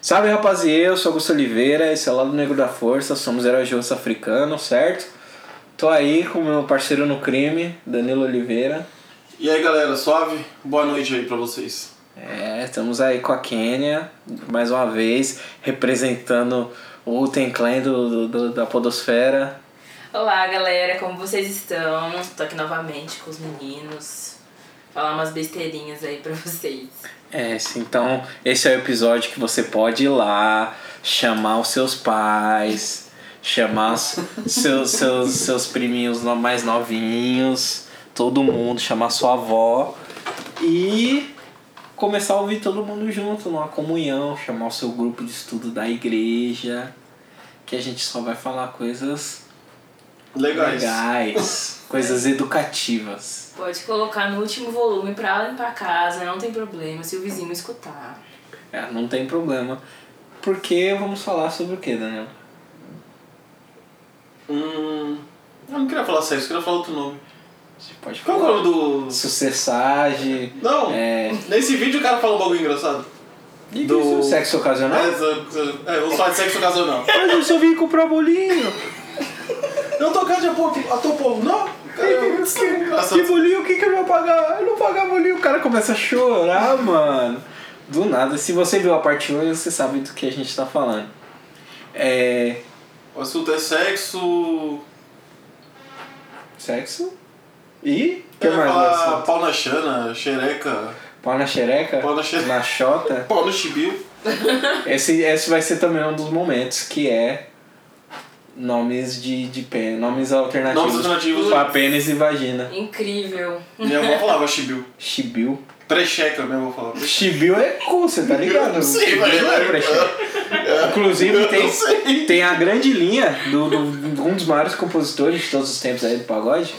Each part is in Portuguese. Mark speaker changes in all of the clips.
Speaker 1: Salve rapaziê, eu sou Augusto Oliveira, esse é o Lado Negro da Força, somos heróis de osso africano, certo? Tô aí com meu parceiro no crime, Danilo Oliveira.
Speaker 2: E aí galera, suave? Boa noite aí pra vocês.
Speaker 1: É, estamos aí com a Quênia, mais uma vez, representando o Uten Clan do, do- da Podosfera.
Speaker 3: Olá, galera, como vocês estão? Tô aqui novamente com os meninos. Falar umas besteirinhas aí pra vocês.
Speaker 1: É, esse- então esse é o episódio que você pode ir lá, chamar os seus pais, chamar os- seus, seus, seus priminhos no- mais novinhos, todo mundo, chamar sua avó e começar a ouvir todo mundo junto, numa comunhão, chamar o seu grupo de estudo da igreja, que a gente só vai falar coisas
Speaker 2: Legais.
Speaker 1: legais coisas educativas.
Speaker 3: Pode colocar no último volume pra limpar a casa, não tem problema se o vizinho escutar.
Speaker 1: É, não tem problema. Porque vamos falar sobre o que, Daniel?
Speaker 2: Hum. Eu não queria falar sexo, eu queria falar outro nome.
Speaker 1: Você pode
Speaker 2: Qual que é o nome do.
Speaker 1: Sucessagem.
Speaker 2: Não!
Speaker 1: É.
Speaker 2: Nesse vídeo o cara fala um bagulho engraçado.
Speaker 1: E
Speaker 2: Do-
Speaker 1: do sexo ocasional?
Speaker 2: É, eu- eu vou falar de sexo ocasional.
Speaker 1: Mas eu só vim comprar bolinho.
Speaker 2: Não tocar de pouco, a teu povo, não? Cara, eu-
Speaker 1: Que
Speaker 2: engraçado.
Speaker 1: bolinho? O que, que eu vou pagar? Eu não pagar bolinho. O cara começa a chorar, mano. Do nada. Se você viu a parte 1, você sabe do que a gente tá falando. É.
Speaker 2: O assunto é sexo.
Speaker 1: Sexo? E? O que
Speaker 2: Eu ia
Speaker 1: mais?
Speaker 2: é, falar
Speaker 1: Falar...
Speaker 2: pau na chana, xereca,
Speaker 1: Pau na xereca?
Speaker 2: Pau na xereca.
Speaker 1: Na xota?
Speaker 2: pau no chibiu.
Speaker 1: Esse, esse vai ser também um dos momentos que é nomes de, de pênis, nomes alternativos,
Speaker 2: Nomes alternativos.
Speaker 1: pra pênis e vagina.
Speaker 3: Incrível.
Speaker 2: Minha avó falava chibiu.
Speaker 1: Chibiu.
Speaker 2: Trecheca, minha avó falava.
Speaker 1: Chibiu é cu, você tá ligado?
Speaker 2: Sim,
Speaker 1: Chibiu
Speaker 2: mas- É.
Speaker 1: é brecha. Inclusive
Speaker 2: Eu não
Speaker 1: tem,
Speaker 2: sei.
Speaker 1: tem a grande linha do, do- de um dos maiores compositores de todos os tempos aí do pagode,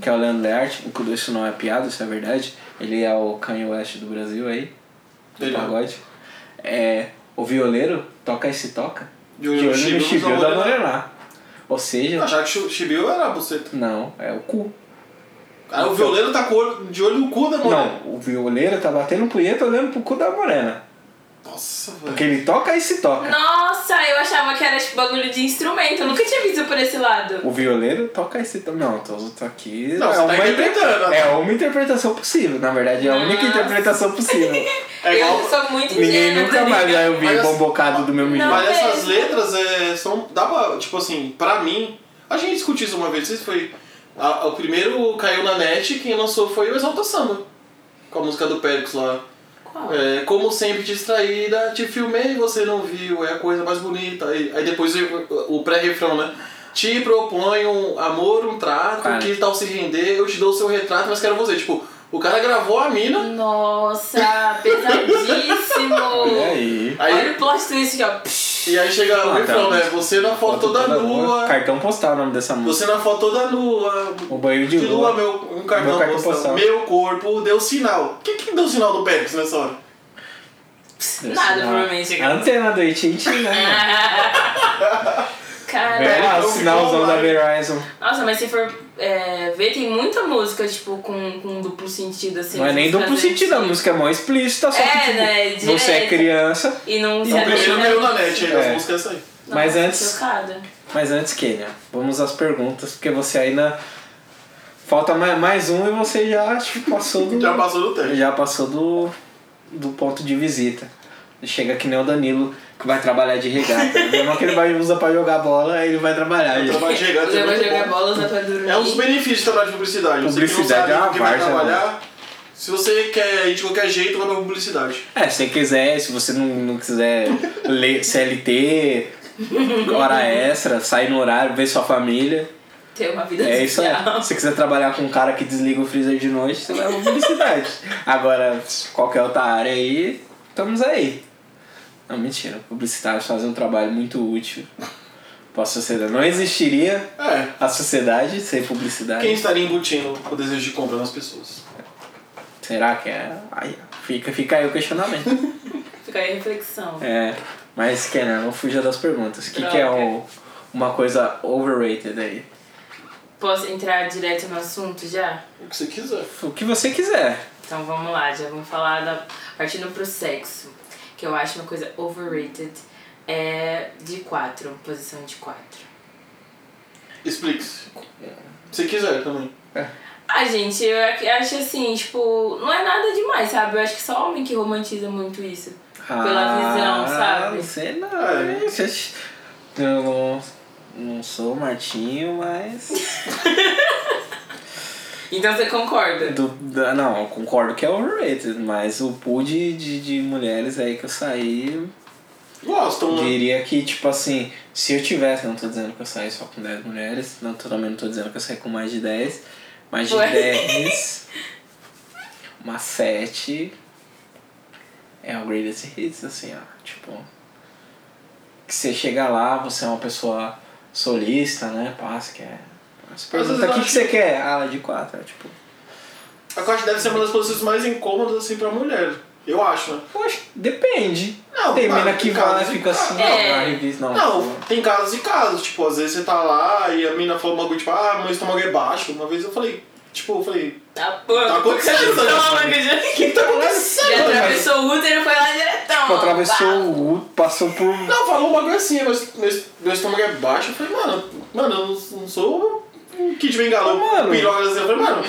Speaker 1: que é o Leandro Learte. Inclusive isso não é piada, isso é verdade. Ele é o Kanye West do Brasil aí, do
Speaker 2: Ele é.
Speaker 1: pagode. É, o violeiro toca esse toca.
Speaker 2: E
Speaker 1: Que
Speaker 2: o
Speaker 1: olho no
Speaker 2: chibiu
Speaker 1: chibio da
Speaker 2: não
Speaker 1: Morená. Ou seja,
Speaker 2: Achava que chi- chibiu era a buceta.
Speaker 1: não, é o cu.
Speaker 2: Aí o violeiro tá com olho- de olho no cu da mulher.
Speaker 1: Não, o violeiro tá batendo punheta olhando pro cu da morena.
Speaker 2: Nossa,
Speaker 1: Porque
Speaker 2: velho.
Speaker 1: ele toca e se toca.
Speaker 3: Nossa, eu achava que era tipo bagulho de instrumento, eu nunca tinha visto por esse lado.
Speaker 1: O violeiro toca e se toca. Não, tô, tô aqui.
Speaker 2: Não,
Speaker 1: é,
Speaker 2: você tá
Speaker 1: uma inter-
Speaker 2: interpretando.
Speaker 1: é uma interpretação possível. Na verdade, é a única
Speaker 3: Nossa.
Speaker 1: interpretação possível.
Speaker 2: É
Speaker 3: Eu
Speaker 2: igual.
Speaker 3: sou muito
Speaker 1: Ninguém
Speaker 3: ingênua.
Speaker 1: nunca
Speaker 3: tá
Speaker 1: mais vai
Speaker 3: ligado?
Speaker 1: ouvir
Speaker 2: Mas eu-
Speaker 1: bombocado do meu menino.
Speaker 3: Não.
Speaker 2: Mas essas
Speaker 3: mesmo.
Speaker 2: letras é, são. Dá pra. Tipo assim, pra mim. A gente discutiu isso uma vez, isso foi. a- o primeiro caiu na net, quem lançou foi o Exalta Samba. Com a música do Péricles lá.
Speaker 3: Qual?
Speaker 2: É, como sempre distraída, te filmei, você não viu, é a coisa mais bonita. Aí, aí depois o- o pré-refrão, né? Te proponho um amor, um trato,
Speaker 1: Cara.
Speaker 2: que tal se render, eu te dou o seu retrato, mas quero você. Tipo, o cara gravou a mina,
Speaker 3: Nossa, pesadíssimo.
Speaker 1: Olha aí.
Speaker 2: Aí-
Speaker 3: Olha o plot twist aqui, ó. Psh.
Speaker 2: e aí chega o
Speaker 1: Ah,
Speaker 2: refrão,
Speaker 1: tá.
Speaker 2: né? Você na foto toda nua,
Speaker 1: Cartão postal é o nome dessa música.
Speaker 2: Você na foto toda nua.
Speaker 1: O Um banheiro de
Speaker 2: De lua,
Speaker 1: lua.
Speaker 2: meu, um cartão,
Speaker 1: Meu cartão
Speaker 2: postal.
Speaker 1: postal.
Speaker 2: Meu corpo deu sinal. O que, que deu sinal do Pérez nessa hora?
Speaker 1: Deve
Speaker 3: Nada,
Speaker 1: ser uma-
Speaker 3: provavelmente.
Speaker 1: A antena do AT&T, né? mano?
Speaker 3: Cara. É.
Speaker 1: Vem lá, o
Speaker 2: Ficou
Speaker 1: sinalzão da
Speaker 2: online.
Speaker 1: Verizon.
Speaker 3: Nossa, mas se for é, ver, tem muita música, tipo, com, com duplo sentido, assim.
Speaker 1: Não é
Speaker 3: as
Speaker 1: nem
Speaker 3: músicas
Speaker 1: duplo sentido, a
Speaker 3: antigas.
Speaker 1: música é mó explícita, só que
Speaker 3: É,
Speaker 1: tipo,
Speaker 3: né,
Speaker 1: você é
Speaker 3: direto.
Speaker 1: criança,
Speaker 3: E não
Speaker 2: É O primeiro
Speaker 3: né?
Speaker 2: caiu na net, aí
Speaker 1: É.
Speaker 2: as músicas saem.
Speaker 3: Nossa,
Speaker 1: Mas antes-
Speaker 3: Chocada.
Speaker 1: mas antes Kenia, vamos às perguntas, porque você ainda falta mais, mais um e você já tipo, passou do
Speaker 2: Já passou do teste.
Speaker 1: já passou do do ponto de visita. Chega que nem o Danilo que vai trabalhar de regata. Mesmo que ele vai usar pra jogar bola, ele vai trabalhar.
Speaker 2: Eu
Speaker 1: gente.
Speaker 2: trabalho de regata, é
Speaker 3: Já vai
Speaker 2: muito
Speaker 3: jogar
Speaker 2: bom.
Speaker 3: bola, usar pra dormir.
Speaker 2: É um dos benefícios de trabalhar de publicidade. Você que não
Speaker 1: Publicidade
Speaker 2: sabe
Speaker 1: é uma
Speaker 2: com quem vai
Speaker 1: várzea,
Speaker 2: trabalhar. Se você quer ir de qualquer jeito, vai pra publicidade.
Speaker 1: É, se você quiser, se você não, não quiser ler CLT, hora extra, sair no horário, ver sua família.
Speaker 3: Ter uma vida
Speaker 1: É isso aí.
Speaker 3: social.
Speaker 1: Se você quiser trabalhar com um cara que desliga o freezer de noite, você leva publicidade. Agora, qualquer outra área aí, estamos aí. Não, mentira. Publicitários fazem um trabalho muito útil para a sociedade. Não existiria
Speaker 2: É.
Speaker 1: a sociedade sem publicidade.
Speaker 2: Quem estaria embutindo o desejo de compra nas pessoas?
Speaker 1: Será que é? Aí, fica, fica aí o questionamento.
Speaker 3: Fica aí a reflexão.
Speaker 1: é, mas, Kenan, não fuja das perguntas. O que, que é o- uma coisa overrated aí?
Speaker 3: Posso entrar direto no assunto já?
Speaker 2: O que você quiser.
Speaker 1: O que você quiser.
Speaker 3: Então vamos lá, já vamos falar da. partindo pro sexo. O que eu acho uma coisa overrated, é de 4, posição de 4.
Speaker 2: Explique-se. Se quiser também.
Speaker 3: Ah, gente, eu ac- acho assim, tipo, não é nada demais, sabe? Eu acho que só homem que romantiza muito isso. Pela visão, sabe?
Speaker 1: Não Ah, sei não.
Speaker 2: É.
Speaker 1: Vocês- Eu não, não sou o Martinho, mas.
Speaker 3: Então você concorda?
Speaker 1: do- da- não, eu concordo que é overrated, mas o pool de, de, de mulheres aí que eu saí,
Speaker 2: Gostam, né?
Speaker 1: diria que, tipo assim, se eu tivesse, eu não tô dizendo que eu saí só com 10 mulheres, não, tô- também não tô dizendo que eu saí com mais de 10, mas de
Speaker 3: Ué.
Speaker 1: 10, uma 7 é o greatest hits, assim, ó, tipo, que você chega lá, você é uma pessoa solista, né, passa, que é... Você
Speaker 2: Mas
Speaker 1: pergunta,
Speaker 2: eu
Speaker 1: o que,
Speaker 2: acho
Speaker 1: que você quer? Ah, de 4, é tipo...
Speaker 2: A corte deve ser uma das posições mais incômodas, assim, pra mulher. Eu acho, né?
Speaker 1: Eu acho que depende.
Speaker 2: Não,
Speaker 1: tem
Speaker 2: claro,
Speaker 1: mina que
Speaker 2: tem
Speaker 1: vai,
Speaker 2: casos e
Speaker 1: fica assim,
Speaker 2: casos.
Speaker 1: ó,
Speaker 3: É.
Speaker 1: na revista, não. tipo,
Speaker 2: Não, tem casos e casos. Tipo, às vezes você tá lá e a mina fala um bagulho, tipo, ah, meu estômago é baixo. Uma vez eu falei, tipo, eu falei,
Speaker 3: Tá, pô,
Speaker 2: Tá acontecendo
Speaker 3: tô
Speaker 2: isso aí,
Speaker 3: cansando,
Speaker 2: sabe?
Speaker 3: que já-
Speaker 2: o que tá acontecendo?
Speaker 3: Já
Speaker 2: velho?"
Speaker 3: atravessou o útero e foi lá diretão.
Speaker 1: Tipo, atravessou
Speaker 3: Bah.
Speaker 1: o Gu, passou por.
Speaker 2: Não, falou um bagulho assim, meu, meu, meu estômago é baixo. Eu falei, mano, mano, eu não, não sou um kid bengala,
Speaker 1: Ô, mano.
Speaker 2: um piroca assim. Eu falei, mano,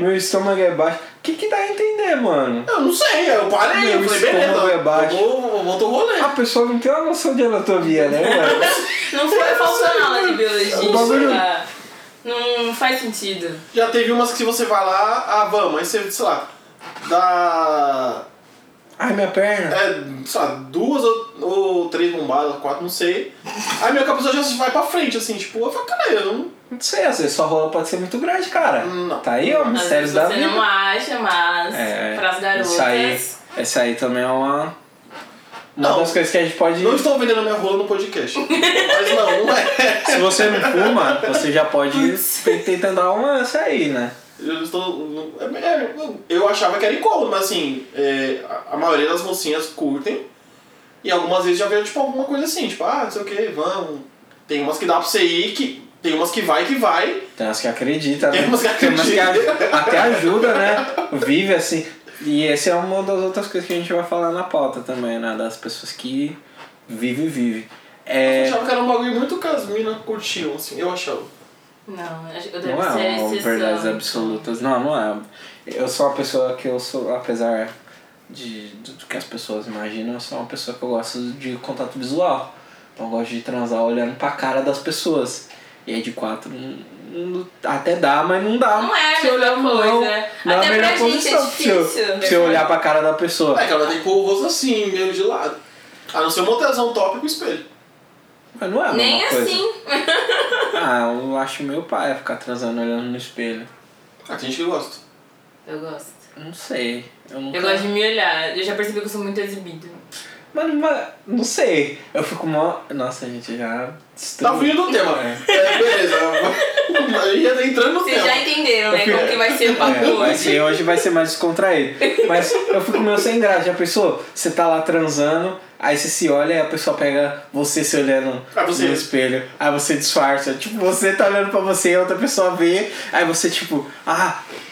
Speaker 1: Meu estômago é baixo. O que que dá a entender, mano?
Speaker 2: eu não sei, eu parei.
Speaker 1: Meu
Speaker 2: eu falei,
Speaker 1: estômago
Speaker 2: beleza,
Speaker 1: é baixo."
Speaker 2: eu vou, eu vou ter o rolê.
Speaker 1: A pessoa não tem uma noção de anatomia, né, mano?
Speaker 3: Não foi faltando aula de biologia.
Speaker 1: O bagulho-
Speaker 3: tá? Não faz sentido.
Speaker 2: Já teve umas que se você vai lá, ah, vamos, aí você, sei lá, dá.
Speaker 1: Ai, minha perna.
Speaker 2: É, sei lá, duas ou, ou três bombadas, quatro, não sei. Aí meio que a pessoa já vai pra frente, assim, tipo, eu falo, cara, eu não.
Speaker 1: Não sei, às vezes sua rola pode ser muito grande, cara.
Speaker 2: Não.
Speaker 1: Tá aí, ó,
Speaker 3: Às
Speaker 1: mistérios
Speaker 3: vezes
Speaker 1: da
Speaker 3: você
Speaker 1: vida.
Speaker 3: não acha, mas
Speaker 1: É,
Speaker 3: pras garotas.
Speaker 1: Essa aí, essa aí também é uma. Uma
Speaker 2: Não.
Speaker 1: das coisas que a gente pode.
Speaker 2: Não estou vendendo minha rola no podcast. Mas não, não é.
Speaker 1: Se você não fuma, você já pode tentar dar uma essa aí, né?
Speaker 2: Eu, estou, é- é, eu achava que era incômodo, mas assim, é, a- a maioria das mocinhas curtem. E algumas vezes já veio, tipo, alguma coisa assim, tipo, ah, não sei o que, vamos. Tem umas que dá pra você ir, que, tem umas que vai que vai.
Speaker 1: Tem umas que acreditam, né?
Speaker 2: Tem umas que acreditam.
Speaker 1: a- até ajuda, né? Vive assim. E essa é uma das outras coisas que a gente vai falar na pauta também, né? Das pessoas que vive, vive.
Speaker 2: Eu
Speaker 1: É,
Speaker 2: achava que era um bagulho muito que as minas curtiam, assim, eu achava.
Speaker 3: Não, eu
Speaker 1: não
Speaker 3: devo ser
Speaker 1: é uma
Speaker 3: exceção.
Speaker 1: verdades absolutas. Não, não é. Eu sou uma pessoa que eu sou, apesar de do que as pessoas imaginam, eu sou uma pessoa que eu gosto de contato visual. Então eu gosto de transar olhando pra cara das pessoas. E aí de quatro não- não- até dá, mas não dá.
Speaker 3: Não é a
Speaker 1: Se olhar
Speaker 3: mesma coisa.
Speaker 1: Não é a
Speaker 3: Até
Speaker 1: melhor
Speaker 3: pra gente é
Speaker 1: posição. Se eu-
Speaker 3: difícil.
Speaker 1: Se eu olhar pra cara da pessoa.
Speaker 2: É que ela tem que pôr o rosto assim, meio de lado. A não ser um motelzão top com espelho.
Speaker 1: Mas não é a mesma
Speaker 3: Nem
Speaker 1: coisa.
Speaker 3: assim.
Speaker 1: Ah, eu acho meu pai ficar transando olhando no espelho.
Speaker 2: Ah, tem gente que gosta.
Speaker 3: Eu gosto.
Speaker 1: Não sei. Eu, nunca...
Speaker 3: Eu gosto de me olhar. Eu já percebi que eu sou muito exibida.
Speaker 1: Mano, mas não sei. Eu fico mó. Nossa, a gente já.
Speaker 2: Tá
Speaker 1: destruiu.
Speaker 2: fugindo do tema.
Speaker 1: É.
Speaker 2: É, beleza. A gente já tá entrando no
Speaker 3: Vocês já
Speaker 2: tema.
Speaker 3: entenderam, né? Como que vai ser o
Speaker 2: tá
Speaker 3: papo
Speaker 2: né?
Speaker 1: É, vai
Speaker 3: hoje.
Speaker 1: ser, hoje vai ser mais descontraído. Mas eu fico meio sem graça. Já pensou? Você tá lá transando, aí você se olha e a pessoa pega você se olhando
Speaker 2: Ah, você.
Speaker 1: no espelho. Aí você disfarça. Tipo, você tá olhando pra você e a outra pessoa vê. Aí você, tipo, ah,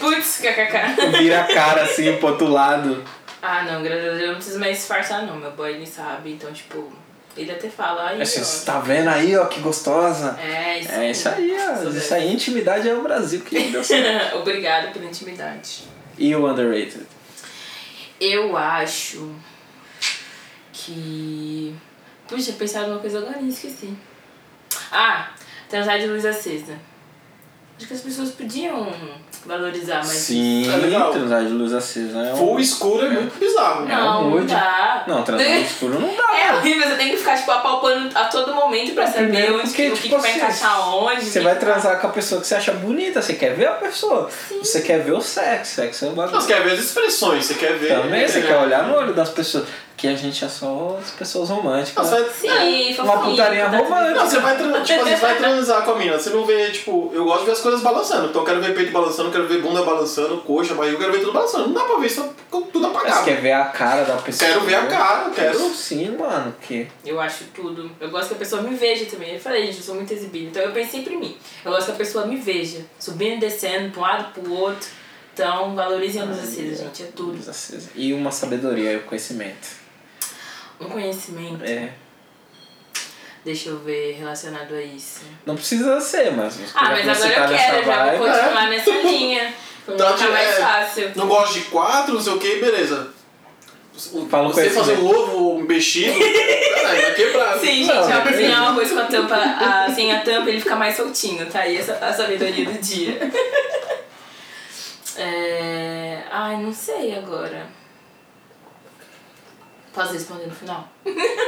Speaker 3: Putz, kkk.
Speaker 1: vira a cara assim pro outro lado.
Speaker 3: Ah, não, graças a Deus eu não preciso mais disfarçar, não. Meu boy, ele sabe. Então, tipo, ele até fala. Aí,
Speaker 1: Aí você, "Cê
Speaker 3: ó.
Speaker 1: tá vendo aí, ó, que gostosa.
Speaker 3: É, isso
Speaker 1: É isso aí, ó. Isso aí, intimidade é o Brasil que deu certo.
Speaker 3: Obrigada pela intimidade.
Speaker 1: E o underrated?
Speaker 3: Eu acho que. Puxa, pensaram numa coisa agora e esqueci. Ah, transar de luz acesa. Acho que as pessoas podiam valorizar mais.
Speaker 1: Sim,
Speaker 2: É legal.
Speaker 1: transar de luz acesa é um...
Speaker 2: Full escuro é muito bizarro.
Speaker 1: É um
Speaker 3: Não, não
Speaker 1: nude.
Speaker 3: dá.
Speaker 1: Não, transar no escuro não dá.
Speaker 3: É horrível, você tem que ficar, tipo, apalpando a todo momento pra saber
Speaker 1: Primeiro
Speaker 3: onde,
Speaker 1: porque,
Speaker 3: o que,
Speaker 1: tipo
Speaker 3: que vai
Speaker 1: assim,
Speaker 3: encaixar onde. tipo, o
Speaker 1: Você
Speaker 3: que
Speaker 1: vai
Speaker 3: que-
Speaker 1: transar com a pessoa que você acha bonita, você quer ver a pessoa. Você quer ver o sexo, sexo é um
Speaker 2: Não,
Speaker 1: bagulho.
Speaker 2: Você quer ver as expressões, você quer ver.
Speaker 1: Também, você
Speaker 2: é.
Speaker 1: quer olhar no olho das pessoas. Que a gente é só as pessoas
Speaker 2: Não,
Speaker 1: românticas. né?
Speaker 2: você vai- é.
Speaker 3: Sim, fofinho.
Speaker 1: Uma putaria
Speaker 3: tá tudo bem.
Speaker 2: Não,
Speaker 1: romântica.
Speaker 2: você vai, tran- tipo, você vai transar com a mina, você não vê, tipo, eu gosto de ver as coisas balançando, então eu quero ver peito balançando, quero ver bunda balançando, coxa, barriga, eu quero ver tudo balançando. Não dá pra ver isso, tá tudo apagado.
Speaker 1: Você quer ver a cara da pessoa. né?
Speaker 2: Quero ver a cara, quero.
Speaker 1: Sim, mano, que...
Speaker 3: Eu acho tudo. Eu gosto que a pessoa me veja também. Eu falei, gente, eu sou muito exibida. Então eu pensei sempre em mim. Eu gosto que a pessoa me veja. Subindo, descendo, pra um lado, pro outro. Então, valorizem a luz acesa, gente. É tudo.
Speaker 1: Luz acesa. E uma sabedoria e o conhecimento.
Speaker 3: Um conhecimento.
Speaker 1: É.
Speaker 3: Deixa eu ver relacionado a isso.
Speaker 1: Não precisa ser, mas você
Speaker 3: Ah,
Speaker 1: já
Speaker 3: mas
Speaker 1: que você
Speaker 3: agora
Speaker 1: tá
Speaker 3: eu
Speaker 1: nessa
Speaker 3: quero, eu já vou
Speaker 1: vibe,
Speaker 3: continuar nessa linha. Pra mim
Speaker 2: Então,
Speaker 3: ficar mais
Speaker 2: é,
Speaker 3: fácil.
Speaker 2: Não gosto de quatro, não sei o que, beleza. O-
Speaker 1: Fala com
Speaker 2: você
Speaker 1: esse
Speaker 2: fazer
Speaker 1: mesmo.
Speaker 2: um ovo ou um mexido, caralho, vai quebrar.
Speaker 3: Sim,
Speaker 1: Não,
Speaker 3: gente, é
Speaker 1: mas
Speaker 3: ao cozinhar
Speaker 1: beleza.
Speaker 3: o arroz com a tampa, a- sem a tampa, ele fica mais soltinho, tá? E essa tá a sabedoria do dia. É... Ai, não sei agora. Posso responder no final?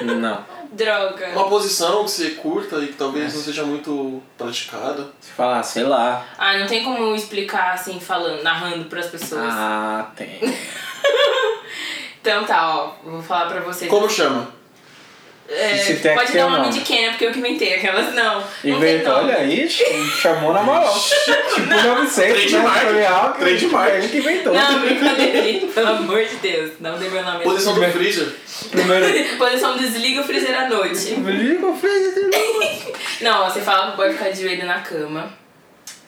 Speaker 1: Não.
Speaker 3: Droga.
Speaker 2: Uma posição que você curta e que talvez não seja muito praticada.
Speaker 1: Se falar, sei lá.
Speaker 3: Ah, não tem como explicar assim, falando, narrando pras pessoas.
Speaker 1: Ah, tem.
Speaker 3: Então tá, ó, vou falar pra vocês.
Speaker 2: Como chama?
Speaker 3: É,
Speaker 1: Se tem
Speaker 3: pode
Speaker 1: aqui é
Speaker 3: dar
Speaker 1: o
Speaker 3: um nome
Speaker 1: nome.
Speaker 3: de Kenya, porque eu que inventei aquelas, não. não tem
Speaker 1: Inventou,
Speaker 3: nome.
Speaker 1: olha aí, chamou na moral. tipo 900, né?
Speaker 2: Trademark.
Speaker 1: Foi algo que-
Speaker 2: Trademark.
Speaker 1: Ele que inventou.
Speaker 3: Não, brincadeira, pelo amor de Deus. Não dê meu nome.
Speaker 2: Posição do freezer.
Speaker 1: Tipo, Primeiro.
Speaker 3: Posição desliga o freezer à noite.
Speaker 1: Liga o freezer.
Speaker 3: Não, você fala pro boy ficar de joelho na cama,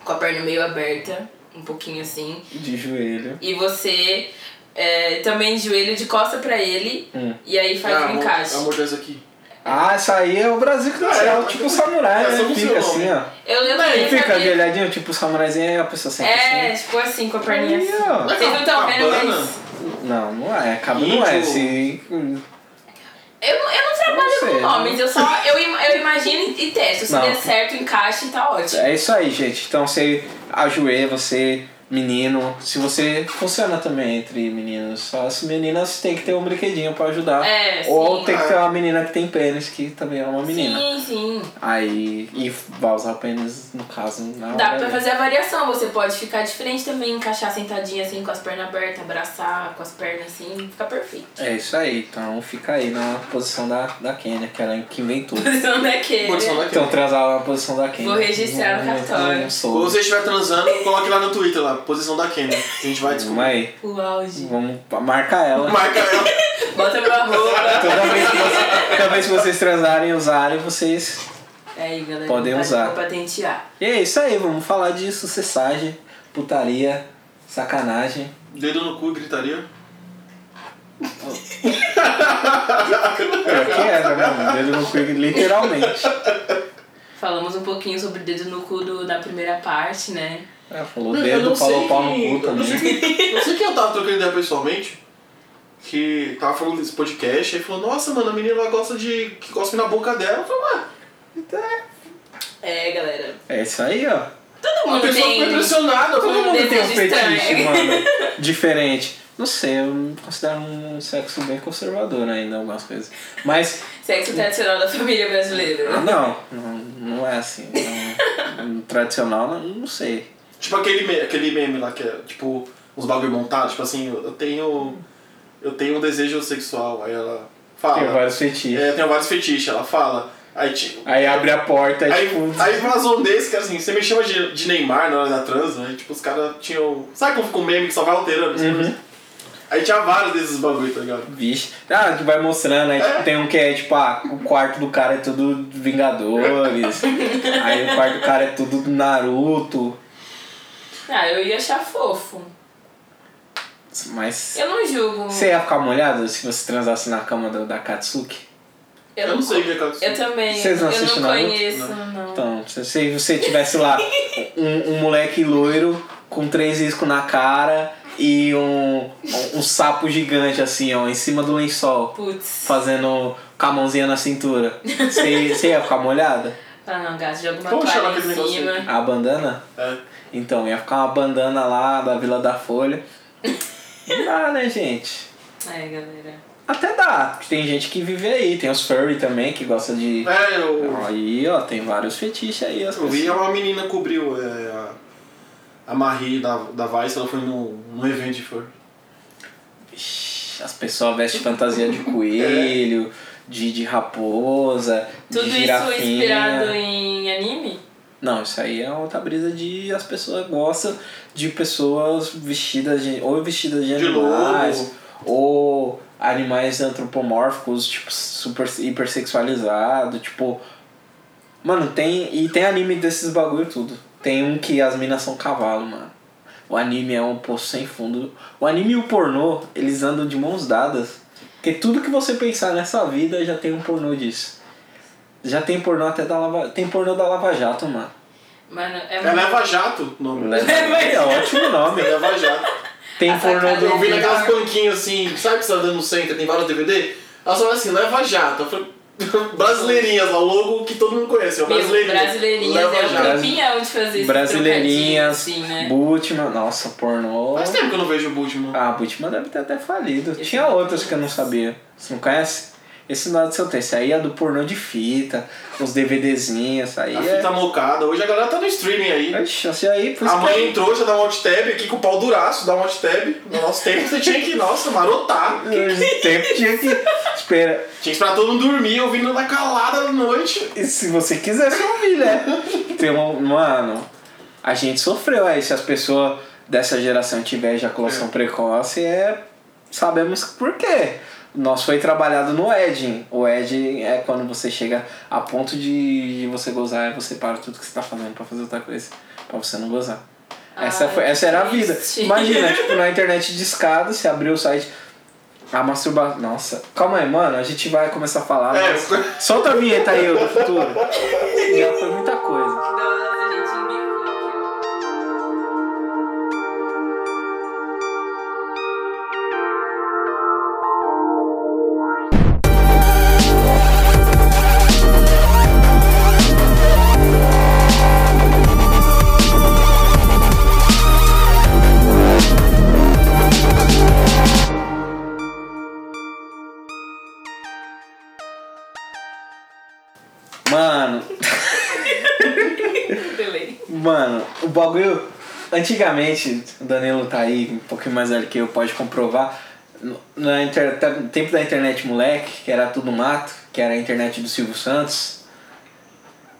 Speaker 3: com a perna meio aberta, um pouquinho assim.
Speaker 1: De joelho.
Speaker 3: E você é, também de joelho de costa pra ele,
Speaker 1: Hum.
Speaker 3: e aí faz um
Speaker 2: Ah, amor,
Speaker 3: encaixe.
Speaker 2: amor dessa aqui.
Speaker 1: Ah, isso aí é o Brasil que nasceu,
Speaker 2: É, mas-
Speaker 1: tipo o samurai,
Speaker 2: Essa
Speaker 1: né?
Speaker 2: não
Speaker 1: Fica
Speaker 2: sei o
Speaker 1: assim,
Speaker 2: nome.
Speaker 1: ó.
Speaker 3: Eu, eu
Speaker 1: Ele
Speaker 3: também
Speaker 1: fica de
Speaker 3: sabia.
Speaker 1: olhadinho, tipo o samuraizinho, aí a pessoa sente
Speaker 3: É,
Speaker 1: assim.
Speaker 3: tipo assim, com a perninha
Speaker 1: Aí,
Speaker 3: assim.
Speaker 1: ó.
Speaker 3: Vocês não estão vendo,
Speaker 2: Cabana?
Speaker 3: mas.
Speaker 1: Não, não é. Acaba não é. Se...
Speaker 3: Eu, eu não trabalho
Speaker 1: Não sei, né?
Speaker 3: com homens, eu só. Eu, im- eu imagino e testo. Se
Speaker 1: Não.
Speaker 3: der certo, encaixe, tá ótimo.
Speaker 1: É isso aí, gente. Então você ajoelha, você, menino. Se você funciona também entre meninos, só as meninas tem que ter um brinquedinho pra ajudar.
Speaker 3: É,
Speaker 1: Ou
Speaker 3: sim.
Speaker 1: tem que ter uma menina que tem pênis, que também é uma menina.
Speaker 3: Sim, sim.
Speaker 1: Aí. E vai usar o pênis, no caso, na
Speaker 3: Dá
Speaker 1: hora
Speaker 3: pra
Speaker 1: ali.
Speaker 3: fazer a variação, você pode ficar de frente também, encaixar sentadinha assim com as pernas abertas, abraçar com as pernas assim, fica perfeito.
Speaker 1: É isso aí, então fica aí na posição da, da Kenya, que ela é que inventou.
Speaker 3: Posição daquele.
Speaker 2: Posição daquele.
Speaker 1: Então transar lá na posição da Kenya.
Speaker 3: Vou registrar no
Speaker 1: Não,
Speaker 3: cartório.
Speaker 1: não
Speaker 2: Quando
Speaker 1: sou.
Speaker 2: você estiver transando, coloque lá no Twitter lá, posição da Kenny. A gente vai
Speaker 1: Vamos
Speaker 2: descobrir.
Speaker 1: aí.
Speaker 3: O auge.
Speaker 1: Vamos marcar ela.
Speaker 2: Marca ela.
Speaker 3: Bota meu arroba.
Speaker 1: Toda vez, que você- toda vez que vocês transarem e usarem, vocês
Speaker 3: É aí, galera.
Speaker 1: Podem
Speaker 3: vou pat-
Speaker 1: usar.
Speaker 3: Vou patentear.
Speaker 1: E é isso aí, vamos falar de sucessagem, putaria, sacanagem.
Speaker 2: Dedo no cu, gritaria.
Speaker 1: Pior que é, né, era, mano. Dedo no cu, literalmente.
Speaker 3: Falamos um pouquinho sobre o dedo no cu do- na primeira parte, né?
Speaker 1: Ela É, falou
Speaker 2: Não, eu
Speaker 1: dedo,
Speaker 2: não
Speaker 1: falou
Speaker 2: sei
Speaker 1: pau
Speaker 2: quem-
Speaker 1: no cu
Speaker 2: eu Não sei,
Speaker 1: também.
Speaker 2: quem, não sei quem eu tava trocando ideia pessoalmente, que tava falando desse podcast, aí falou, nossa, mano, a menina ela gosta de. que cospe na boca dela. Eu falei, ué,
Speaker 3: É, galera.
Speaker 1: É isso aí, ó.
Speaker 3: Todo
Speaker 2: a
Speaker 3: mundo
Speaker 2: pessoa ficou
Speaker 3: tem.
Speaker 2: impressionada. Eu
Speaker 1: Todo
Speaker 2: falei,
Speaker 1: mundo tem um
Speaker 3: Desejo
Speaker 1: fetiche,
Speaker 3: estranho.
Speaker 1: mano. Diferente. Não sei, eu me considero um sexo bem conservador ainda, algumas coisas. Mas,
Speaker 3: Sexo tradicional da família brasileira.
Speaker 1: não, não, não é assim. Não, um tradicional, não, não sei.
Speaker 2: tipo aquele, me- aquele meme lá que é, tipo, uns bagulho montado, tipo assim, eu eu tenho. Eu tenho um desejo sexual. Aí ela
Speaker 1: Tem
Speaker 2: fala.
Speaker 1: vários fetiches.
Speaker 2: É, eu tenho vários fetiches, ela fala. Aí, tipo,
Speaker 1: Aí abre a porta e
Speaker 2: Aí,
Speaker 1: tipo.
Speaker 2: aí vazou um desse, cara, assim, você me chama de, de Neymar na hora da transa, aí, tipo, os caras tinham... Sabe como fica um meme que só vai alterando? as coisas? Aí tinha vários desses bagulho, tá ligado?
Speaker 1: Vixe. Ah, que vai mostrando, aí tipo, tem um que é tipo, ah, o quarto do cara é tudo Vingadores. aí o quarto do cara é tudo do Naruto.
Speaker 3: Ah, eu ia achar fofo.
Speaker 1: Mas.
Speaker 3: Eu não julgo.
Speaker 1: Você ia ficar molhado se você transasse na cama do- da Katsuki?
Speaker 2: Eu, não sei o que é
Speaker 3: Eu
Speaker 2: que
Speaker 3: também.
Speaker 1: Vocês não
Speaker 3: eu
Speaker 1: assistem
Speaker 3: não
Speaker 1: Naruto?
Speaker 3: conheço, não.
Speaker 1: Então, se, se você tivesse lá um, um moleque loiro com três riscos na cara e um, um sapo gigante assim, ó, em cima do lençol,
Speaker 3: Putz.
Speaker 1: fazendo com a mãozinha na cintura, você você ia ficar molhada?
Speaker 3: Ah, não, gato, joga uma
Speaker 2: Como chama
Speaker 3: toalha
Speaker 2: aquele
Speaker 3: em
Speaker 2: negócio
Speaker 3: cima.
Speaker 1: A bandana?
Speaker 2: É.
Speaker 1: Então, ia ficar uma bandana lá da Vila da Folha. Não dá, né, gente?
Speaker 3: É, galera.
Speaker 1: Até dá, porque tem gente que vive aí, tem os furry também que gosta de.
Speaker 2: É, eu,
Speaker 1: Aí, ó, tem vários fetiches aí. As
Speaker 2: eu vi
Speaker 1: pessoas-
Speaker 2: uma menina cobriu é, a, a Marie da, da Vice, ela foi num, num evento de fur.
Speaker 1: Ixi, As pessoas vestem fantasia de coelho, de, de raposa,
Speaker 3: Tudo
Speaker 1: de
Speaker 3: isso
Speaker 1: girafinha.
Speaker 3: inspirado em anime?
Speaker 1: Não, isso aí é outra brisa de as pessoas gostam de pessoas vestidas de. ou vestidas de,
Speaker 2: De
Speaker 1: animais,
Speaker 2: lobo.
Speaker 1: ou animais antropomórficos, tipo, super hipersexualizado, tipo. Mano, tem. E tem anime desses bagulho tudo. Tem um que as minas são cavalo, mano. O anime é um poço sem fundo. O anime e o pornô, eles andam de mãos dadas. Porque tudo que você pensar nessa vida já tem um pornô disso. Já tem pornô até da Lava. Tem pornô da Lava Jato, mano.
Speaker 3: Mano, é
Speaker 2: É
Speaker 3: muito.
Speaker 2: Leva Jato o nome.
Speaker 1: Leva- É ótimo nome.
Speaker 2: Leva Jato.
Speaker 1: Tem
Speaker 3: A
Speaker 1: pornô
Speaker 3: sacada
Speaker 1: do.
Speaker 2: Eu vi naquelas banquinhas assim, sabe que você tá dando no centro, tem vários DVD? Ela só fala assim, leva jato. Eu falei, Brasileirinhas, lá, o logo que todo mundo conhece, é o
Speaker 3: Meu,
Speaker 2: brasileirinho.
Speaker 3: brasileirinhas é
Speaker 2: leva
Speaker 3: um
Speaker 2: jato.
Speaker 1: Brasi-
Speaker 3: campeão de fazer esse
Speaker 1: Brasileirinhas,
Speaker 3: trocadilho, assim, né?
Speaker 1: Bultman, nossa, pornô.
Speaker 2: Faz tempo que eu não vejo o Bultman.
Speaker 1: Ah, Bultman deve ter até falido.
Speaker 3: Esse
Speaker 1: Tinha
Speaker 3: não
Speaker 1: outras que eu não
Speaker 3: conheço.
Speaker 1: sabia. Você não conhece? Esse lado do seu texto. Aí é do pornô de fita, os DVDzinhos, aí
Speaker 2: a
Speaker 1: é.
Speaker 2: fita mocada. Hoje a galera tá no streaming aí.
Speaker 1: Oxe, assim, aí por
Speaker 2: A
Speaker 1: isso que
Speaker 2: mãe entrou, já dá um alt tab aqui com o pau duraço, dá um alt tab. No nosso tempo você tinha que, nossa, marotar. Tinha
Speaker 1: eu- tempo tinha que. Espera.
Speaker 2: que esperar todo mundo dormir, ouvindo na calada da noite.
Speaker 1: E se você quiser você ouvir, né? Tem um. Mano, a gente sofreu aí. Se as pessoas dessa geração tiver ejaculação precoce, é. Sabemos por quê. Nós foi trabalhado no edging. O edging é quando você chega a ponto de você gozar e você para tudo que você tá fazendo pra fazer outra coisa. Pra você não gozar. Essa,
Speaker 3: Ai,
Speaker 1: foi, essa era a vida.
Speaker 3: triste.
Speaker 1: Imagina, tipo, na internet de escada, você abriu o site. A masturbação. Nossa. Calma aí, mano. A gente vai começar a falar.
Speaker 2: É.
Speaker 1: Ah, mas- Solta a vinheta aí, eu do futuro. Já foi muita coisa.
Speaker 3: Nossa, a gente brincou.
Speaker 1: Mano,
Speaker 3: Delay.
Speaker 1: mano, o bagulho. Antigamente, o Danilo tá aí, um pouquinho mais velho que eu, pode comprovar. no- Na inter... tá- no tempo da internet moleque, que era tudo mato, que era a internet do Silvio Santos,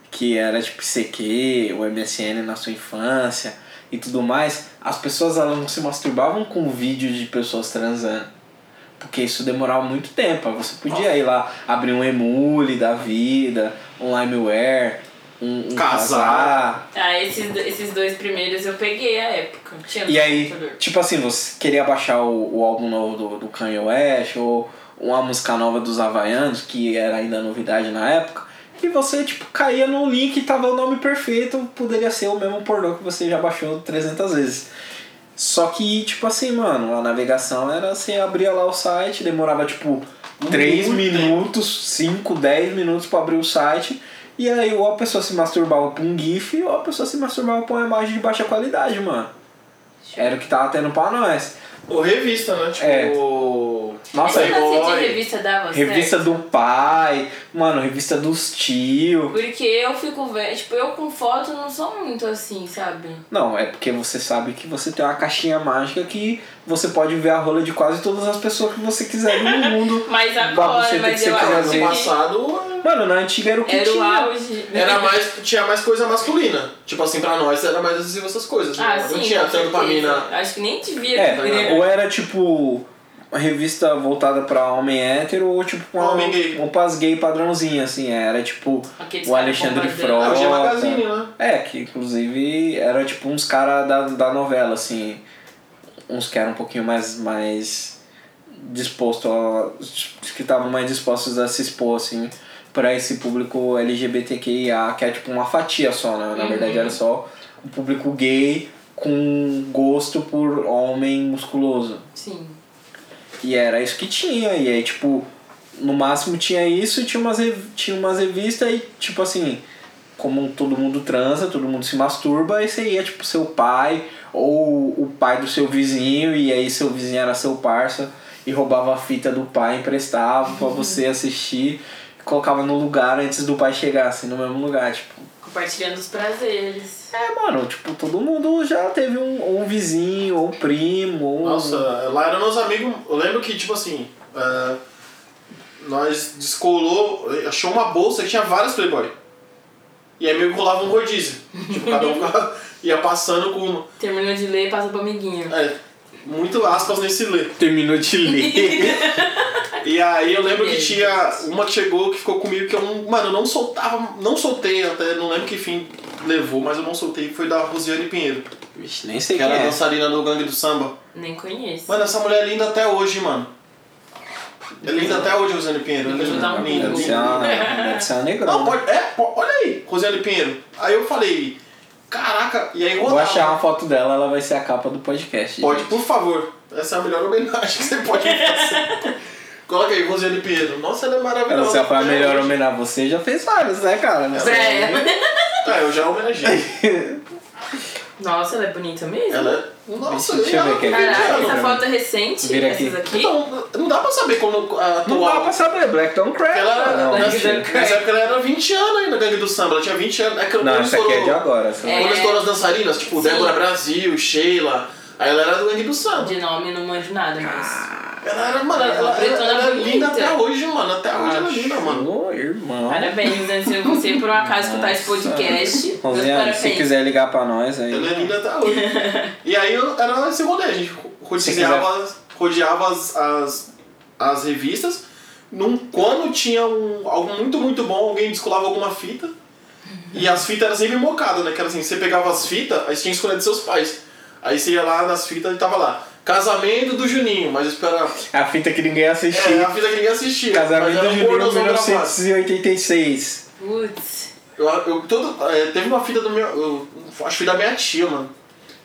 Speaker 1: que era tipo CQ, o MSN na sua infância e tudo mais, as pessoas elas não se masturbavam com vídeo de pessoas transando. Porque isso demorava muito tempo. aí Você podia ir lá abrir um emule da vida, um limeware, um, um
Speaker 2: Casar.
Speaker 3: Tá, esses, do- esses dois primeiros eu peguei a época. Tinha no
Speaker 1: E aí,
Speaker 3: computador.
Speaker 1: tipo assim, você queria baixar o, o álbum novo do, do Kanye West ou uma música nova dos Havaianos, que era ainda novidade na época, e você, tipo, caía no link e tava o nome perfeito, poderia ser o mesmo pornô que você já baixou 300 vezes. Só que, tipo assim, mano, a navegação era você abria lá o site, demorava, tipo, 3
Speaker 2: Muito tempo.
Speaker 1: minutos, 5, 10 minutos pra abrir o site. E aí ou a pessoa se masturbava pra um GIF ou a pessoa se masturbava pra uma imagem de baixa qualidade, mano. Era o que tava tendo pra nós.
Speaker 2: Ou revista, né? Tipo.
Speaker 1: É. Nossa,
Speaker 3: Esse lance
Speaker 2: Playboy.
Speaker 3: de revista dava
Speaker 1: revista do pai, mano, revista dos tio.
Speaker 3: Porque eu fico velho. Tipo, eu com foto não sou muito assim, sabe?
Speaker 1: Não, é porque você sabe que você tem uma caixinha mágica que você pode ver a rola de quase todas as pessoas que você quiser no mundo.
Speaker 3: Mas
Speaker 1: Bah,
Speaker 3: agora,
Speaker 1: você tem que
Speaker 3: mas
Speaker 1: ser
Speaker 3: eu
Speaker 1: casado
Speaker 3: acho
Speaker 2: No
Speaker 1: Sim.
Speaker 3: que
Speaker 2: passado
Speaker 1: Mano, na antiga era o que
Speaker 3: era o
Speaker 1: tinha.
Speaker 3: auge. né?
Speaker 2: era mais, tinha mais coisa masculina. Tipo assim, pra nós era mais acessível essas coisas. né?
Speaker 3: Ah,
Speaker 2: não
Speaker 3: sim.
Speaker 2: tinha
Speaker 3: com
Speaker 2: tanto pra
Speaker 3: certeza.
Speaker 2: mina
Speaker 3: Acho que nem devia ter né?
Speaker 1: É,
Speaker 3: primeiro.
Speaker 1: ou era tipo uma revista voltada pra homem hétero ou tipo uma,
Speaker 2: Homem gay.
Speaker 1: um paz gay padrãozinho, assim, era tipo
Speaker 3: Aqueles
Speaker 1: o Alexandre
Speaker 3: caras
Speaker 1: Frota.
Speaker 2: Ah, o G Magazine, né?
Speaker 1: É, que inclusive era tipo uns caras da, da novela, assim. Uns que eram um pouquinho mais. mais disposto a. que estavam mais dispostos a se expor, assim, pra esse público LGBTQIA, que é tipo uma fatia só, né? Na verdade era só um público gay com gosto por homem musculoso.
Speaker 3: Sim.
Speaker 1: E era isso que tinha. E aí, tipo, no máximo tinha isso e tinha umas, rev- tinha umas revistas e, tipo assim, como todo mundo transa, todo mundo se masturba, e você ia, tipo, seu pai ou o pai do seu vizinho, e aí seu vizinho era seu parça e roubava a fita do pai, emprestava pra você assistir, e colocava no lugar antes do pai chegar, assim, no mesmo lugar, tipo.
Speaker 3: Compartilhando os prazeres.
Speaker 1: É, mano, tipo, todo mundo já teve um, ou um vizinho, ou um primo, ou um-
Speaker 2: Nossa, lá eram meus amigos. Eu lembro que, tipo assim, ah, nós descolou, achou uma bolsa que tinha vários Playboy. E aí meio que rolava um rodízio. Tipo, cada um ficava- ia passando com uma.
Speaker 3: Terminou de ler, passa pro amiguinho.
Speaker 2: É, muito aspas nesse ler.
Speaker 1: Terminou de ler.
Speaker 2: E aí eu lembro que
Speaker 3: Meu
Speaker 2: tinha uma que chegou que ficou comigo que eu não. Mano, eu não soltava, não soltei até, não lembro que fim levou, mas eu não soltei, foi da Rosiane Pinheiro.
Speaker 1: Vixe, nem sei
Speaker 2: Que
Speaker 1: quem
Speaker 2: era
Speaker 1: é.
Speaker 2: dançarina do gangue do samba.
Speaker 3: Nem conheço.
Speaker 2: Mano, essa mulher é linda até hoje, mano. É linda até hoje, Rosane Pinheiro. é
Speaker 3: Deixa eu dar um
Speaker 2: linda,
Speaker 1: Deve ser
Speaker 2: linda.
Speaker 1: uma, deve ser uma negrona.
Speaker 2: Não, pode. É, po- olha aí, Rosiane Pinheiro. Aí eu falei, caraca, e aí eu
Speaker 1: Vou achar uma foto dela, ela vai ser a capa do podcast.
Speaker 2: Pode,
Speaker 1: gente.
Speaker 2: por favor. Essa é a melhor homenagem que você pode me fazer. Coloca aí, Rosiane Pinheiro. Nossa, ela é
Speaker 1: Ela
Speaker 2: maravilhosa.
Speaker 1: se foi a
Speaker 2: até
Speaker 1: melhor
Speaker 2: hoje.
Speaker 1: homenagem a você, já fez várias, né, cara? Não sei.
Speaker 3: Zé.
Speaker 2: Tá, eu já homenageei.
Speaker 3: Nossa, ela é bonita mesmo.
Speaker 2: Ela é. Nossa,
Speaker 1: Deixa eu ver aqui.
Speaker 3: Caraca,
Speaker 1: Cara,
Speaker 3: essa foto é recente,
Speaker 1: Vira aqui.
Speaker 3: essas aqui.
Speaker 2: Então, não dá pra saber como a
Speaker 1: Não dá
Speaker 2: atual.
Speaker 1: pra saber, Black Don't Crack.
Speaker 2: Ela
Speaker 1: não,
Speaker 2: era.
Speaker 1: mentira.
Speaker 3: Black-
Speaker 2: Nessa época ela era 20 anos ainda, Gangue do Samba. Ela tinha 20 anos. É que
Speaker 1: não
Speaker 2: quando
Speaker 1: essa aqui é
Speaker 2: estourou-
Speaker 1: de agora. essa-
Speaker 3: É.
Speaker 2: Quando estourou as dançarinas, tipo
Speaker 3: Sim.
Speaker 2: Débora Brasil, Sheila. Aí ela era do Gangue do Samba.
Speaker 3: De nome não manjo nada,
Speaker 1: Ah.
Speaker 3: mas.
Speaker 2: Ela era, mano, ela, ela,
Speaker 3: Ela é uma
Speaker 2: ela,
Speaker 3: pretona
Speaker 2: era linda
Speaker 3: bonita.
Speaker 2: até hoje, mano. Até hoje ela é linda,
Speaker 1: Achou,
Speaker 2: mano.
Speaker 1: irmão.
Speaker 3: Parabéns, né? Se você por um acaso escutar esse
Speaker 1: Nossa.
Speaker 3: podcast, meus
Speaker 1: Rosinha,
Speaker 3: parabéns.
Speaker 1: se quiser ligar pra nós aí.
Speaker 2: Ela é linda até hoje. e aí eu- era esse rolê, a gente
Speaker 1: Se quiser.
Speaker 2: rodeava, rodeava as, as, as revistas. Num, quando tinha um, algo muito, muito bom, alguém descolava alguma fita. E as fitas eram sempre mocadas, né? Que era assim, você pegava as fitas, aí você tinha que escolher dos seus pais. Aí você ia lá nas fitas e tava lá. Casamento do Juninho, mas espera.
Speaker 1: É A fita que ninguém assistiu.
Speaker 2: É, a fita que ninguém assistia. mas
Speaker 1: Casamento
Speaker 2: era
Speaker 1: do
Speaker 2: um
Speaker 1: Juninho,
Speaker 2: pornozão gravado.
Speaker 1: 1986.
Speaker 3: Putz.
Speaker 2: Eu, eu, todo, é, teve uma fita do meu. Eu, acho que da minha tia, mano.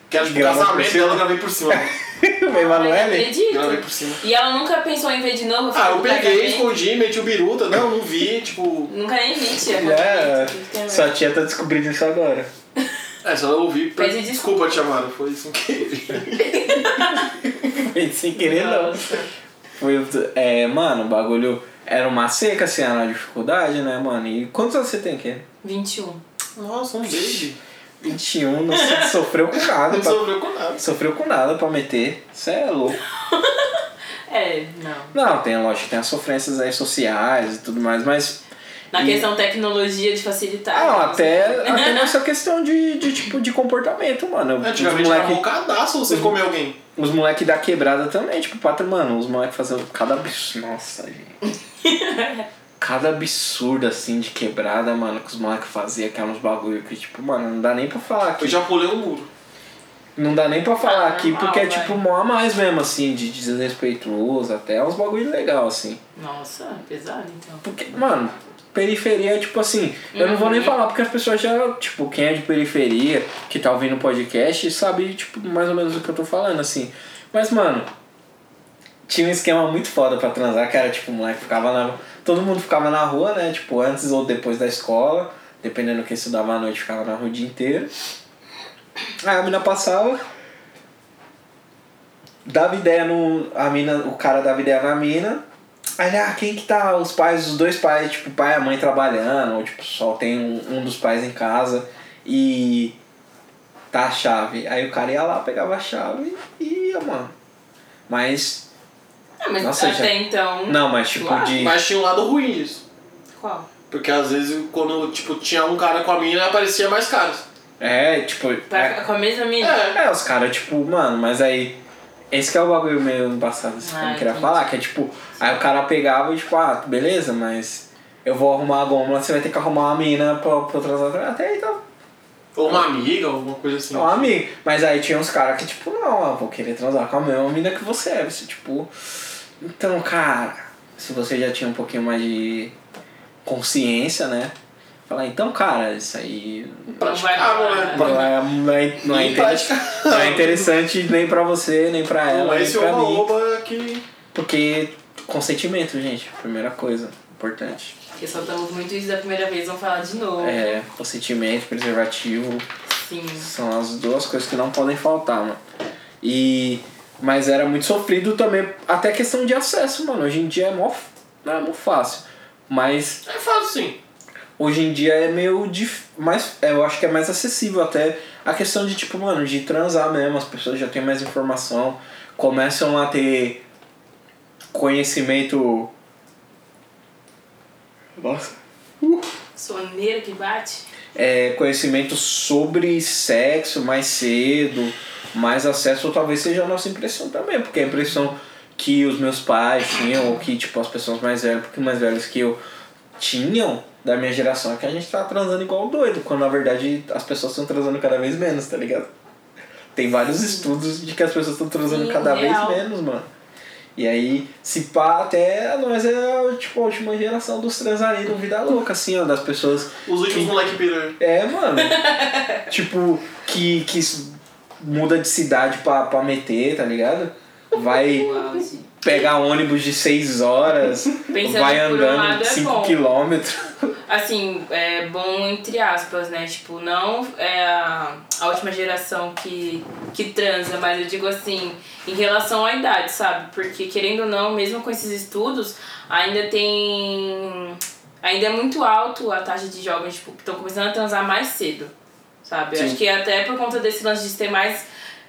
Speaker 2: Que era tipo
Speaker 1: Grava por
Speaker 2: casamento
Speaker 1: cima.
Speaker 2: dela, eu gravei por cima. mano.
Speaker 3: Ai, não
Speaker 1: Emanuele?
Speaker 3: acredito.
Speaker 2: Gravei por cima.
Speaker 3: E ela nunca pensou em ver de novo?
Speaker 2: Ah, eu
Speaker 3: Fazer
Speaker 2: peguei,
Speaker 3: casamento?
Speaker 2: escondi, meti o biruta. Não, não vi, tipo.
Speaker 3: Nunca nem vi, tia.
Speaker 1: É,
Speaker 3: casamento, que
Speaker 1: sua tia tá descobrindo isso agora.
Speaker 2: É, só não ouvi.
Speaker 3: Pede
Speaker 2: desculpa, tia Mara. Foi isso que.
Speaker 1: Foi Sem querer, não.
Speaker 3: Nossa.
Speaker 1: Foi, é, mano, o bagulho era uma seca, assim, era uma dificuldade, né, mano? E quantos anos você tem aqui?
Speaker 3: 21.
Speaker 2: Nossa, um beijo.
Speaker 1: 21, não so- sofreu com nada.
Speaker 2: Não
Speaker 1: pra-
Speaker 2: sofreu com nada.
Speaker 1: Sofreu com nada pra meter. Você é louco.
Speaker 3: É, não.
Speaker 1: Não, tem, lógico, tem as sofrências aí sociais e tudo mais, mas
Speaker 3: Na
Speaker 1: E-
Speaker 3: questão tecnologia de facilitar.
Speaker 1: Não,
Speaker 2: É,
Speaker 3: né?
Speaker 1: até, até nessa questão de, de tipo de comportamento, mano. Os
Speaker 2: Antigamente era
Speaker 1: moleque,
Speaker 2: bocadaço você comer alguém.
Speaker 1: os moleque da quebrada também, tipo, pata, mano, os moleque fazendo cada absurdo. Nossa, gente. cada absurdo assim de quebrada, mano, que os moleque faziam, que eram uns bagulho que, tipo, mano, não dá nem pra falar
Speaker 2: Eu
Speaker 1: aqui.
Speaker 2: já pulei um muro.
Speaker 1: Não dá nem pra falar
Speaker 3: Ah,
Speaker 1: aqui, porque é
Speaker 3: normal,
Speaker 1: tipo mó a mais mesmo, assim, de desrespeitoso, até uns bagulho legal, assim.
Speaker 3: Nossa, pesado então.
Speaker 1: Porque, mano, periferia é tipo assim, eu não vou nem falar porque as pessoas já, tipo, quem é de periferia, que tá ouvindo o podcast, sabe, tipo, mais ou menos o que eu tô falando, assim. Mas, mano, tinha um esquema muito foda pra transar, que era tipo, o moleque ficava na. Todo mundo ficava na rua, né? Tipo, antes ou depois da escola, dependendo quem estudava à noite, ficava na rua o dia inteiro. Aí a mina passava. Dava ideia no. A mina, o cara dava ideia na mina. Aí, ah, quem que tá? Os pais, os dois pais, tipo, o pai e a mãe trabalhando, ou tipo, só tem um, um dos pais em casa e tá a chave. Aí o cara ia lá, pegava a chave e ia, mano. Mas.
Speaker 3: Ah, mas
Speaker 1: Nossa,
Speaker 3: até então.
Speaker 1: Não, mas tipo,
Speaker 3: Claro.
Speaker 1: de.
Speaker 2: Mas tinha um lado ruim disso.
Speaker 3: Qual?
Speaker 2: Porque às vezes quando, tipo, tinha um cara com a mina, aparecia mais caro.
Speaker 1: É, tipo.
Speaker 3: Pra
Speaker 1: É,
Speaker 3: ficar com a mesma mina?
Speaker 2: É.
Speaker 1: é, os caras, tipo, mano, mas aí. Esse que é o bagulho meio embaçado, assim, que eu
Speaker 3: Ah,
Speaker 1: queria
Speaker 3: entendi.
Speaker 1: falar, que é tipo, aí o cara pegava e tipo, ah, beleza, mas eu vou arrumar a gôndola, você vai ter que arrumar uma mina pra, pra eu transar. Até aí tá
Speaker 2: Ou uma amiga, alguma coisa assim.
Speaker 1: É um amigo. Mas aí tinha uns caras que, tipo, não, eu vou querer transar com a mesma mina que você é. Você, tipo. Então, cara, se você já tinha um pouquinho mais de consciência, né? Falar, então, cara, isso aí.
Speaker 2: Praticável, né?
Speaker 1: Não é, não é, não é, inter- não é interessante nem pra você, nem pra ela,
Speaker 2: Não,
Speaker 1: nem
Speaker 2: esse é
Speaker 1: pra
Speaker 2: uma
Speaker 1: mim.
Speaker 2: oba que.
Speaker 1: Porque consentimento, gente, primeira coisa importante.
Speaker 3: Porque soltamos muito isso da primeira vez, vamos falar de novo. Assim,
Speaker 1: É, consentimento, preservativo,
Speaker 3: Sim.
Speaker 1: São as duas coisas que não podem faltar, mano. E. Mas era muito sofrido também, até questão de acesso, mano. Hoje em dia é mó, f- não é mó fácil. Mas
Speaker 2: É fácil sim.
Speaker 1: hoje em dia é meio dif... mais é, eu acho que é mais acessível até a questão de tipo mano de transar mesmo as pessoas já têm mais informação começam a ter conhecimento nossa
Speaker 3: Soneira que bate.
Speaker 1: é, conhecimento sobre sexo mais cedo, mais acesso, ou talvez seja a nossa impressão também, porque a impressão que os meus pais tinham, ou que tipo as pessoas mais velhas, porque mais velhas que eu tinham da minha geração é que a gente tá transando igual doido, quando na verdade as pessoas estão transando cada vez menos, tá ligado? Tem vários estudos de que as pessoas estão transando
Speaker 3: Sim,
Speaker 1: cada
Speaker 3: real.
Speaker 1: vez menos, mano. E aí, se pá, até nós é tipo, a última geração dos transarinos vida louca, assim, ó, das pessoas.
Speaker 2: Os últimos moleque piranha.
Speaker 1: É, mano. tipo, que, que s- muda de cidade pra, pra meter, tá ligado? Vai
Speaker 3: Uau, gente.
Speaker 1: pegar ônibus de 6 horas,
Speaker 3: Pensando
Speaker 1: vai
Speaker 3: por um lado
Speaker 1: andando
Speaker 3: é
Speaker 1: 5
Speaker 3: bom.
Speaker 1: quilômetros.
Speaker 3: Assim, é bom entre aspas, né? Tipo, não é a, a última geração que, que transa, mas eu digo assim, em relação à idade, sabe? Porque querendo ou não, mesmo com esses estudos, ainda tem. Ainda é muito alto a taxa de jovens tipo, que estão começando a transar mais cedo, sabe? Eu
Speaker 1: Sim.
Speaker 3: acho que até por conta desse lance de ter mais,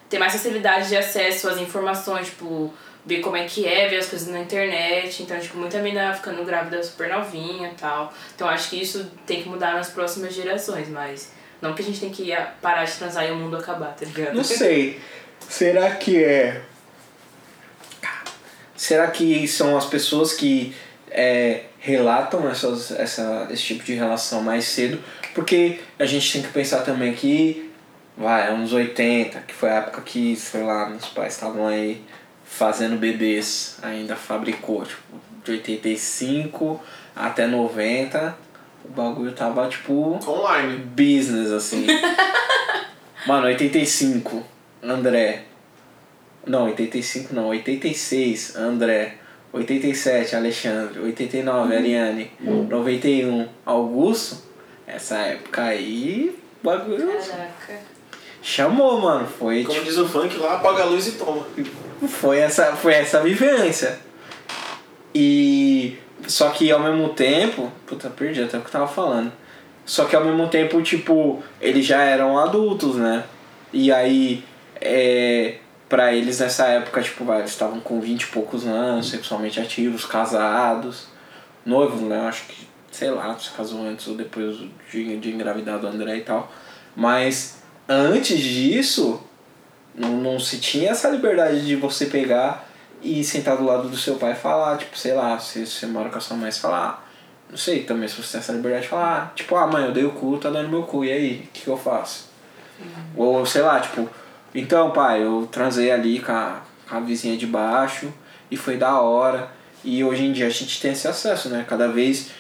Speaker 3: ter mais facilidade de acesso às informações, tipo, ver como é que é, ver as coisas na internet. Então, tipo, muita menina ficando grávida super novinha e tal. Então, acho que isso tem que mudar nas próximas gerações, mas não que a gente tem que ah, parar de transar e o mundo acabar, tá ligado?
Speaker 1: Não sei. Será que é. Será que são as pessoas que é, relatam essas, essa, esse tipo de relação mais cedo? Porque a gente tem que pensar também que, vai, anos 80, que foi a época que, sei lá, meus pais estavam aí fazendo bebês, ainda fabricou, tipo, de 85 até 90, o bagulho tava tipo
Speaker 2: Online.
Speaker 1: business, assim. Mano, 85, André. Não, 85 não, 86, André. 87, Alexandre. 89, Ariane. 91, Augusto. Essa época aí, o bagulho
Speaker 3: Caraca.
Speaker 1: chamou, mano. Foi
Speaker 2: Como
Speaker 1: tipo,
Speaker 2: diz o funk lá, apaga a luz e toma.
Speaker 1: foi essa, foi essa vivência. E só que ao mesmo tempo, puta, perdi até o que eu tava falando. Só que ao mesmo tempo, tipo, eles já eram adultos, né? E aí, é, para eles nessa época, tipo, vai, eles estavam com 20 e poucos anos, sexualmente ativos, casados, noivos, né? Eu Acho que, sei lá, se casou antes ou depois de, de engravidar do André e tal. Mas antes disso, não, não se tinha essa liberdade de você pegar e sentar do lado do seu pai e falar, tipo, sei lá, se você mora com a sua mãe e falar, ah, não sei também se você tem essa liberdade de falar, ah, tipo, ah, mãe, eu dei o cu, tá dando meu cu, e aí, o que, que eu faço? Ou sei lá, tipo, então, pai, eu transei ali com a, com a vizinha de baixo e foi da hora. E hoje em dia a gente tem esse acesso, né? Cada vez,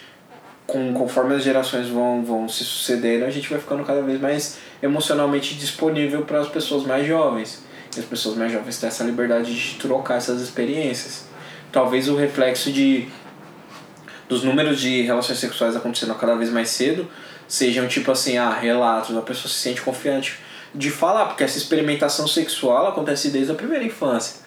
Speaker 1: com, conforme as gerações vão, vão se sucedendo, a gente vai ficando cada vez mais emocionalmente disponível para as pessoas mais jovens. E as pessoas mais jovens têm essa liberdade de trocar essas experiências. Talvez o reflexo de dos números de relações sexuais acontecendo cada vez mais cedo sejam tipo assim, ah, relatos, a pessoa se sente confiante de falar, porque essa experimentação sexual ela acontece desde a primeira infância.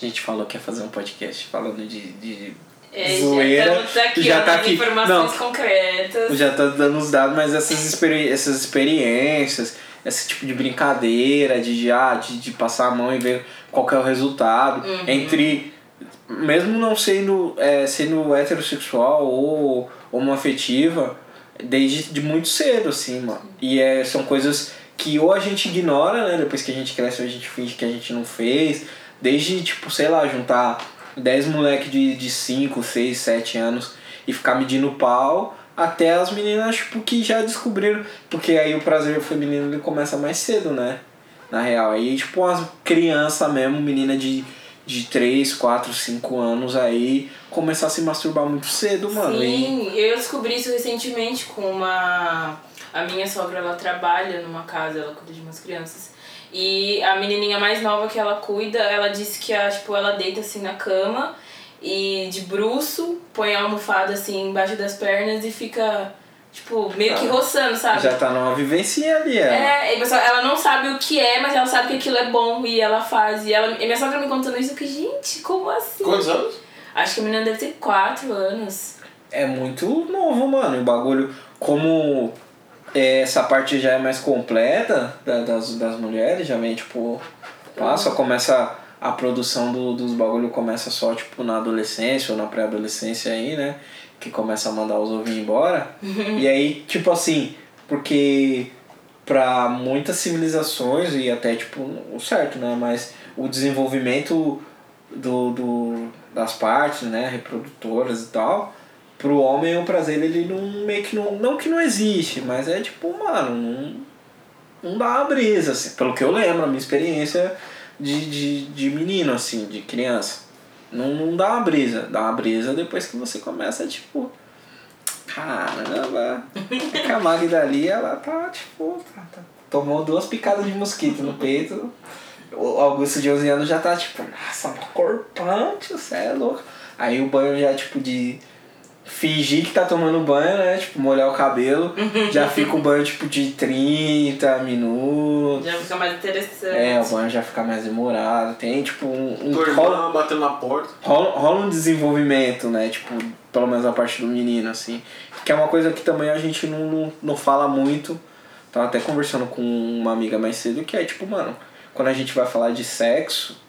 Speaker 1: A gente falou que ia fazer um podcast falando de- de
Speaker 3: É,
Speaker 1: Zoeira,
Speaker 3: já estamos aqui,
Speaker 1: já
Speaker 3: ó,
Speaker 1: tá
Speaker 3: dando
Speaker 1: aqui.
Speaker 3: informações
Speaker 1: Não.
Speaker 3: concretas.
Speaker 1: já tá dando os dados, mas essas, experi essas experiências, esse tipo de brincadeira, de, de, ah, de, de passar a mão e ver qual que é o resultado, entre, mesmo não sendo, é, sendo heterossexual ou homoafetiva, desde de muito cedo, assim, mano. E é, são coisas que ou a gente ignora, né, depois que a gente cresce, ou a gente finge que a gente não fez, desde, tipo, sei lá, juntar 10 moleque de, de 5, 6, 7 anos e ficar medindo pau, até as meninas, tipo, que já descobriram. Porque aí o prazer feminino ele começa mais cedo, né? Na real. Aí, tipo, umas crianças mesmo, menina de, de 3, 4, 5 anos aí, começar a se masturbar muito cedo, mano. E,
Speaker 3: Sim, eu descobri isso recentemente com uma. A minha sogra ela trabalha numa casa, ela cuida de umas crianças. E a menininha mais nova que ela cuida, ela disse que a, tipo, ela deita assim na cama e de bruço, põe a almofada assim embaixo das pernas e fica, tipo, meio que
Speaker 1: Ah,
Speaker 3: roçando, sabe?
Speaker 1: já tá numa vivencia ali, ela.
Speaker 3: É, e pessoal, ela não sabe o que é, mas ela sabe que aquilo é bom e ela faz. E, ela, e minha sogra me contando isso, eu fiquei, gente, como assim?
Speaker 2: Quantos anos?
Speaker 3: Acho que a menina deve ter 4 anos.
Speaker 1: é muito novo, mano. O bagulho, como é, essa parte já é mais completa da- das, das mulheres, já vem tipo. Pá, só começa. A produção do, dos bagulho começa só, tipo, na adolescência ou na pré-adolescência aí, né? Que começa a mandar os ovinhos embora. e aí, tipo assim, porque para muitas civilizações e até, tipo, o certo, né? Mas o desenvolvimento do, do, das partes, né? Reprodutoras e tal, pro um homem o prazer ele é não meio que não, não que não existe, mas é tipo, mano, não, não dá uma brisa, assim, pelo que eu lembro, a minha experiência de, de, de menino, assim, de criança. Não, não dá uma brisa, dá uma brisa depois que você começa, tipo. Caramba, a Camargo dali, ela tá, tipo, tá- tá- tomou duas picadas de mosquito no peito. O Augusto de 11 anos já tá, tipo, nossa, mó corpante, você é louco. Aí o banho já, tipo, de fingir que tá tomando banho, né? Tipo, molhar o cabelo. Já fica um banho, tipo, de 30 minutos.
Speaker 3: Já fica mais interessante.
Speaker 1: É, o banho já fica mais demorado. Tem, tipo, um... um
Speaker 2: Tua
Speaker 1: rola-
Speaker 2: irmã batendo na porta.
Speaker 1: rola, rola um desenvolvimento, né? Tipo, pelo menos a parte do menino, assim. Que é uma coisa que também a gente não, não, não fala muito. Tava até conversando com uma amiga mais cedo, que é tipo, mano, quando a gente vai falar de sexo,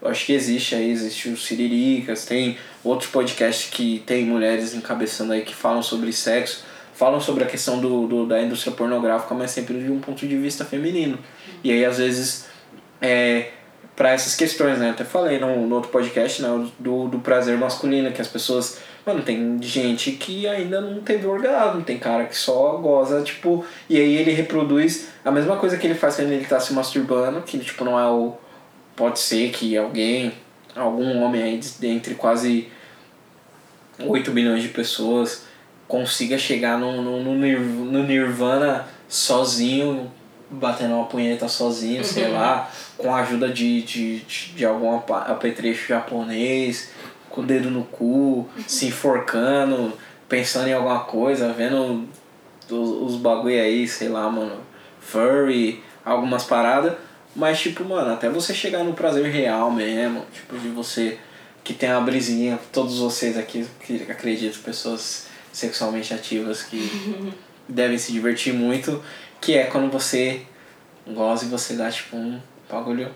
Speaker 1: eu acho que existe aí, existe o Siriricas, tem outros podcasts que tem mulheres encabeçando aí que falam sobre sexo, falam sobre a questão do, do- da indústria pornográfica, mas sempre de um ponto de vista feminino. E aí, às vezes, é, para essas questões, né? Até falei no, no outro podcast, né? Do, do prazer masculino, que as pessoas. Mano, tem gente que ainda não teve orgasmo, tem cara que só goza, tipo. E aí ele reproduz a mesma coisa que ele faz quando ele tá se masturbando, que tipo não é o. Pode ser que alguém, algum homem aí de- dentre quase 8 bilhões de pessoas consiga chegar no, no, no nir- no Nirvana sozinho, batendo uma punheta sozinho, sei lá, com a ajuda de, de, de, de algum apa- apetrecho japonês, com o dedo no cu, se enforcando, pensando em alguma coisa, vendo os, os bagulho aí, sei lá, mano, furry, algumas paradas. Mas, tipo, mano, até você chegar no prazer real mesmo, tipo, de você que tem uma brisinha, todos vocês aqui, que acredito, pessoas sexualmente ativas que devem se divertir muito, que é quando você goza e você dá, tipo, um bagulho.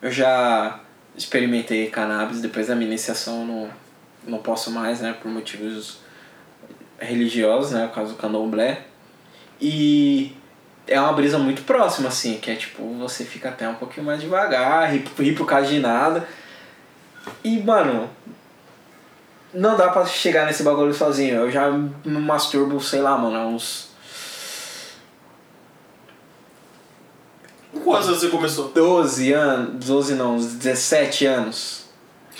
Speaker 1: Eu já experimentei cannabis, depois da minha iniciação eu não, não posso mais, né, por motivos religiosos, né, por causa do candomblé. E é uma brisa muito próxima, assim, que é tipo, você fica até um pouquinho mais devagar, ri, ri por causa de nada. E, mano, não dá pra chegar nesse bagulho sozinho. Eu já me masturbo, sei lá, mano, há uns.
Speaker 2: Com quantos anos você começou?
Speaker 1: 12 anos. 12 não, uns 17 anos.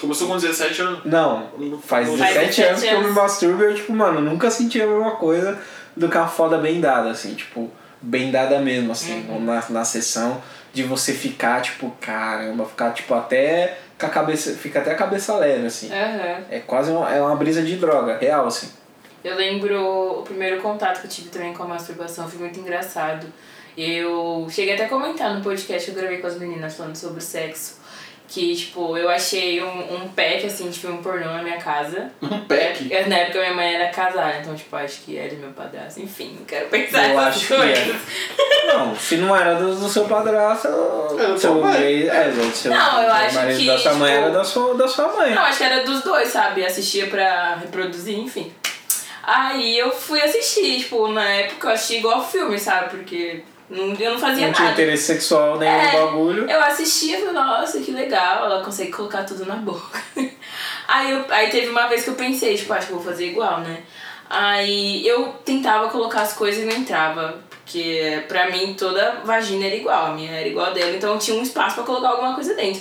Speaker 2: Começou com 17 anos.
Speaker 1: Não, faz
Speaker 2: Faz
Speaker 1: 17 anos que eu me
Speaker 3: anos.
Speaker 1: masturbo e eu, tipo, mano, nunca senti a mesma coisa do que uma foda bem dada, assim, tipo, bem dada mesmo, assim,
Speaker 3: Uhum.
Speaker 1: na, na sessão de você ficar, tipo, caramba, ficar, tipo, até com a cabeça, fica até a cabeça leve, assim.
Speaker 3: Aham.
Speaker 1: É quase uma, é uma brisa de droga, real, assim.
Speaker 3: Eu lembro o primeiro contato que eu tive também com a masturbação, foi muito engraçado. Eu cheguei até a comentar no podcast que eu gravei com as meninas falando sobre sexo. Que, tipo, eu achei um, um pack, assim, de filme pornô na minha casa.
Speaker 2: Um pack.
Speaker 3: É, Na época minha mãe era casada, então, tipo, acho que era meu padrasto. Enfim, não quero pensar
Speaker 1: Eu
Speaker 3: nessas
Speaker 1: acho que
Speaker 3: coisas.
Speaker 1: é. Não, se não era do, do seu padrasto,
Speaker 2: do
Speaker 1: seu
Speaker 2: seu pai.
Speaker 1: ex- é, do seu,
Speaker 3: Não, eu
Speaker 1: do
Speaker 3: acho
Speaker 1: marido
Speaker 3: que,
Speaker 1: da sua mãe
Speaker 3: tipo,
Speaker 1: era da sua, da sua mãe.
Speaker 3: Não, acho que era dos dois, sabe? Assistia pra reproduzir, enfim. Aí eu fui assistir, tipo, na época eu achei igual filme, sabe? Porque não, eu não fazia
Speaker 1: Não tinha
Speaker 3: nada.
Speaker 1: interesse sexual nem
Speaker 3: assim, É.
Speaker 1: no bagulho.
Speaker 3: Eu assisti e falei, nossa, que legal, ela consegue colocar tudo na boca. aí, eu, aí teve uma vez que eu pensei, tipo, acho que eu vou fazer igual, né? Aí eu tentava colocar as coisas e não entrava. Porque pra mim toda vagina era igual, a minha era igual a dela, então tinha um espaço pra colocar alguma coisa dentro.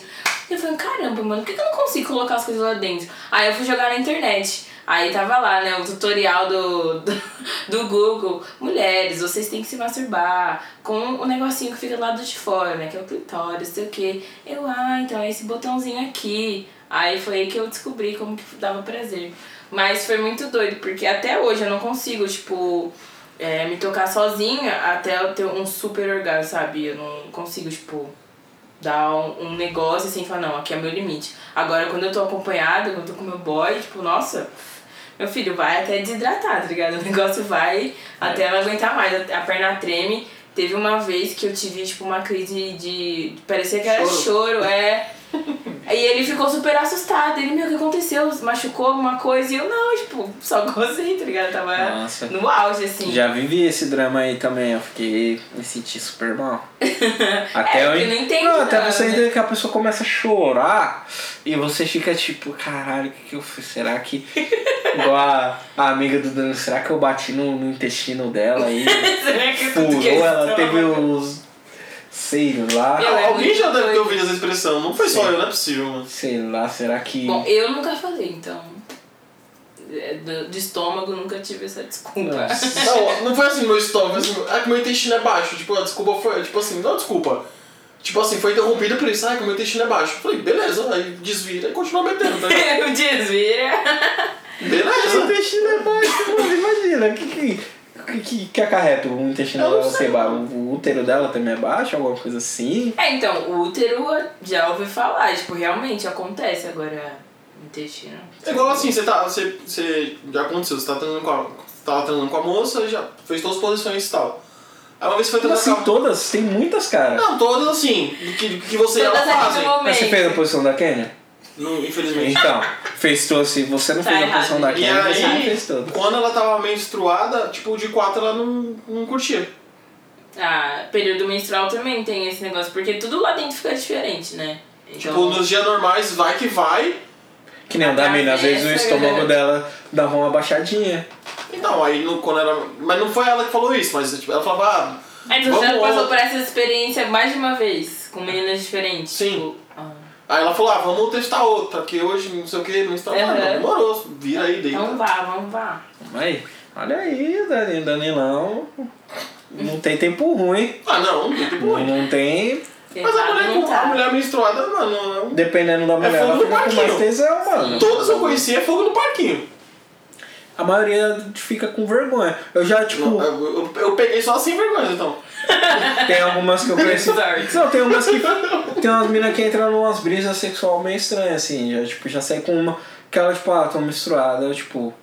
Speaker 3: E eu falei, caramba, mano, por que que eu não consigo colocar as coisas lá dentro? Aí eu fui jogar na internet. Aí tava lá, né, o tutorial do, do, do Google. Mulheres, vocês têm que se masturbar com o negocinho que fica do lado de fora, né, que é o clitóris, sei o quê. Eu, ah, então é esse botãozinho aqui. Aí foi aí que eu descobri como que dava prazer. Mas foi muito doido, porque até hoje eu não consigo, tipo, é, me tocar sozinha até eu ter um super orgasmo, sabe? Eu não consigo, tipo dar um, um negócio assim e falar, não, aqui é meu limite. Agora, quando eu tô acompanhada, quando eu tô com meu boy, tipo, nossa, meu filho, vai até desidratar, tá ligado? O negócio vai
Speaker 1: É.
Speaker 3: até ela aguentar mais, a, a perna treme. Teve uma vez que eu tive, tipo, uma crise de. Parecia que era
Speaker 2: Choro.
Speaker 3: choro é. E ele ficou super assustado. Ele, meu, o que aconteceu? Machucou alguma coisa? E eu, não, tipo, só gozei, tá ligado? Tava
Speaker 1: Nossa.
Speaker 3: no auge, assim.
Speaker 1: Já vivi esse drama aí também, eu fiquei me senti super mal. Até
Speaker 3: É,
Speaker 1: eu
Speaker 3: porque não entende
Speaker 1: Não, até
Speaker 3: nada,
Speaker 1: você
Speaker 3: né?
Speaker 1: entender que a pessoa começa a chorar e você fica tipo, caralho, o que, que eu fiz? Será que. Igual a, a amiga do Dano, será que eu bati no, no intestino dela e
Speaker 3: Será que é tudo
Speaker 1: furou?
Speaker 3: que eles
Speaker 1: Ela
Speaker 3: são?
Speaker 1: teve os Sei lá.
Speaker 3: Eu- é
Speaker 2: Ah, Alguém
Speaker 3: muito
Speaker 2: já deve ter
Speaker 3: doido.
Speaker 2: ouvido essa expressão, não foi só
Speaker 1: Sim.
Speaker 2: eu, não é possível, mano.
Speaker 1: Sei lá, será que.
Speaker 3: Bom, eu nunca falei, então. É, Do, do estômago nunca tive essa desculpa.
Speaker 1: Nossa.
Speaker 2: Não, não foi assim meu estômago, foi assim, ah, que meu intestino é baixo. Tipo, a desculpa foi, tipo assim, não desculpa. Tipo assim, foi interrompido por isso, ah, que meu intestino é baixo. Falei, beleza, aí desvira e continua metendo, tá ligado?
Speaker 3: o desvira.
Speaker 1: O
Speaker 2: Beleza.
Speaker 1: intestino é baixo, mano. Imagina, o que que. O que, que, que acarreta o intestino
Speaker 2: Eu não
Speaker 1: dela
Speaker 2: sei.
Speaker 1: ser baixo? O útero dela também é baixo, alguma coisa assim?
Speaker 3: É, então, o útero já ouvi falar, tipo, realmente acontece agora intestino.
Speaker 2: É igual assim, você tá. Você, você já aconteceu, você tá transando com a, tava transando com a moça, já fez todas as posições e tal. Aí uma vez você foi
Speaker 1: Como
Speaker 2: transar
Speaker 1: assim,
Speaker 2: com a...
Speaker 1: todas? Tem muitas, cara.
Speaker 2: Não, todas assim, do que, do que você e ela
Speaker 3: Todas aqui
Speaker 2: fazem.
Speaker 3: no momento.
Speaker 1: Mas você fez um a posição da Kenya?
Speaker 2: Não, infelizmente.
Speaker 1: Então, fez tu assim, você não
Speaker 3: Tá
Speaker 1: fez a
Speaker 3: errado.
Speaker 1: posição da
Speaker 2: E
Speaker 1: Kenya, você não
Speaker 2: aí,
Speaker 1: é fez todas.
Speaker 2: quando ela tava menstruada, tipo, de quatro ela não, não curtia.
Speaker 3: Ah, período menstrual também tem esse negócio, porque tudo lá dentro fica diferente, né? Então,
Speaker 2: Tipo, nos dias normais, vai que vai,
Speaker 1: Que nem o da
Speaker 3: Cabeça,
Speaker 1: mina, às vezes o estômago
Speaker 3: galera.
Speaker 1: dela dava uma baixadinha.
Speaker 2: Então, aí no, quando era. Mas não foi ela que falou isso, mas tipo, ela falava, ah,
Speaker 3: é, então você já
Speaker 2: vamos-
Speaker 3: passou por essa experiência mais de uma vez, com meninas diferentes.
Speaker 2: Sim.
Speaker 3: Tipo, ah,
Speaker 2: aí ela falou, ah, vamos testar outra, que hoje não sei o que, não está
Speaker 3: Aham.
Speaker 2: uhum. demorou, vira aí, deita.
Speaker 3: então vá, vamos vá.
Speaker 1: Aí, olha aí, Danilo, Danilão. Não tem tempo ruim.
Speaker 2: Ah, não, não tem tempo
Speaker 1: Não,
Speaker 2: ruim.
Speaker 1: não tem.
Speaker 2: Mas a
Speaker 3: Errado
Speaker 2: mulher,
Speaker 3: não
Speaker 2: com-
Speaker 3: tá.
Speaker 2: a mulher menstruada, mano,
Speaker 1: Dependendo da mulher,
Speaker 2: É fogo
Speaker 1: ela
Speaker 2: no
Speaker 1: fica com mais
Speaker 2: parquinho.
Speaker 1: tesão, mano.
Speaker 2: todas eu conhecia é fogo no parquinho.
Speaker 1: A maioria fica com vergonha. Eu já, tipo,
Speaker 2: Não, eu, eu- eu peguei só sem vergonha, então.
Speaker 1: tem algumas que eu conheço.
Speaker 3: Sorry.
Speaker 1: Não, tem umas que. Tem umas minas que entram numas brisas sexual meio estranhas, assim. Já, tipo, já sai com uma. Que ela, tipo, ah, tô menstruada, eu, tipo,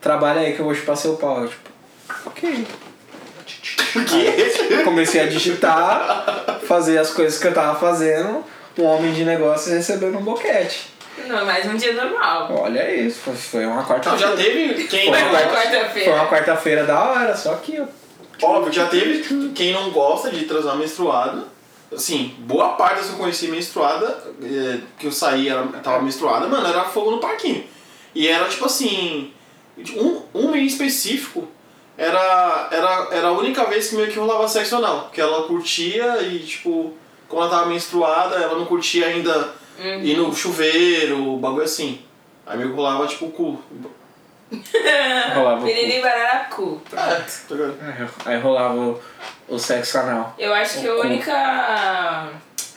Speaker 1: trabalha aí que eu vou chupar seu pau. Eu, tipo, ok. Ah,
Speaker 2: Por
Speaker 1: é.
Speaker 2: quê?
Speaker 1: Comecei a digitar, fazer as coisas que eu tava fazendo, um homem de negócios recebendo um boquete.
Speaker 3: Não, mas um dia normal.
Speaker 1: Olha isso, foi- foi uma
Speaker 2: Não, já
Speaker 1: quarta-feira.
Speaker 2: teve quem
Speaker 1: Foi
Speaker 2: não
Speaker 1: uma
Speaker 3: Na
Speaker 1: Foi
Speaker 2: gosta.
Speaker 1: uma
Speaker 3: quarta-feira.
Speaker 1: quarta-feira da hora, só que eu
Speaker 2: Óbvio, já teve quem não gosta de transar menstruada. Assim, boa parte das que eu conheci menstruada, eh, que eu saí, era, tava menstruada, mano, era fogo no parquinho. E era tipo assim. Um, um em específico era, era, era a única vez que meio que rolava sexo anal. Que ela curtia e, tipo, como ela tava menstruada, ela não curtia ainda
Speaker 3: Uhum.
Speaker 2: ir no chuveiro, bagulho assim. Aí meio que rolava tipo o cu.
Speaker 1: rolava. o cu.
Speaker 3: Piriri Bararacu.
Speaker 2: É, tá ligado?
Speaker 1: Aí rolava o, o sexo anal.
Speaker 3: Eu acho que a
Speaker 1: Cu.
Speaker 3: única.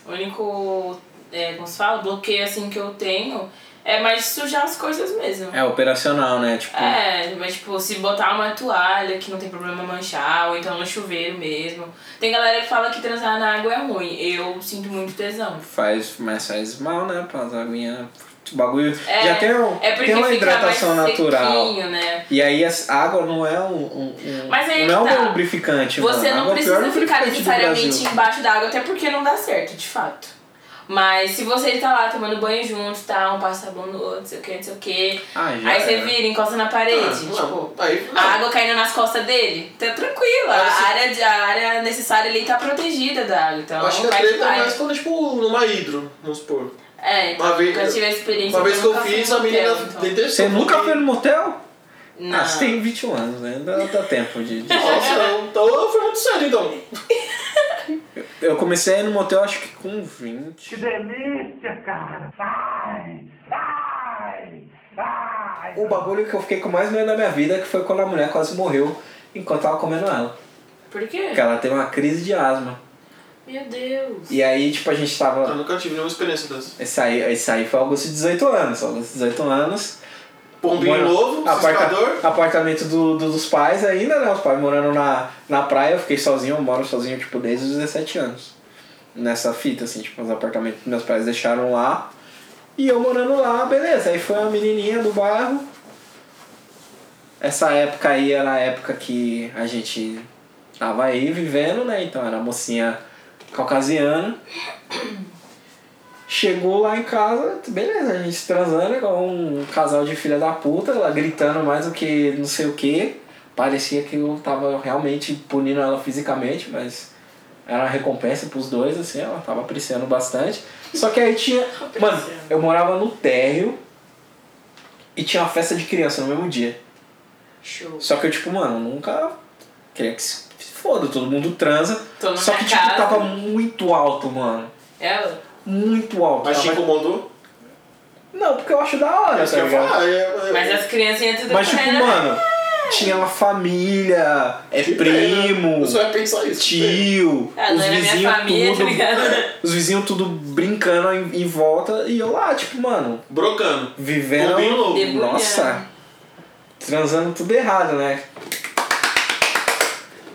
Speaker 3: O único. É, como se fala? Bloqueio assim que eu tenho é mais sujar as coisas mesmo.
Speaker 1: É operacional, né? Tipo,
Speaker 3: É, mas tipo, se botar uma toalha que não tem problema manchar, ou então no chuveiro mesmo. Tem galera que fala que transar na água é ruim. Eu sinto muito tesão.
Speaker 1: faz, mas faz mal, né? Pra as aguinhas. O bagulho.
Speaker 3: É,
Speaker 1: já tem, um,
Speaker 3: É porque
Speaker 1: tem uma
Speaker 3: fica
Speaker 1: hidratação
Speaker 3: mais
Speaker 1: natural.
Speaker 3: sequinho, né?
Speaker 1: E aí as- a água não é um. um- um-
Speaker 3: Mas aí
Speaker 1: não
Speaker 3: que
Speaker 1: é um
Speaker 3: tá.
Speaker 1: lubrificante, mano.
Speaker 3: Você
Speaker 1: Água é
Speaker 3: não
Speaker 1: o pior
Speaker 3: precisa ficar
Speaker 1: lubrificante do
Speaker 3: necessariamente
Speaker 1: Brasil.
Speaker 3: embaixo da água, até porque não dá certo, de fato. Mas se você tá lá tomando banho junto, tá? Um passa sabão no outro, não sei o que, não sei o que.
Speaker 1: Ah, já
Speaker 3: Aí você
Speaker 1: era.
Speaker 3: vira, encosta na parede. tipo,
Speaker 2: Ah, Não, Ah. aí,
Speaker 3: a água caindo nas costas dele, tá tranquilo. A
Speaker 2: Mas você-
Speaker 3: área, de- a área necessária ali tá protegida da água. Então
Speaker 2: Eu acho que a
Speaker 3: vai que
Speaker 2: treta é
Speaker 3: vai.
Speaker 2: mais quando, tipo, numa hidro, vamos supor.
Speaker 3: É,
Speaker 2: Uma vez-
Speaker 3: nunca tive a experiência.
Speaker 2: Uma vez que
Speaker 3: nunca
Speaker 2: eu
Speaker 3: fui
Speaker 2: fiz,
Speaker 3: no
Speaker 2: a menina
Speaker 3: hotel, então.
Speaker 2: detestou.
Speaker 1: Você nunca foi no motel?
Speaker 3: Não.
Speaker 1: Ah, você tem 21 anos, né? Dá, dá tempo de. de-
Speaker 2: Nossa, eu- então eu fui muito sério, então.
Speaker 1: Eu comecei a ir no motel acho que com 20.
Speaker 4: delícia, cara! Sai! Sai! Sai!
Speaker 1: O bagulho que eu fiquei com mais medo da minha vida é que foi quando a mulher quase morreu enquanto tava comendo ela.
Speaker 3: Por quê?
Speaker 1: Porque ela teve uma crise de asma.
Speaker 3: Meu Deus.
Speaker 1: E aí, tipo, a gente
Speaker 2: Eu
Speaker 1: tava.
Speaker 2: nunca tive nenhuma experiência dessa.
Speaker 1: Esse aí, esse aí foi Augusto de 18 anos. Augusto de 18 anos.
Speaker 2: Pombinho
Speaker 1: Mora-
Speaker 2: Um novo,
Speaker 1: aparta-
Speaker 2: ciscador.
Speaker 1: Apartamento do, do- dos pais ainda, né? Os pais morando na, na praia, eu fiquei sozinho, eu moro sozinho, tipo, desde os 17 anos. Nessa fita, assim, tipo, os apartamentos que meus pais deixaram lá. E eu morando lá, beleza. Aí foi uma menininha do bairro. Essa época aí era a época que a gente tava aí vivendo, né? Então era mocinha caucasiana. Chegou lá em casa, beleza, a gente transando igual um casal de filha da puta, ela gritando mais do que não sei o que. Parecia que eu tava realmente punindo ela fisicamente, mas era uma recompensa pros dois, assim, ela tava apreciando bastante. Só que aí tinha. Mano, eu morava no térreo e tinha uma festa de criança no mesmo dia.
Speaker 3: Show.
Speaker 1: Só que eu, tipo, mano, nunca queria que se foda, todo mundo transa.
Speaker 3: Tô na
Speaker 1: Só que,
Speaker 3: minha
Speaker 1: tipo,
Speaker 3: casa.
Speaker 1: tava muito alto, mano.
Speaker 3: Ela?
Speaker 1: Muito alto.
Speaker 2: Mas te
Speaker 1: Tava-
Speaker 2: incomodou?
Speaker 1: Não, porque eu acho da hora,
Speaker 2: Mas
Speaker 1: tá tá
Speaker 2: É eu ia
Speaker 1: ligado?
Speaker 2: falar, é, eu- eu-
Speaker 3: Mas é as criancinhas tudo
Speaker 1: Mas, tipo,
Speaker 3: correndo.
Speaker 1: mano, tinha uma família, é
Speaker 2: que pena.
Speaker 1: primo,
Speaker 2: Eu só ia pensar isso.
Speaker 1: tio,
Speaker 3: Ah,
Speaker 1: os
Speaker 3: não era minha
Speaker 1: vizinhos
Speaker 3: família, tá
Speaker 1: tudo.
Speaker 3: ligado?
Speaker 1: os vizinhos tudo brincando em, em volta e eu lá, tipo, mano,
Speaker 2: Brocando.
Speaker 1: vivendo.
Speaker 2: Bobinho louco.
Speaker 3: Debulhando.
Speaker 1: Nossa! Transando tudo errado, né?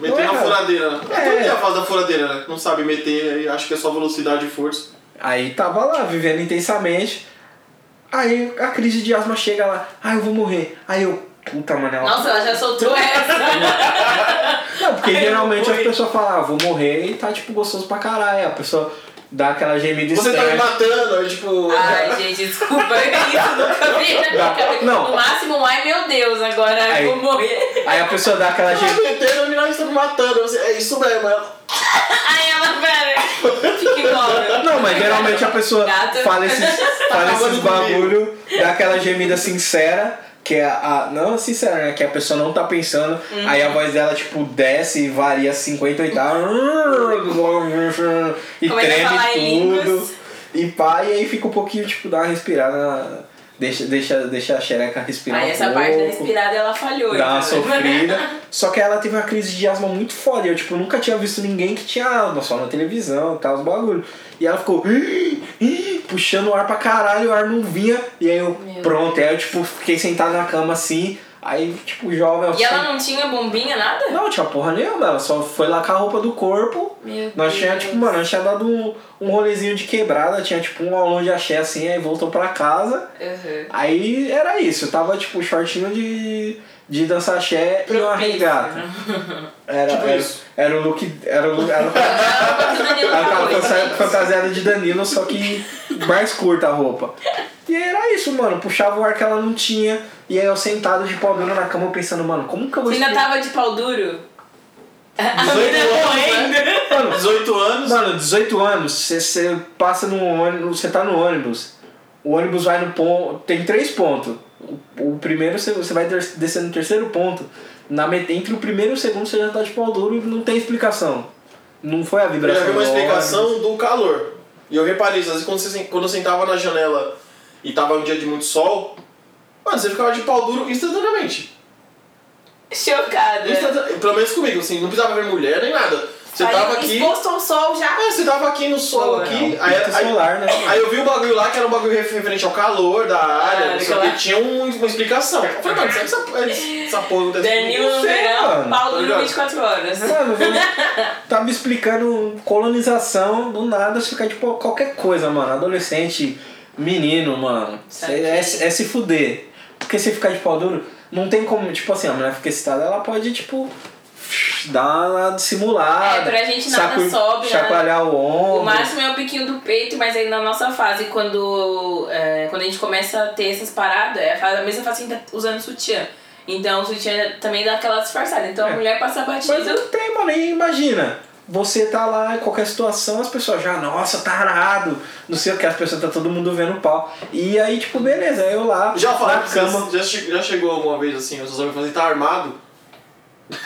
Speaker 2: Meter
Speaker 1: Não
Speaker 2: na
Speaker 1: é.
Speaker 2: furadeira, né?
Speaker 1: É.
Speaker 2: É. a fase da furadeira, né? Não sabe meter, aí acho que é só velocidade e força.
Speaker 1: Aí tava lá, vivendo intensamente. Aí a crise de asma chega lá, ai eu vou morrer. Aí eu, puta, mano, ela.
Speaker 3: Nossa, ela já soltou essa.
Speaker 1: Não, porque
Speaker 3: Ai, eu
Speaker 1: geralmente
Speaker 3: vou
Speaker 1: as
Speaker 3: morrer.
Speaker 1: pessoas falam, ah, vou morrer e tá tipo gostoso pra caralho. A pessoa dá aquela gemida
Speaker 2: Você tá me
Speaker 1: estranha.
Speaker 2: matando, aí tipo.
Speaker 3: Ai, gente, desculpa. Isso nunca vi na minha
Speaker 1: Não,
Speaker 3: cabeça.
Speaker 1: não.
Speaker 3: No máximo, um ai meu Deus, agora
Speaker 1: Aí.
Speaker 3: eu vou morrer.
Speaker 1: Aí a pessoa dá aquela
Speaker 2: Tá
Speaker 1: gemida.
Speaker 2: me metendo, não, você tá me matando. Eu, é isso mesmo. Ela,
Speaker 3: Ai, ela, pera. Fica embora.
Speaker 1: Não, mas geralmente a pessoa
Speaker 3: Gato.
Speaker 1: fala esses, fala esses
Speaker 2: acabando
Speaker 1: bagulho, dá aquela gemida sincera, que é a. Não sincera, né? Que a pessoa não tá pensando,
Speaker 3: Uhum.
Speaker 1: aí a voz dela, tipo, desce e varia 50 oitavas. E
Speaker 3: Começa a falar em
Speaker 1: treme
Speaker 3: línguas.
Speaker 1: tudo. E pá, e aí fica um pouquinho, tipo, dá uma respirada. na- Deixa, deixa, deixa a xereca respirar.
Speaker 3: Aí
Speaker 1: um
Speaker 3: essa parte da
Speaker 1: pouco.
Speaker 3: respirada ela falhou.
Speaker 1: Dá uma
Speaker 3: entendeu?
Speaker 1: sofrida. Só que ela teve uma crise de asma muito foda. e Eu, tipo, nunca tinha visto ninguém que tinha asma, só na televisão e tal, os bagulho. E ela ficou "Ih, ih", puxando o ar pra caralho, o ar não vinha. E aí eu,
Speaker 3: Meu
Speaker 1: pronto, aí eu, tipo, fiquei sentado na cama assim. Aí, tipo, jovem. eu
Speaker 3: E ela
Speaker 1: sent-
Speaker 3: não tinha bombinha, nada?
Speaker 1: não, tinha porra nenhuma, ela só foi lá com a roupa do corpo.
Speaker 3: Meu
Speaker 1: Nós tinha,
Speaker 3: Deus.
Speaker 1: tipo, mano, nós tinha dado um, um rolezinho de quebrada, tinha tipo um aulão de axé assim, aí voltou pra casa.
Speaker 3: Uhum.
Speaker 1: Aí era isso, eu tava tipo shortinho de, de dança axé e uma regata. Era,
Speaker 2: Tipo
Speaker 1: era,
Speaker 2: isso.
Speaker 1: era o look. Era o look. Era, era aquela fantasia- fantasiada de Danilo, só que mais curta a roupa. E era isso, mano. Puxava o ar que ela não tinha. E aí eu sentado de pau duro na cama pensando, mano, como que eu vou
Speaker 3: Ainda
Speaker 1: explicar-
Speaker 3: tava de pau duro? A
Speaker 2: 18
Speaker 3: mina
Speaker 2: anos,
Speaker 3: correndo.
Speaker 2: né?
Speaker 1: Mano,
Speaker 2: 18 anos.
Speaker 1: Mano, 18 anos, você- você passa no ônibus, você tá no ônibus, o ônibus vai no ponto, tem três pontos. O, o primeiro você, você vai ter- descer no terceiro ponto, na met- entre o primeiro e o segundo você já tá de pau duro e não tem explicação. Não foi a
Speaker 2: Eu já
Speaker 1: vibração.
Speaker 2: vi
Speaker 1: do
Speaker 2: uma
Speaker 1: ônibus.
Speaker 2: explicação do calor. E eu reparei isso, às vezes quando, você, sen- quando eu sentava na janela e tava um dia de muito sol, mano, você ficava de pau duro instantaneamente.
Speaker 3: Chocada.
Speaker 2: Instantane- Pelo menos comigo, assim, não precisava ver mulher nem nada. Você
Speaker 3: Aí,
Speaker 2: tava aqui.
Speaker 3: Exposto ao sol já.
Speaker 2: É, você tava aqui no sol
Speaker 3: Pô,
Speaker 2: aqui,
Speaker 1: é, um
Speaker 2: aí,
Speaker 1: filtro
Speaker 2: aí-
Speaker 1: solar, né?
Speaker 2: aí eu vi um bagulho lá que era um bagulho referente ao calor da área,
Speaker 3: Ah,
Speaker 2: não sei o
Speaker 3: daquela-
Speaker 2: que, tinha um- uma explicação. Eu falei, mano, será que essa, essa porra não tá tem
Speaker 3: Danilo no
Speaker 1: sei,
Speaker 3: verão,
Speaker 1: mano. Tá
Speaker 3: pau duro
Speaker 2: Obrigado.
Speaker 3: 24 horas.
Speaker 1: Mano, eu- tá me explicando colonização, do nada você fica tipo qualquer coisa, mano. Adolescente, menino, mano. Cê- É, é se fuder. Porque se ficar de pau duro, não tem como. Tipo assim, a mulher fica excitada, ela pode, tipo, dar uma dissimulada.
Speaker 3: É, pra gente nada sobe, nada.
Speaker 1: Chacoalhar o ombro.
Speaker 3: O máximo é o biquinho do peito, mas aí na nossa fase, quando, é, quando a gente começa a ter essas paradas, é a, fase, a mesma fase que a gente tá usando sutiã. Então o sutiã também dá aquela disfarçada. Então a
Speaker 1: É.
Speaker 3: mulher passa batido.
Speaker 1: Mas não tem, mano. E imagina. Você tá lá em qualquer situação, as pessoas já, nossa, tarado, não sei o que, as pessoas tá todo mundo vendo o pau. E aí, tipo, beleza, eu lá
Speaker 2: Já
Speaker 1: na
Speaker 2: falaram que
Speaker 1: cama.
Speaker 2: você já, che- já chegou alguma vez assim, os seus amigos falam assim, tá armado? Você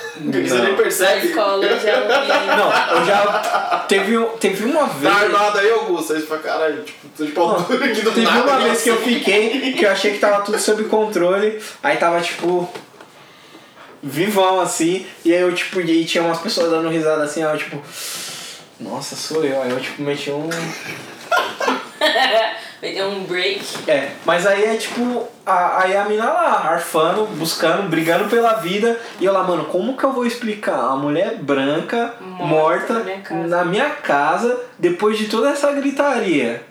Speaker 1: Não.
Speaker 2: nem
Speaker 3: Na
Speaker 2: percebe.
Speaker 3: escola eu já é um ouvi.
Speaker 1: Não, eu já. Teve, um- teve uma vez.
Speaker 2: Tá armado aí, Augusto? Aí você fala, caralho, tipo, tô de pau duro aqui tá do
Speaker 1: Teve
Speaker 2: nada.
Speaker 1: uma vez que eu
Speaker 2: nossa.
Speaker 1: fiquei, que eu achei que tava tudo sob controle, aí tava tipo. Vivão assim, e aí eu tipo, e aí tinha umas pessoas dando risada assim, aí eu tipo. Nossa, sou eu. Aí eu tipo meti um.
Speaker 3: Deu um break.
Speaker 1: É, mas aí é tipo, a, aí a mina lá, arfando, buscando, brigando pela vida. E eu lá, mano, como que eu vou explicar? A mulher branca, morta,
Speaker 3: Morta na minha casa.
Speaker 1: na minha casa, depois de toda essa gritaria.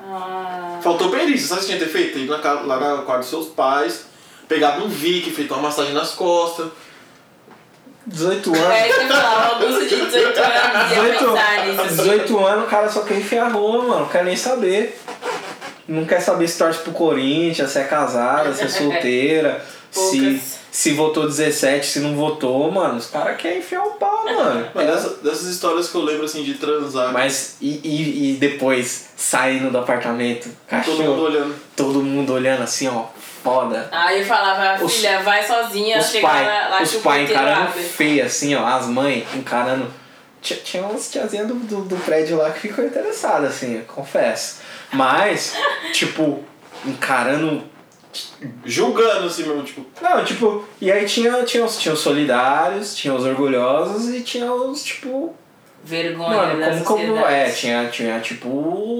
Speaker 3: Ah,
Speaker 2: Faltou perícia, sabe o que tinha que ter feito? Ir na ca- lá na quarto dos seus pais, pegado um Vic, feito uma massagem nas costas.
Speaker 1: 18 anos.
Speaker 3: é isso que eu falava, Augusto de 18 anos ia
Speaker 1: 18,
Speaker 3: pensar nisso.
Speaker 1: 18 anos, o cara só quer enfiar a rola, mano. Não quer nem saber. Não quer saber se torce pro Corinthians, se é casada, se é solteira, se,
Speaker 3: Poucas.
Speaker 1: se votou 17, se não votou, mano. Os caras querem enfiar o pau, mano.
Speaker 2: Mano, dessa- dessas histórias que eu lembro assim de transar,
Speaker 1: Mas e, e, e depois saindo do apartamento,
Speaker 2: todo mundo
Speaker 1: cachorro,
Speaker 2: olhando.
Speaker 1: todo mundo olhando assim, ó. foda.
Speaker 3: Aí eu falava,
Speaker 1: Os-
Speaker 3: filha, vai sozinha,
Speaker 1: os
Speaker 3: chegar lá, lá
Speaker 1: pais
Speaker 3: que
Speaker 1: os
Speaker 3: o
Speaker 1: pai
Speaker 3: porteiro
Speaker 1: encarando
Speaker 3: abre.
Speaker 1: feio, assim, ó. As mães encarando. Tinha- Tinha umas tiazinhas do, do, do prédio lá que ficou interessada, assim, eu confesso. Mas, tipo, encarando
Speaker 2: Julgando assim mesmo, tipo,
Speaker 1: Não, tipo, e aí tinha, tinha, os, tinha os solidários, tinha os orgulhosos e tinha os, tipo...
Speaker 3: Vergonha da
Speaker 1: Mano, como, como
Speaker 3: sociedade.
Speaker 1: é? Tinha, tinha, tipo,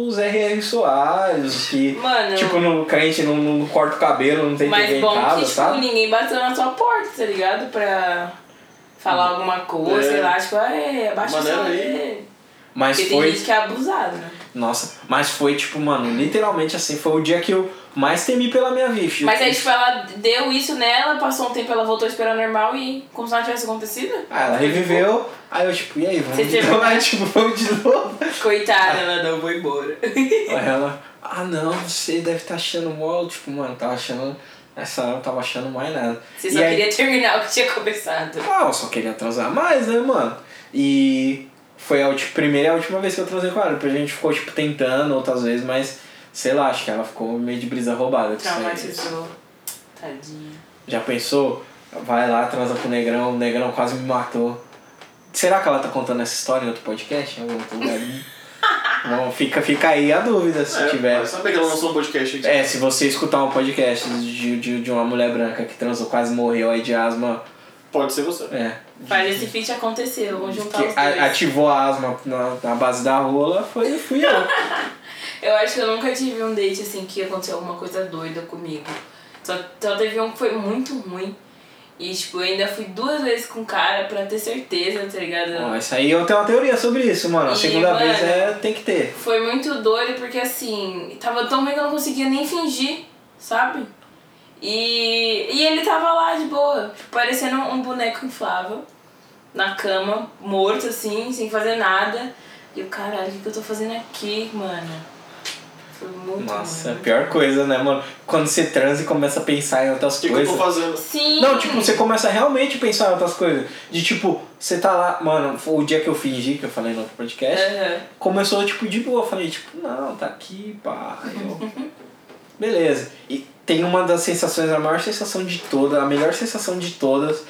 Speaker 1: os R.R. Soares, os que...
Speaker 3: Mano,
Speaker 1: Tipo, no crente não, não corta o cabelo, não tem
Speaker 3: mas
Speaker 1: ninguém
Speaker 3: bom
Speaker 1: em casa,
Speaker 3: que, tipo,
Speaker 1: sabe?
Speaker 3: ninguém bateu na sua porta, tá ligado? Pra falar
Speaker 1: Hum,
Speaker 3: alguma coisa,
Speaker 2: É.
Speaker 3: sei lá, tipo, é, abaixa
Speaker 2: Maneiro
Speaker 3: só,
Speaker 2: aí.
Speaker 3: é.
Speaker 1: Mas
Speaker 3: Porque
Speaker 1: foi...
Speaker 3: tem gente que é abusado, né?
Speaker 1: Nossa, mas foi, tipo, mano, literalmente, assim, foi o dia que eu mais temi pela minha vida. filho.
Speaker 3: Mas aí, tipo, ela deu isso nela, passou um tempo, ela voltou a esperar normal e como se nada tivesse acontecido.
Speaker 1: Ah, ela reviveu, aí eu, tipo, e aí, vamos
Speaker 3: Você
Speaker 1: de
Speaker 3: teve-
Speaker 1: novo? Aí, tipo, vamos de novo?
Speaker 3: Coitada, ela não foi embora.
Speaker 1: Aí ela, ah não, você deve estar achando mó, tipo, mano, tava achando. Nessa hora eu não tava achando mais nada.
Speaker 3: Você
Speaker 1: E
Speaker 3: só
Speaker 1: aí-
Speaker 3: queria terminar o que tinha começado.
Speaker 1: Ah, eu só queria transar mais, né, mano? E foi a ulti- primeira e a última vez que eu transei com ela. Depois a gente ficou, tipo, tentando outras vezes, mas sei lá, acho que ela ficou meio de brisa roubada. tipo, com isso aí.
Speaker 3: Traumatizou. Tadinha.
Speaker 1: Já pensou? Vai lá, transa com o negrão, o negrão quase me matou. Será que ela tá contando essa história em outro podcast? Em algum outro lugar? Bom, fica, fica aí a dúvida se
Speaker 2: é,
Speaker 1: tiver.
Speaker 2: vai saber que ela lançou um podcast aqui.
Speaker 1: É, se você escutar um podcast de, de, de uma mulher branca que transou, quase morreu aí de asma,
Speaker 2: Pode ser você.
Speaker 1: é.
Speaker 3: Faz esse feat acontecer, vamos juntar os
Speaker 1: que a-
Speaker 3: dois.
Speaker 1: ativou a asma na, na base da rola, foi, fui eu.
Speaker 3: Eu acho que eu nunca tive um date assim que aconteceu alguma coisa doida comigo. Só, só teve um que foi muito ruim. E, tipo, eu ainda fui duas vezes com o cara pra ter certeza, tá ligado?
Speaker 1: Ó, isso aí eu tenho uma teoria sobre isso, mano. A
Speaker 3: Ih,
Speaker 1: segunda
Speaker 3: mano.
Speaker 1: vez é, tem que ter.
Speaker 3: Foi muito doido porque assim, tava tão ruim que eu não conseguia nem fingir, sabe? E, e ele tava lá de boa, parecendo um boneco inflável, na cama, morto assim, sem fazer nada. E o caralho, o que que eu tô fazendo aqui, mano? Foi muito
Speaker 1: Nossa, é a
Speaker 3: ruim.
Speaker 1: pior coisa, né, mano? Quando você transa e começa a pensar em outras
Speaker 2: O que, que eu
Speaker 1: coisas.
Speaker 2: tô fazendo?
Speaker 3: Sim!
Speaker 1: Não, tipo, você começa a realmente pensar em outras coisas. De tipo, você tá lá, mano, foi o dia que eu fingi, que eu falei no outro podcast.
Speaker 3: Aham.
Speaker 1: começou tipo de boa. Eu falei, tipo, não, tá aqui, pá. eu- Beleza. E tem uma das sensações, a maior sensação de todas, a melhor sensação de todas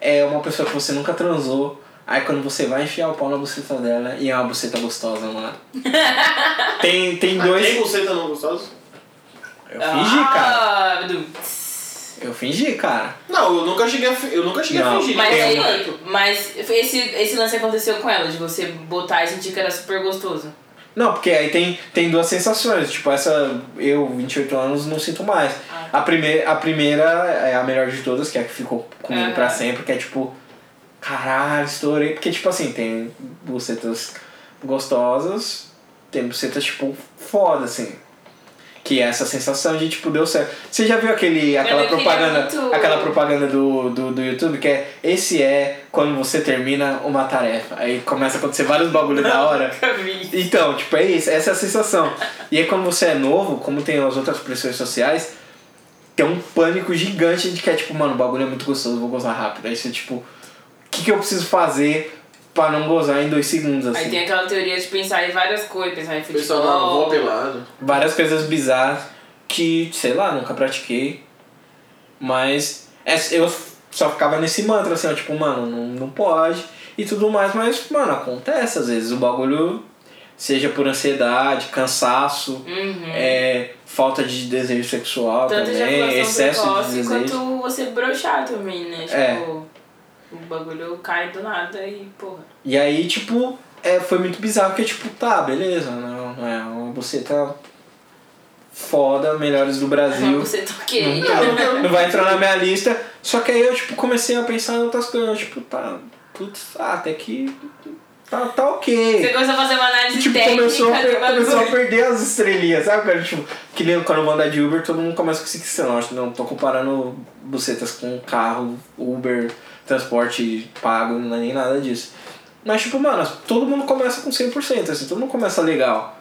Speaker 1: é uma pessoa que você nunca transou. Aí quando você vai enfiar o pau na buceta dela e é uma buceta gostosa, mano. Tem, tem
Speaker 2: Ah,
Speaker 1: dois.
Speaker 2: Tem buceta não gostosa?
Speaker 1: Eu fingi, cara.
Speaker 3: Ah, do-
Speaker 1: Eu fingi, cara.
Speaker 2: Não, eu nunca cheguei a, fi- eu nunca cheguei
Speaker 1: Não.
Speaker 2: a fingir.
Speaker 3: Mas
Speaker 2: Tem
Speaker 3: aí, é
Speaker 2: um momento.
Speaker 3: mas esse, esse lance aconteceu com ela, de você botar e sentir que era super gostoso.
Speaker 1: Não, porque aí tem, tem duas sensações. Tipo, essa eu, 28 anos, não sinto mais.
Speaker 3: Ah.
Speaker 1: A, primeira, a primeira é a melhor de todas, que é a que ficou comigo
Speaker 3: Aham.
Speaker 1: pra sempre, que é tipo, caralho, estourei. Porque, tipo assim, tem bucetas gostosas, tem bucetas, tipo, foda, assim. Que é essa sensação de, tipo, deu certo. Você já viu aquele, aquela
Speaker 3: eu queria
Speaker 1: propaganda,
Speaker 3: muito-
Speaker 1: aquela propaganda do, do, do YouTube que é esse é quando você termina uma tarefa. Aí começa a acontecer vários bagulho da hora. Então, tipo, é isso, essa é a sensação. E aí quando você é novo, como tem as outras pressões sociais, tem um pânico gigante de que é tipo, mano, o bagulho é muito gostoso, vou gozar rápido. Aí você, tipo, o que, que eu preciso fazer pra não gozar em dois segundos,
Speaker 3: Aí
Speaker 1: assim?
Speaker 3: tem aquela teoria de pensar em várias coisas, pensar em futebol.
Speaker 2: Pessoal, um não, vou pelado.
Speaker 1: Várias coisas bizarras que, sei lá, nunca pratiquei. Mas é- eu só ficava nesse mantra, assim, ó, tipo, mano, não, não pode e tudo mais. Mas, mano, acontece às vezes o bagulho, seja por ansiedade, cansaço...
Speaker 3: Uhum.
Speaker 1: é, falta de desejo sexual
Speaker 3: Tanto
Speaker 1: também, excesso de
Speaker 3: precoce
Speaker 1: desejo.
Speaker 3: quanto você broxar também, né?
Speaker 1: É.
Speaker 3: Tipo, o bagulho cai do nada e, porra.
Speaker 1: E aí, tipo, é, foi muito bizarro, porque, tipo, tá, beleza, não, não é uma buceta foda, melhores do Brasil. Uhum.
Speaker 3: Você tá toquei.
Speaker 1: Não, não vai entrar na minha lista. Só que aí eu, tipo, comecei a pensar em outras coisas, eu, tipo, tá, putz, ah, até que tá, tá ok.
Speaker 3: Você começou a fazer uma análise
Speaker 1: Tipo,
Speaker 3: técnica
Speaker 1: começou, a, tá
Speaker 3: do bagulho.
Speaker 1: começou a perder as estrelinhas, sabe? Cara? Tipo, que nem quando eu andar de Uber, todo mundo começa com 5 estrelas. Não, tô comparando bucetas com carro, Uber, transporte pago, não é nem nada disso. Mas, tipo, mano, todo mundo começa com 100%, assim, todo mundo começa legal.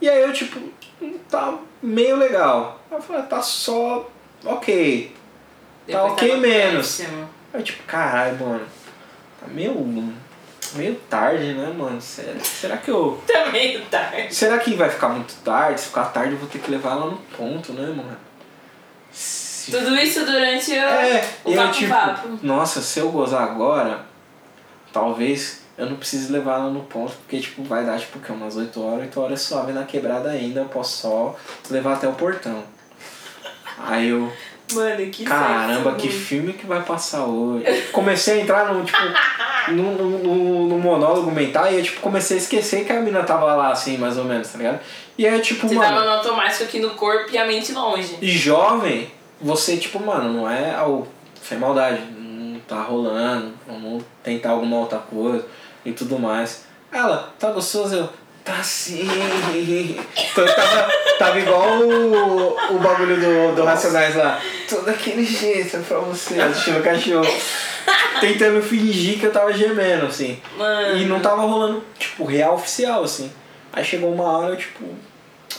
Speaker 1: E aí eu, tipo, hum, tá meio legal. Aí Eu falei, ah, tá só ok.
Speaker 3: Depois
Speaker 1: Tá ok
Speaker 3: tava
Speaker 1: menos.
Speaker 3: péssimo.
Speaker 1: Aí eu, tipo, caralho, mano, tá meio, meio tarde, né, mano? Sério, será que eu...
Speaker 3: Tá meio tarde.
Speaker 1: Será que vai ficar muito tarde? Se ficar tarde, eu vou ter que levar ela no ponto, né, mano? Se se
Speaker 3: Tudo isso durante o,
Speaker 1: É,
Speaker 3: o
Speaker 1: eu tipo,
Speaker 3: papo-papo.
Speaker 1: nossa, se eu gozar agora, talvez eu não precise levar ela no ponto, porque tipo, vai dar tipo que umas 8 horas, 8 horas suave na quebrada ainda, eu posso só levar até o portão. Aí eu,
Speaker 3: Mano, que
Speaker 1: tipo, caramba,
Speaker 3: sexo
Speaker 1: que
Speaker 3: muito.
Speaker 1: filme que vai passar hoje? Comecei a entrar num, tipo, num, num- num- num monólogo mental e eu tipo, comecei a esquecer que a mina tava lá assim, mais ou menos, tá ligado? E aí, tipo,
Speaker 3: Você
Speaker 1: mano.
Speaker 3: tava no automático aqui no corpo e a mente longe.
Speaker 1: E jovem, você, tipo, mano, não é ao, sem maldade, não tá rolando, vamos tentar alguma outra coisa e tudo mais. Ela, tá gostoso? Eu, tá sim. Então, eu tava, tava igual o, o bagulho do, do Racionais lá. Tô daquele jeito pra você, estilo cachorro. Tentando fingir que eu tava gemendo, assim.
Speaker 3: Mano.
Speaker 1: E não tava rolando, tipo, real oficial, assim. Aí chegou uma hora, eu, tipo,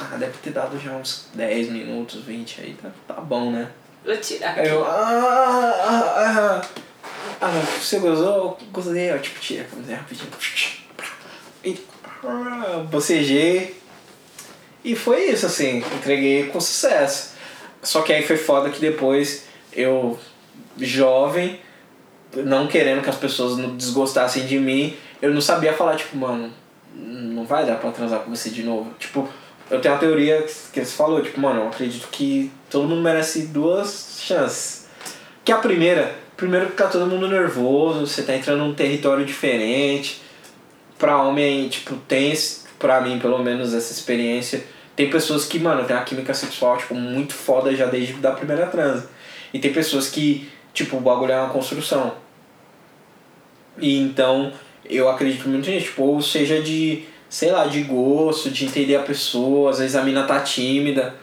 Speaker 1: ah, deve ter dado já uns 10 minutos, 20 aí, tá, tá bom, né?
Speaker 3: Vou tirar.
Speaker 1: Aí eu, ah, ah, ah, ah, ah você gozou? Gozei, eu, tipo, tira, como rapidinho. E, ah, bocejei. E foi isso, assim, entreguei com sucesso. Só que aí foi foda que depois eu, jovem, não querendo que as pessoas não desgostassem de mim, eu não sabia falar, tipo, mano, não vai dar pra transar com você de novo. Tipo, eu tenho a teoria que você falou, tipo, mano, eu acredito que todo mundo merece duas chances. Que a primeira, primeiro fica todo mundo nervoso, você tá entrando num território diferente. Pra homem, tipo, tem, esse- pra mim, pelo menos, essa experiência. Tem pessoas que, mano, tem uma química sexual, tipo, muito foda já desde da primeira transa. E tem pessoas que, tipo, o bagulho é uma construção. E então, eu acredito muito nisso. Tipo, ou seja de, sei lá, de gosto, de entender a pessoa. Às vezes a mina tá tímida.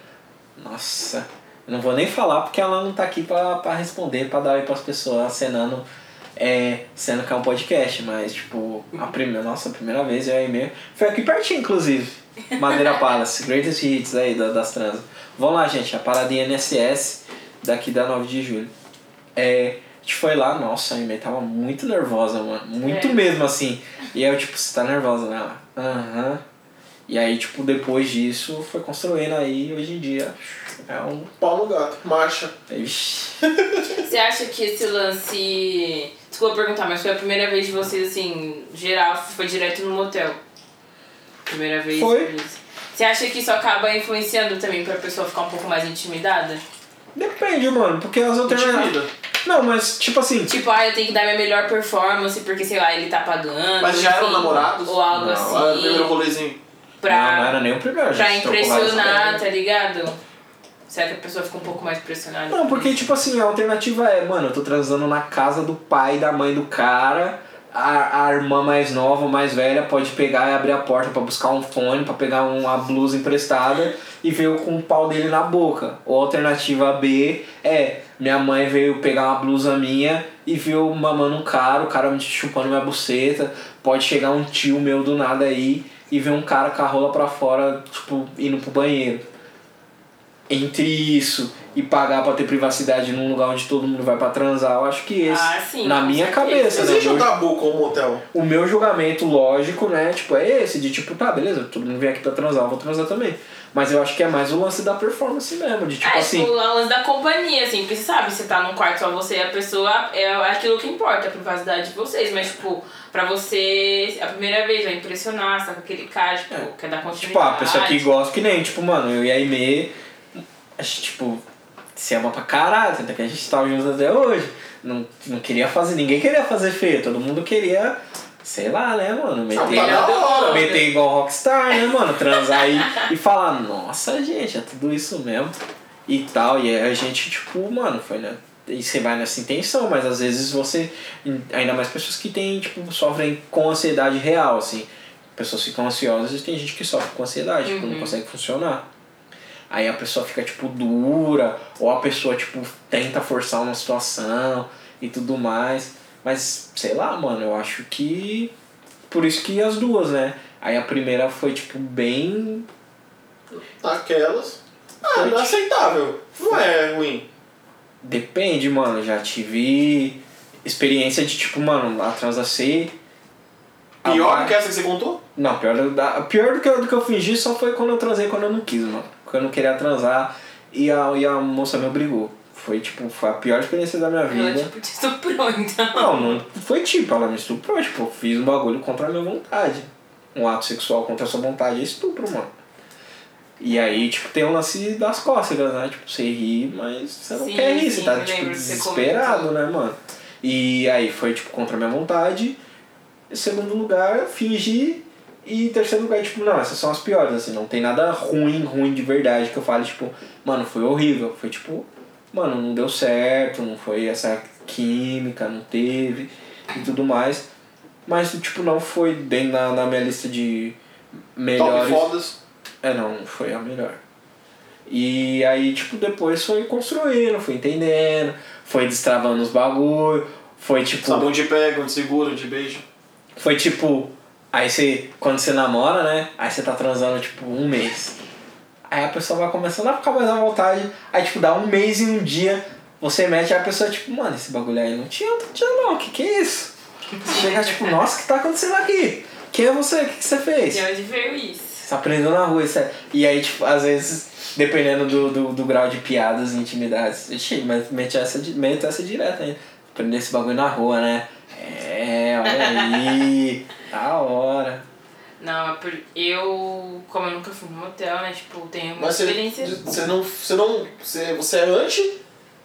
Speaker 1: Nossa, eu não vou nem falar porque ela não tá aqui pra, pra responder, pra dar oi pras pessoas acenando. É, sendo que é um podcast, mas tipo, a primeira, nossa, a primeira vez eu aí mesmo. Foi aqui pertinho, inclusive. Madeira Palace, Greatest Hits aí da- das trans. Vamos lá, gente, a paradinha NSS daqui da 9 de julho. É, a gente foi lá, nossa, a Aimee tava muito nervosa, mano. Muito
Speaker 3: É.
Speaker 1: mesmo, assim. E aí eu, tipo, você tá nervosa, né? Ela, Aham. E aí, tipo, depois disso, foi construindo aí, hoje em dia, é um...
Speaker 2: Pau no gato, marcha.
Speaker 1: Ixi.
Speaker 3: Você acha que esse lance. Desculpa perguntar, mas foi a primeira vez de vocês, assim, geral, foi direto no motel? Primeira vez?
Speaker 1: Foi.
Speaker 3: Você acha que isso acaba influenciando também pra pessoa ficar um pouco mais intimidada?
Speaker 1: Depende, mano, porque as alternativas...
Speaker 2: Intimida.
Speaker 1: Não, mas, tipo assim...
Speaker 3: Tipo, ah, eu tenho que dar minha melhor performance porque, sei lá, ele tá pagando.
Speaker 2: Mas já eram
Speaker 3: enfim,
Speaker 2: namorados?
Speaker 3: Ou algo
Speaker 1: Não,
Speaker 2: Ah, o primeiro
Speaker 3: assim.
Speaker 2: rolezinho.
Speaker 1: Não, não
Speaker 3: Pra,
Speaker 1: era nem o primeiro, a gente
Speaker 3: pra
Speaker 1: trocou várias
Speaker 3: impressionar,
Speaker 1: ideias.
Speaker 3: tá ligado? Será que a pessoa fica um pouco mais pressionada?
Speaker 1: Não, porque, tipo assim, a alternativa é, mano, eu tô transando na casa do pai e da mãe do cara. A, a irmã mais nova, mais velha, pode pegar e abrir a porta pra buscar um fone, pra pegar uma blusa emprestada e veio com o pau dele na boca. Ou a alternativa B é: minha mãe veio pegar uma blusa minha e viu mamando um cara, o cara me chupando minha buceta. Pode chegar um tio meu do nada aí e ver um cara com a rola pra fora, tipo, indo pro banheiro entre isso e pagar pra ter privacidade num lugar onde todo mundo vai pra transar, eu acho que esse,
Speaker 3: Ah, sim,
Speaker 1: na
Speaker 3: com
Speaker 1: minha
Speaker 3: certeza.
Speaker 1: cabeça, né?
Speaker 2: Existe um
Speaker 1: Meu-
Speaker 2: tabu com o motel.
Speaker 1: O meu julgamento lógico, né, tipo, é esse, de tipo, tá, beleza, todo mundo vem aqui pra transar, eu vou transar também. Mas eu acho que é mais o lance da performance mesmo, de tipo
Speaker 3: é,
Speaker 1: assim,
Speaker 3: tipo, o lance da companhia, assim, porque você sabe, você tá num quarto só você e a pessoa, é aquilo que importa, a privacidade de vocês, mas, tipo, pra você, é a primeira vez vai impressionar, você tá com aquele cara, tipo,
Speaker 1: É.
Speaker 3: quer dar continuidade.
Speaker 1: Tipo, ah, a pessoa que gosta que nem, tipo, mano, eu e a Aimee, a gente, tipo, se ama pra caralho, tanto que a gente tava juntos até hoje. Não, não queria fazer, ninguém queria fazer feio, todo mundo queria, sei lá, né, mano, meter,
Speaker 2: tá da hora.
Speaker 3: tipo,
Speaker 1: meter igual rockstar, né, mano, transar aí e falar, nossa, gente, é tudo isso mesmo e tal. E a gente, tipo, mano, foi, né? E você vai nessa intenção, mas às vezes você. Ainda mais pessoas que têm, tipo, sofrem com ansiedade real, assim. Pessoas ficam ansiosas e tem gente que sofre com ansiedade, tipo, não consegue funcionar. Aí a pessoa fica, tipo, dura, ou a pessoa, tipo, tenta forçar uma situação e tudo mais. Mas, sei lá, mano, eu acho que. Por isso que as duas, né? Aí a primeira foi, tipo, bem
Speaker 2: Aquelas. Ah, não é aceitável. Não é ruim.
Speaker 1: Depende, mano. Já tive experiência de tipo, mano, atrás da C. a
Speaker 2: Pior
Speaker 1: vai-
Speaker 2: que essa que você contou?
Speaker 1: Não, pior, do- da, pior do, que eu, do que eu fingi só foi quando eu transei quando eu não quis, mano. Quando eu não queria transar e a, e a moça me obrigou. Foi tipo, foi a pior experiência da minha
Speaker 3: Ela,
Speaker 1: vida.
Speaker 3: tipo, te estuprou, então.
Speaker 1: Não, não foi tipo, ela me estuprou, tipo, eu fiz um bagulho contra a minha vontade. Um ato sexual contra a sua vontade é estupro, mano. E aí, tipo, tem o lance das cócegas, né? Tipo, você ri, mas você não
Speaker 3: Sim,
Speaker 1: quer rir, você
Speaker 3: sim,
Speaker 1: tá,
Speaker 3: eu
Speaker 1: tipo,
Speaker 3: lembro que você
Speaker 1: desesperado,
Speaker 3: comentou.
Speaker 1: né, mano? E aí foi, tipo, contra a minha vontade. Em segundo lugar, fingi. E em terceiro lugar, tipo, não, essas são as piores, assim, não tem nada ruim, ruim de verdade que eu fale, tipo, mano, foi horrível. Foi tipo, mano, não deu certo, não foi essa química, não teve e tudo mais. Mas, tipo, não foi dentro da, na minha lista de
Speaker 2: Top
Speaker 1: melhores.
Speaker 2: fodas.
Speaker 1: É, não, foi a melhor. E aí, tipo, depois foi construindo, foi entendendo, foi destravando os bagulho, foi tipo.
Speaker 2: Sabe onde pega, onde segura, onde beija.
Speaker 1: Foi tipo. Aí você. Quando você namora, né? Aí você tá transando, tipo, um mês. Aí a pessoa vai começando a ficar mais à vontade. Aí, tipo, dá um mês e um dia. Você mete aí a pessoa, tipo, mano, esse bagulho aí não tinha outro dia não, que que é isso? Você chega, tipo, nossa, o que tá acontecendo aqui? Quem é você? O que, que você fez?
Speaker 3: De onde veio isso?
Speaker 1: Você aprendeu na rua, isso é- E aí, tipo, às vezes, dependendo do, do, do grau de piadas e intimidades, ixi, mas mete essa, di- mete essa direto ainda. Aprender esse bagulho na rua, né? É, olha aí, da hora.
Speaker 3: Não, é por... eu, como eu nunca fui no motel, né? Tipo, tenho uma
Speaker 2: Mas você,
Speaker 3: experiência.
Speaker 2: você não. Você não. Você, você é anti?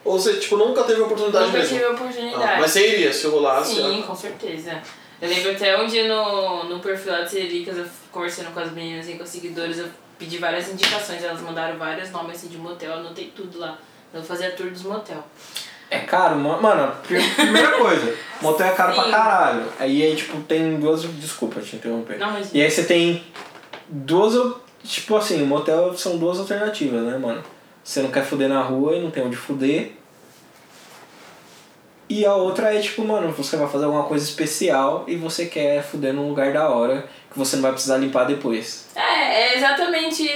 Speaker 2: Ou você, tipo, nunca teve oportunidade
Speaker 3: Nunca
Speaker 2: mesmo?
Speaker 3: tive a
Speaker 2: Ah,
Speaker 3: oportunidade.
Speaker 2: mas você iria se rolasse.
Speaker 3: Sim,
Speaker 2: né?
Speaker 3: com certeza. Eu lembro até um dia no, no perfil lá de Sericas, eu conversando com as meninas e com os seguidores, eu pedi várias indicações, elas mandaram vários nomes assim, de motel, eu anotei tudo lá. Eu fazia a tour dos motel.
Speaker 1: É caro, ma- mano, a pri- primeira coisa, motel é caro pra
Speaker 3: Sim.
Speaker 1: caralho. Aí, aí, tipo, tem duas. Desculpa te interromper.
Speaker 3: Não, mas
Speaker 1: E aí você tem duas. al- Tipo assim, motel são duas alternativas, né, mano? Você não quer fuder na rua e não tem onde fuder. E a outra é tipo, mano, você vai fazer alguma coisa especial e você quer fuder num lugar da hora que você não vai precisar limpar depois.
Speaker 3: É, é exatamente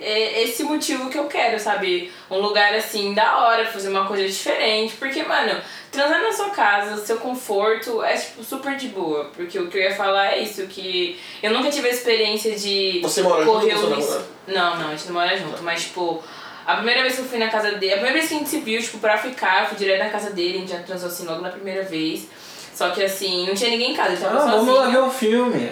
Speaker 3: é, esse motivo que eu quero, sabe? Um lugar assim da hora, fazer uma coisa diferente. Porque, mano, transar na sua casa, seu conforto é tipo super de boa. Porque o que eu ia falar é isso, que eu nunca tive a experiência de
Speaker 2: Você Tá. mora junto
Speaker 3: correr
Speaker 2: com
Speaker 3: o
Speaker 2: seu
Speaker 3: risco.
Speaker 2: namorado?
Speaker 3: Não, não, a gente não mora junto, mas tipo. A primeira vez que eu fui na casa dele, a primeira vez que a gente se viu, tipo, pra ficar, eu fui direto na casa dele, a gente já transou assim logo na primeira vez. Só que assim, não tinha ninguém em casa, ele
Speaker 1: Ah,
Speaker 3: tava
Speaker 1: vamos lá
Speaker 3: sozinho.
Speaker 1: ver um filme.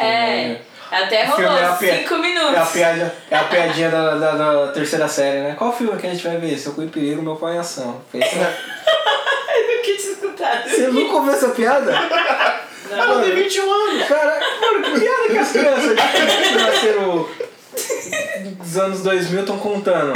Speaker 1: É,
Speaker 3: É, até
Speaker 1: O filme
Speaker 3: rolou
Speaker 1: é a pi-
Speaker 3: cinco minutos.
Speaker 1: É a piada, é a piadinha da, da, da terceira série, né? Qual filme que a gente vai ver? Seu cu em perigo, meu pai em ação. é Fez-
Speaker 3: Eu quis escutar.
Speaker 1: Você nunca ouviu essa piada?
Speaker 2: Ah, eu tenho 21 anos!
Speaker 1: Cara, mano, que piada que as crianças que nasceram dos anos 2000 estão contando.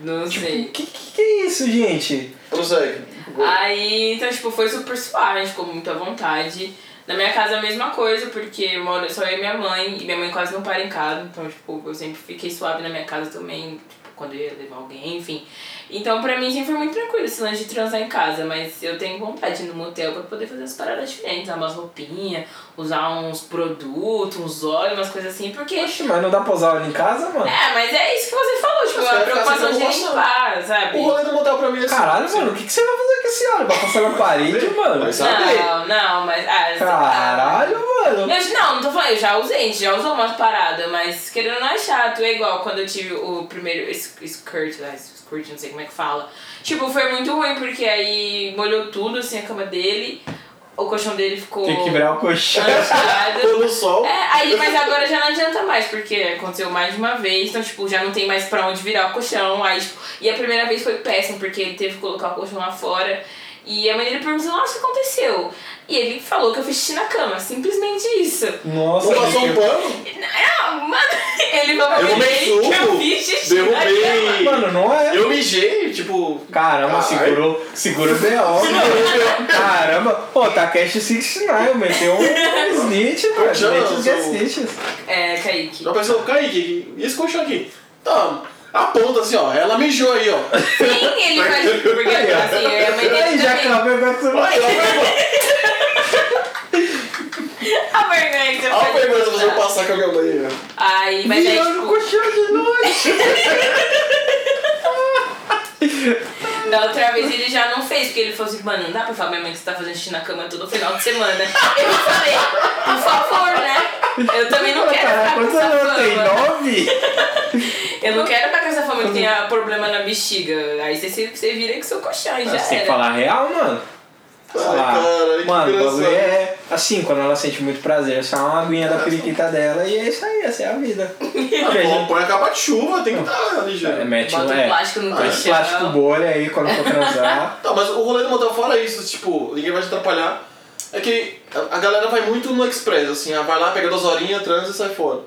Speaker 3: Não
Speaker 1: Que,
Speaker 3: sei.
Speaker 1: que, que é isso, gente?
Speaker 2: Prossegue.
Speaker 3: Aí, então, tipo, foi super suave, a gente ficou muito à vontade. Na minha casa é a mesma coisa, porque moro só eu e minha mãe, e minha mãe quase não para em casa, então, tipo, eu sempre fiquei suave na minha casa também, tipo, quando eu ia levar alguém, enfim. Então, pra mim, sempre foi muito tranquilo esse lance de transar em casa, mas eu tenho vontade de ir no motel pra poder fazer as paradas diferentes, usar umas roupinhas, usar uns produtos, uns óleos, umas coisas assim, porque
Speaker 1: Oxe, mas não dá pra usar óleo em casa, mano?
Speaker 3: É, mas é isso que você falou, tipo,
Speaker 2: Você
Speaker 3: a
Speaker 2: vai ficar
Speaker 3: preocupação de
Speaker 2: sem arrumação.
Speaker 3: limpar, sabe?
Speaker 2: O rolê do motel pra mim é assim.
Speaker 1: Caralho, mano, o que, que você vai fazer com esse óleo? Vai passar na parede, mano?
Speaker 2: Mas- sabe?
Speaker 3: Não, não, mas. Ah, sei lá.
Speaker 1: Caralho, mano.
Speaker 3: Eu, não, não tô falando, eu já usei, a gente já usou umas paradas, mas querendo ou não é chato, é igual quando eu tive o primeiro es- skirt, lá, skirt, não sei como é que fala. Tipo, foi muito ruim, porque aí molhou tudo, assim, a cama dele, o colchão dele ficou.
Speaker 1: Tem que virar o colchão.
Speaker 3: manchado.
Speaker 2: Pelo sol.
Speaker 3: É, aí, mas agora já não adianta mais, porque aconteceu mais de uma vez, então, tipo, já não tem mais pra onde virar o colchão. Aí, tipo, e a primeira vez foi péssimo, porque ele teve que colocar o colchão lá fora. E a menina perguntou, nossa, o que aconteceu? E ele falou que eu fiz xixi na cama, simplesmente isso.
Speaker 1: Nossa,
Speaker 2: Não passou um
Speaker 1: gente.
Speaker 2: pano?
Speaker 3: Não, mano, ele falou
Speaker 2: Eu
Speaker 3: pra mim que eu
Speaker 2: suco,
Speaker 3: fiz xixi na cama.
Speaker 2: Derrubei.
Speaker 1: Mano, não é?
Speaker 2: Eu mijei, tipo.
Speaker 1: Caramba,
Speaker 2: Caralho.
Speaker 1: segurou, segurou o B.O. mano. Caramba, pô, tá cash 69, meteu um snitch, um mano.
Speaker 2: Eu já
Speaker 1: Snitches get
Speaker 2: sou-
Speaker 1: snitches.
Speaker 3: É, Kaique.
Speaker 2: Já pensou, Kaique, e esse colchão aqui? Tá, aponta assim, ó. Ela mijou aí, ó.
Speaker 3: Sim, ele faz isso, porque
Speaker 1: Aí, ó.
Speaker 3: assim, é a mãe
Speaker 1: Aí,
Speaker 3: dele
Speaker 1: já
Speaker 3: também.
Speaker 1: acabei agora que você vai.
Speaker 2: Aí, ó, vergonha.
Speaker 3: A vergonha que você
Speaker 2: Ó, a
Speaker 3: faz.
Speaker 2: vergonha se você passar com a minha mãe, né?
Speaker 3: Aí, mas aí,
Speaker 1: Virando o
Speaker 3: tipo,
Speaker 1: colchão de noite.
Speaker 3: Da outra vez ele já não fez, porque ele falou assim, mano, não dá pra falar pra minha mãe que você tá fazendo xixi na cama todo final de semana. Eu falei, por favor, né? Eu também não quero
Speaker 1: Cara,
Speaker 3: ficar com
Speaker 1: quantos
Speaker 3: essa
Speaker 1: anos tem?
Speaker 3: fama.
Speaker 1: Nove?
Speaker 3: Eu não quero ficar com essa fama que tem ah, problema na bexiga. Aí você, se- você vira que seu colchão e já
Speaker 1: Você tem que
Speaker 3: era.
Speaker 1: falar a real, mano. Falar,
Speaker 2: cara, que
Speaker 1: mano, o bagulho
Speaker 2: engraçado.
Speaker 1: é assim, quando ela sente muito prazer, é só uma aguinha da periquita dela e é isso aí, essa é a vida. Porque a gente-
Speaker 2: Põe a capa de chuva, tem que tá estar ligeiro.
Speaker 1: Mete
Speaker 3: Bota um
Speaker 1: é,
Speaker 3: plástico no
Speaker 2: Ah,
Speaker 1: põe
Speaker 3: colchão.
Speaker 1: plástico bolha aí quando for transar.
Speaker 2: Tá, mas o rolê do motel fora isso, tipo, ninguém vai te atrapalhar. É que a a galera vai muito no express, assim, ah, vai lá, pega duas horinhas, transa e sai fora.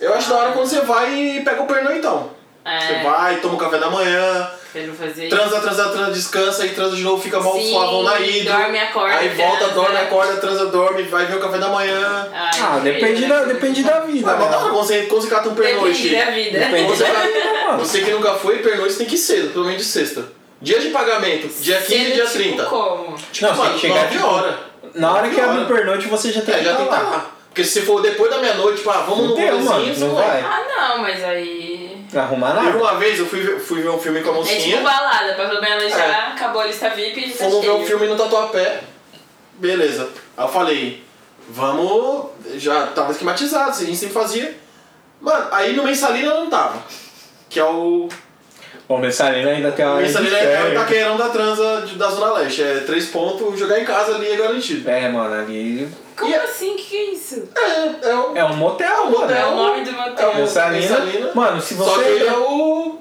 Speaker 2: Eu acho da hora quando você vai e pega o pernão então. Você
Speaker 3: É,
Speaker 2: vai, toma o café da manhã,
Speaker 3: quero fazer isso.
Speaker 2: transa, transa, transa, descansa e transa de novo, fica mal
Speaker 3: Sim,
Speaker 2: suavão na ida.
Speaker 3: dorme, acorda,
Speaker 2: Aí volta,
Speaker 3: transa.
Speaker 2: dorme, acorda, transa, dorme, vai ver o café da manhã.
Speaker 3: Ai, né?
Speaker 1: Ah,
Speaker 3: que
Speaker 1: depende
Speaker 3: beleza.
Speaker 1: da, depende da vida.
Speaker 2: Vai, mas da hora
Speaker 1: né?
Speaker 2: quando você, quando você cata um pernoite.
Speaker 3: É. Depende da vida.
Speaker 1: Depende
Speaker 2: Você,
Speaker 1: da vida, mano.
Speaker 2: você que nunca foi, pernoite tem que ir cedo, pelo menos de sexta. Dia de pagamento, dia 15 e
Speaker 3: Sendo
Speaker 2: dia
Speaker 3: tipo
Speaker 2: 30.
Speaker 3: como?
Speaker 1: Não, você tem
Speaker 2: Mano,
Speaker 1: que chegar
Speaker 2: nove
Speaker 1: tipo,
Speaker 2: horas.
Speaker 1: Na hora que
Speaker 2: Nove
Speaker 1: abre o
Speaker 2: horas.
Speaker 1: pernoite, você já tem
Speaker 2: É,
Speaker 1: que
Speaker 2: já tem que
Speaker 1: estar
Speaker 2: estar
Speaker 1: lá.
Speaker 2: lá. Porque se for depois da meia-noite, tipo, ah, vamos
Speaker 1: Não
Speaker 2: num
Speaker 1: tem, mano,
Speaker 2: rolezinho, você
Speaker 1: não
Speaker 2: vai.
Speaker 1: vai Tá
Speaker 3: Ah, não, mas aí...
Speaker 1: arrumar
Speaker 2: Teve
Speaker 1: nada.
Speaker 2: uma vez, eu fui ver, fui ver um filme com a
Speaker 3: É tipo
Speaker 2: mocinha,
Speaker 3: balada, pra pelo menos
Speaker 1: É.
Speaker 3: já acabou a lista VIP e já tá
Speaker 2: fomos ver um
Speaker 3: cheio.
Speaker 2: filme no Tatuapé, beleza. Aí eu falei, vamos, já tava esquematizado, assim, a gente sempre fazia. Mano, aí no Mensalina eu não tava, que é o...
Speaker 1: Bom, Messalina ainda tem
Speaker 2: O
Speaker 1: uma.
Speaker 2: Mensalina é o
Speaker 1: mistério.
Speaker 2: Itaquerão da transa de- da Zona Leste, é três pontos, jogar em casa ali é garantido.
Speaker 1: É, mano, ali.
Speaker 3: Como
Speaker 2: E-
Speaker 3: assim? Que que é isso?
Speaker 2: É, é o...
Speaker 1: É um motel, mano.
Speaker 3: É
Speaker 2: motel.
Speaker 3: o nome do
Speaker 2: é o-
Speaker 3: motel.
Speaker 1: Messalina.
Speaker 2: Messalina.
Speaker 1: Mano, se você.
Speaker 2: Só que ele é o...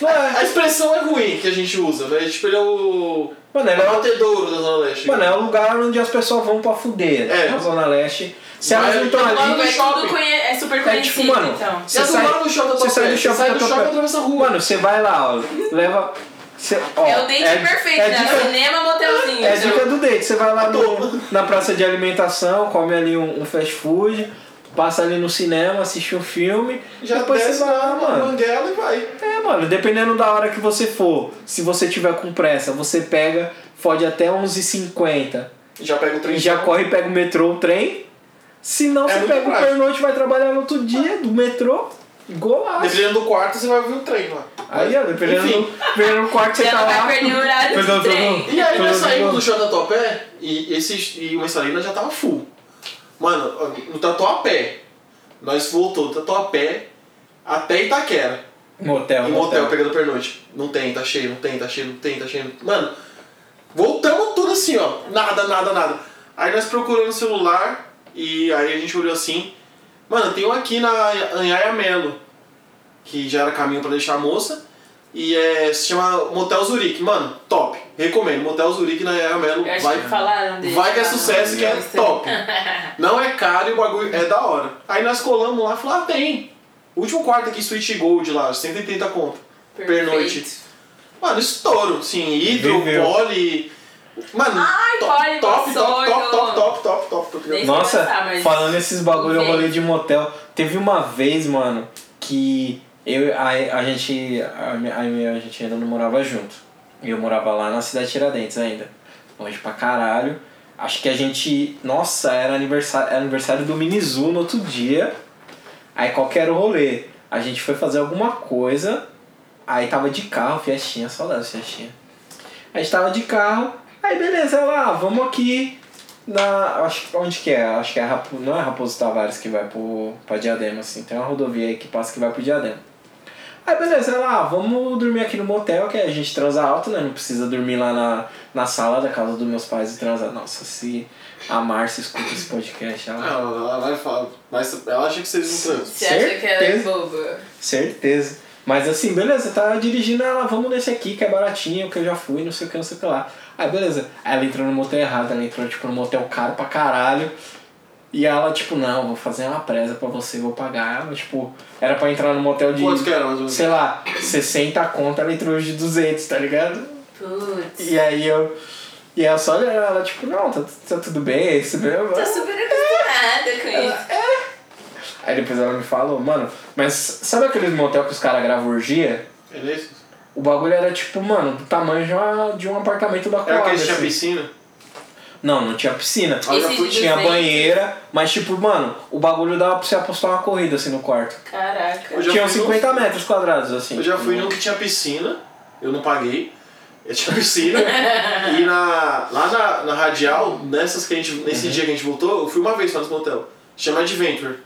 Speaker 2: A
Speaker 1: Mano,
Speaker 2: expressão é ruim que a gente usa, mas tipo, ele é o...
Speaker 1: mano, ele
Speaker 2: Ele
Speaker 1: é
Speaker 2: é o
Speaker 1: um-
Speaker 2: batedouro da Zona Leste.
Speaker 1: mano, é um lugar onde as pessoas vão pra fuder. né?
Speaker 2: É.
Speaker 1: Na Zona Leste. Se elas
Speaker 2: Vai-
Speaker 1: não estão
Speaker 2: vai-
Speaker 3: Logo,
Speaker 1: ali.
Speaker 3: é, tudo
Speaker 2: shopping.
Speaker 3: conhe... é super
Speaker 1: É
Speaker 3: conhecido,
Speaker 1: tipo, mano.
Speaker 3: então.
Speaker 1: Você sai,
Speaker 2: mora no shopping é
Speaker 1: você sai do shopping,
Speaker 2: sai do
Speaker 1: da tua
Speaker 2: shopping
Speaker 1: pé.
Speaker 2: e atravessa a rua.
Speaker 1: Mano, você vai lá, ó. Leva. Cê, ó,
Speaker 3: é o dente perfeito,
Speaker 1: é
Speaker 3: né?
Speaker 1: dica-
Speaker 3: Cinema, motelzinho.
Speaker 1: É a
Speaker 3: então.
Speaker 1: dica do date, você vai lá
Speaker 2: Adoro.
Speaker 1: no- na praça de alimentação, come ali um, um fast food, passa ali no cinema, assiste um filme,
Speaker 2: já
Speaker 1: depois
Speaker 2: desce
Speaker 1: você vai lá,
Speaker 2: na na
Speaker 1: mano.
Speaker 2: banguela e vai.
Speaker 1: É, mano, dependendo da hora que você for, se você tiver com pressa, você pega, fode até 11h50,
Speaker 2: Já pega o trem.
Speaker 1: e já corre e pega o metrô, o trem. Se não,
Speaker 2: É
Speaker 1: você
Speaker 2: muito
Speaker 1: pega o
Speaker 2: prático.
Speaker 1: pernoite e vai trabalhar no outro dia do metrô, golaço.
Speaker 2: Dependendo do quarto, você vai ouvir o trem lá.
Speaker 1: Aí, ó, dependendo
Speaker 2: Enfim.
Speaker 1: do dependendo do quarto que você
Speaker 3: Já
Speaker 1: tá
Speaker 3: não vai
Speaker 1: lá.
Speaker 3: perder o horário do
Speaker 1: Perdão,
Speaker 3: trem.
Speaker 1: perdão.
Speaker 2: E aí nós saímos do
Speaker 1: Perdão.
Speaker 2: show da Tatuapé e, esse, e o Messalina já tava full. Mano, no Tatuapé, nós voltou do Tatuapé até Itaquera.
Speaker 1: Motel,
Speaker 2: Em Um motel, pegando pernoite. Não tem, tá cheio, não tem, tá cheio, não tem, tá cheio. Mano, voltamos tudo assim, ó. Nada, nada, nada. Aí nós procurando o celular e aí a gente olhou assim. Mano, tem um aqui na Anhaia Melo, que já era caminho pra deixar a moça. E é, se chama Motel Zurique. Mano, top. Recomendo. Motel Zurique na Anhaia Melo.
Speaker 3: Eu acho
Speaker 2: Vai,
Speaker 3: que falaram dele.
Speaker 2: vai que é sucesso, que é top. Não é caro e o bagulho é da hora. Aí nós colamos lá e falamos, ah, tem. Último quarto aqui, Sweet Gold lá, 130 conto. Pernoite.
Speaker 3: Perfeito.
Speaker 2: Mano, estouro, sim, hidro,
Speaker 1: Viveu.
Speaker 2: poli. Mano,
Speaker 3: Ai,
Speaker 2: to- top,
Speaker 3: poli,
Speaker 2: top,
Speaker 3: absurdo.
Speaker 2: top, top, top, top, top, top.
Speaker 3: Nem-
Speaker 1: Nossa,
Speaker 3: pensar, mas-
Speaker 1: falando esses bagulho, eu
Speaker 3: Não
Speaker 1: rolê
Speaker 3: vem.
Speaker 1: de motel. Teve uma vez, mano, que eu, a, a gente. A, minha- a, minha- a gente ainda não morava junto. Eu morava lá na cidade de Tiradentes ainda. Longe pra caralho. Acho que a gente. Nossa, era aniversário, era aniversário do Minizu no outro dia. Aí qual que era o rolê? A gente foi fazer alguma coisa. Aí tava de carro, festinha, saudade, festinha. A gente tava de carro, aí beleza, lá, "Ah, vamos aqui na. Acho, que- onde que é? Acho que é Rapo, não é Raposo Tavares que vai pro, pra Diadema, assim. Tem uma rodovia aí que passa que vai pro Diadema. Aí beleza, lá, "Ah, vamos dormir aqui no motel, que a gente transa alto, né? Não precisa dormir lá na, na sala da casa dos meus pais e transar. Nossa, se a Márcia escuta esse podcast, ela.
Speaker 2: Não, ela vai falar, mas ela acha que vocês não transam.
Speaker 3: Você acha que ela é
Speaker 1: Certeza.
Speaker 3: boba?
Speaker 1: Certeza. Mas assim, beleza, tá dirigindo ela, vamos nesse aqui que é baratinho, que eu já fui, não sei o que, não sei o que lá. Aí beleza. Aí ela entrou no motel errado, ela entrou tipo no motel caro pra caralho. E ela, tipo, não, vou fazer uma presa pra você, vou pagar. Ela, tipo, era pra entrar no motel de,
Speaker 2: Quantos que era, mais ou menos?
Speaker 1: sei lá, 60 conto, ela entrou de 200, tá ligado?
Speaker 3: Putz.
Speaker 1: E aí eu. E ela só olhou, ela, tipo, não, tá, tá tudo bem, é isso mesmo.
Speaker 3: Tô super acostumada com isso.
Speaker 1: é Aí depois ela me falou, mano, mas sabe aqueles motel que os caras gravam orgia?
Speaker 2: Era isso?
Speaker 1: O bagulho era tipo, mano, do tamanho de, uma- de um apartamento da
Speaker 2: Era
Speaker 1: Coab.
Speaker 2: aquele É que tinha
Speaker 1: assim.
Speaker 2: piscina?
Speaker 1: Não, não tinha piscina.
Speaker 2: Ah, eu já
Speaker 3: Esse
Speaker 2: fui-
Speaker 3: de
Speaker 1: Tinha
Speaker 3: 200.
Speaker 1: banheira, mas tipo, mano, o bagulho dava pra você apostar uma corrida assim no quarto.
Speaker 3: Caraca.
Speaker 2: Eu já
Speaker 1: Tinha uns
Speaker 2: fui num-
Speaker 1: 50 metros quadrados, assim.
Speaker 2: Eu já fui num que tinha piscina, eu não paguei. Eu tinha piscina. e
Speaker 1: Uhum.
Speaker 2: na, lá na, na radial, nessas que a gente, nesse dia que a gente voltou, eu fui uma vez só nesse motel. Chama Adventure.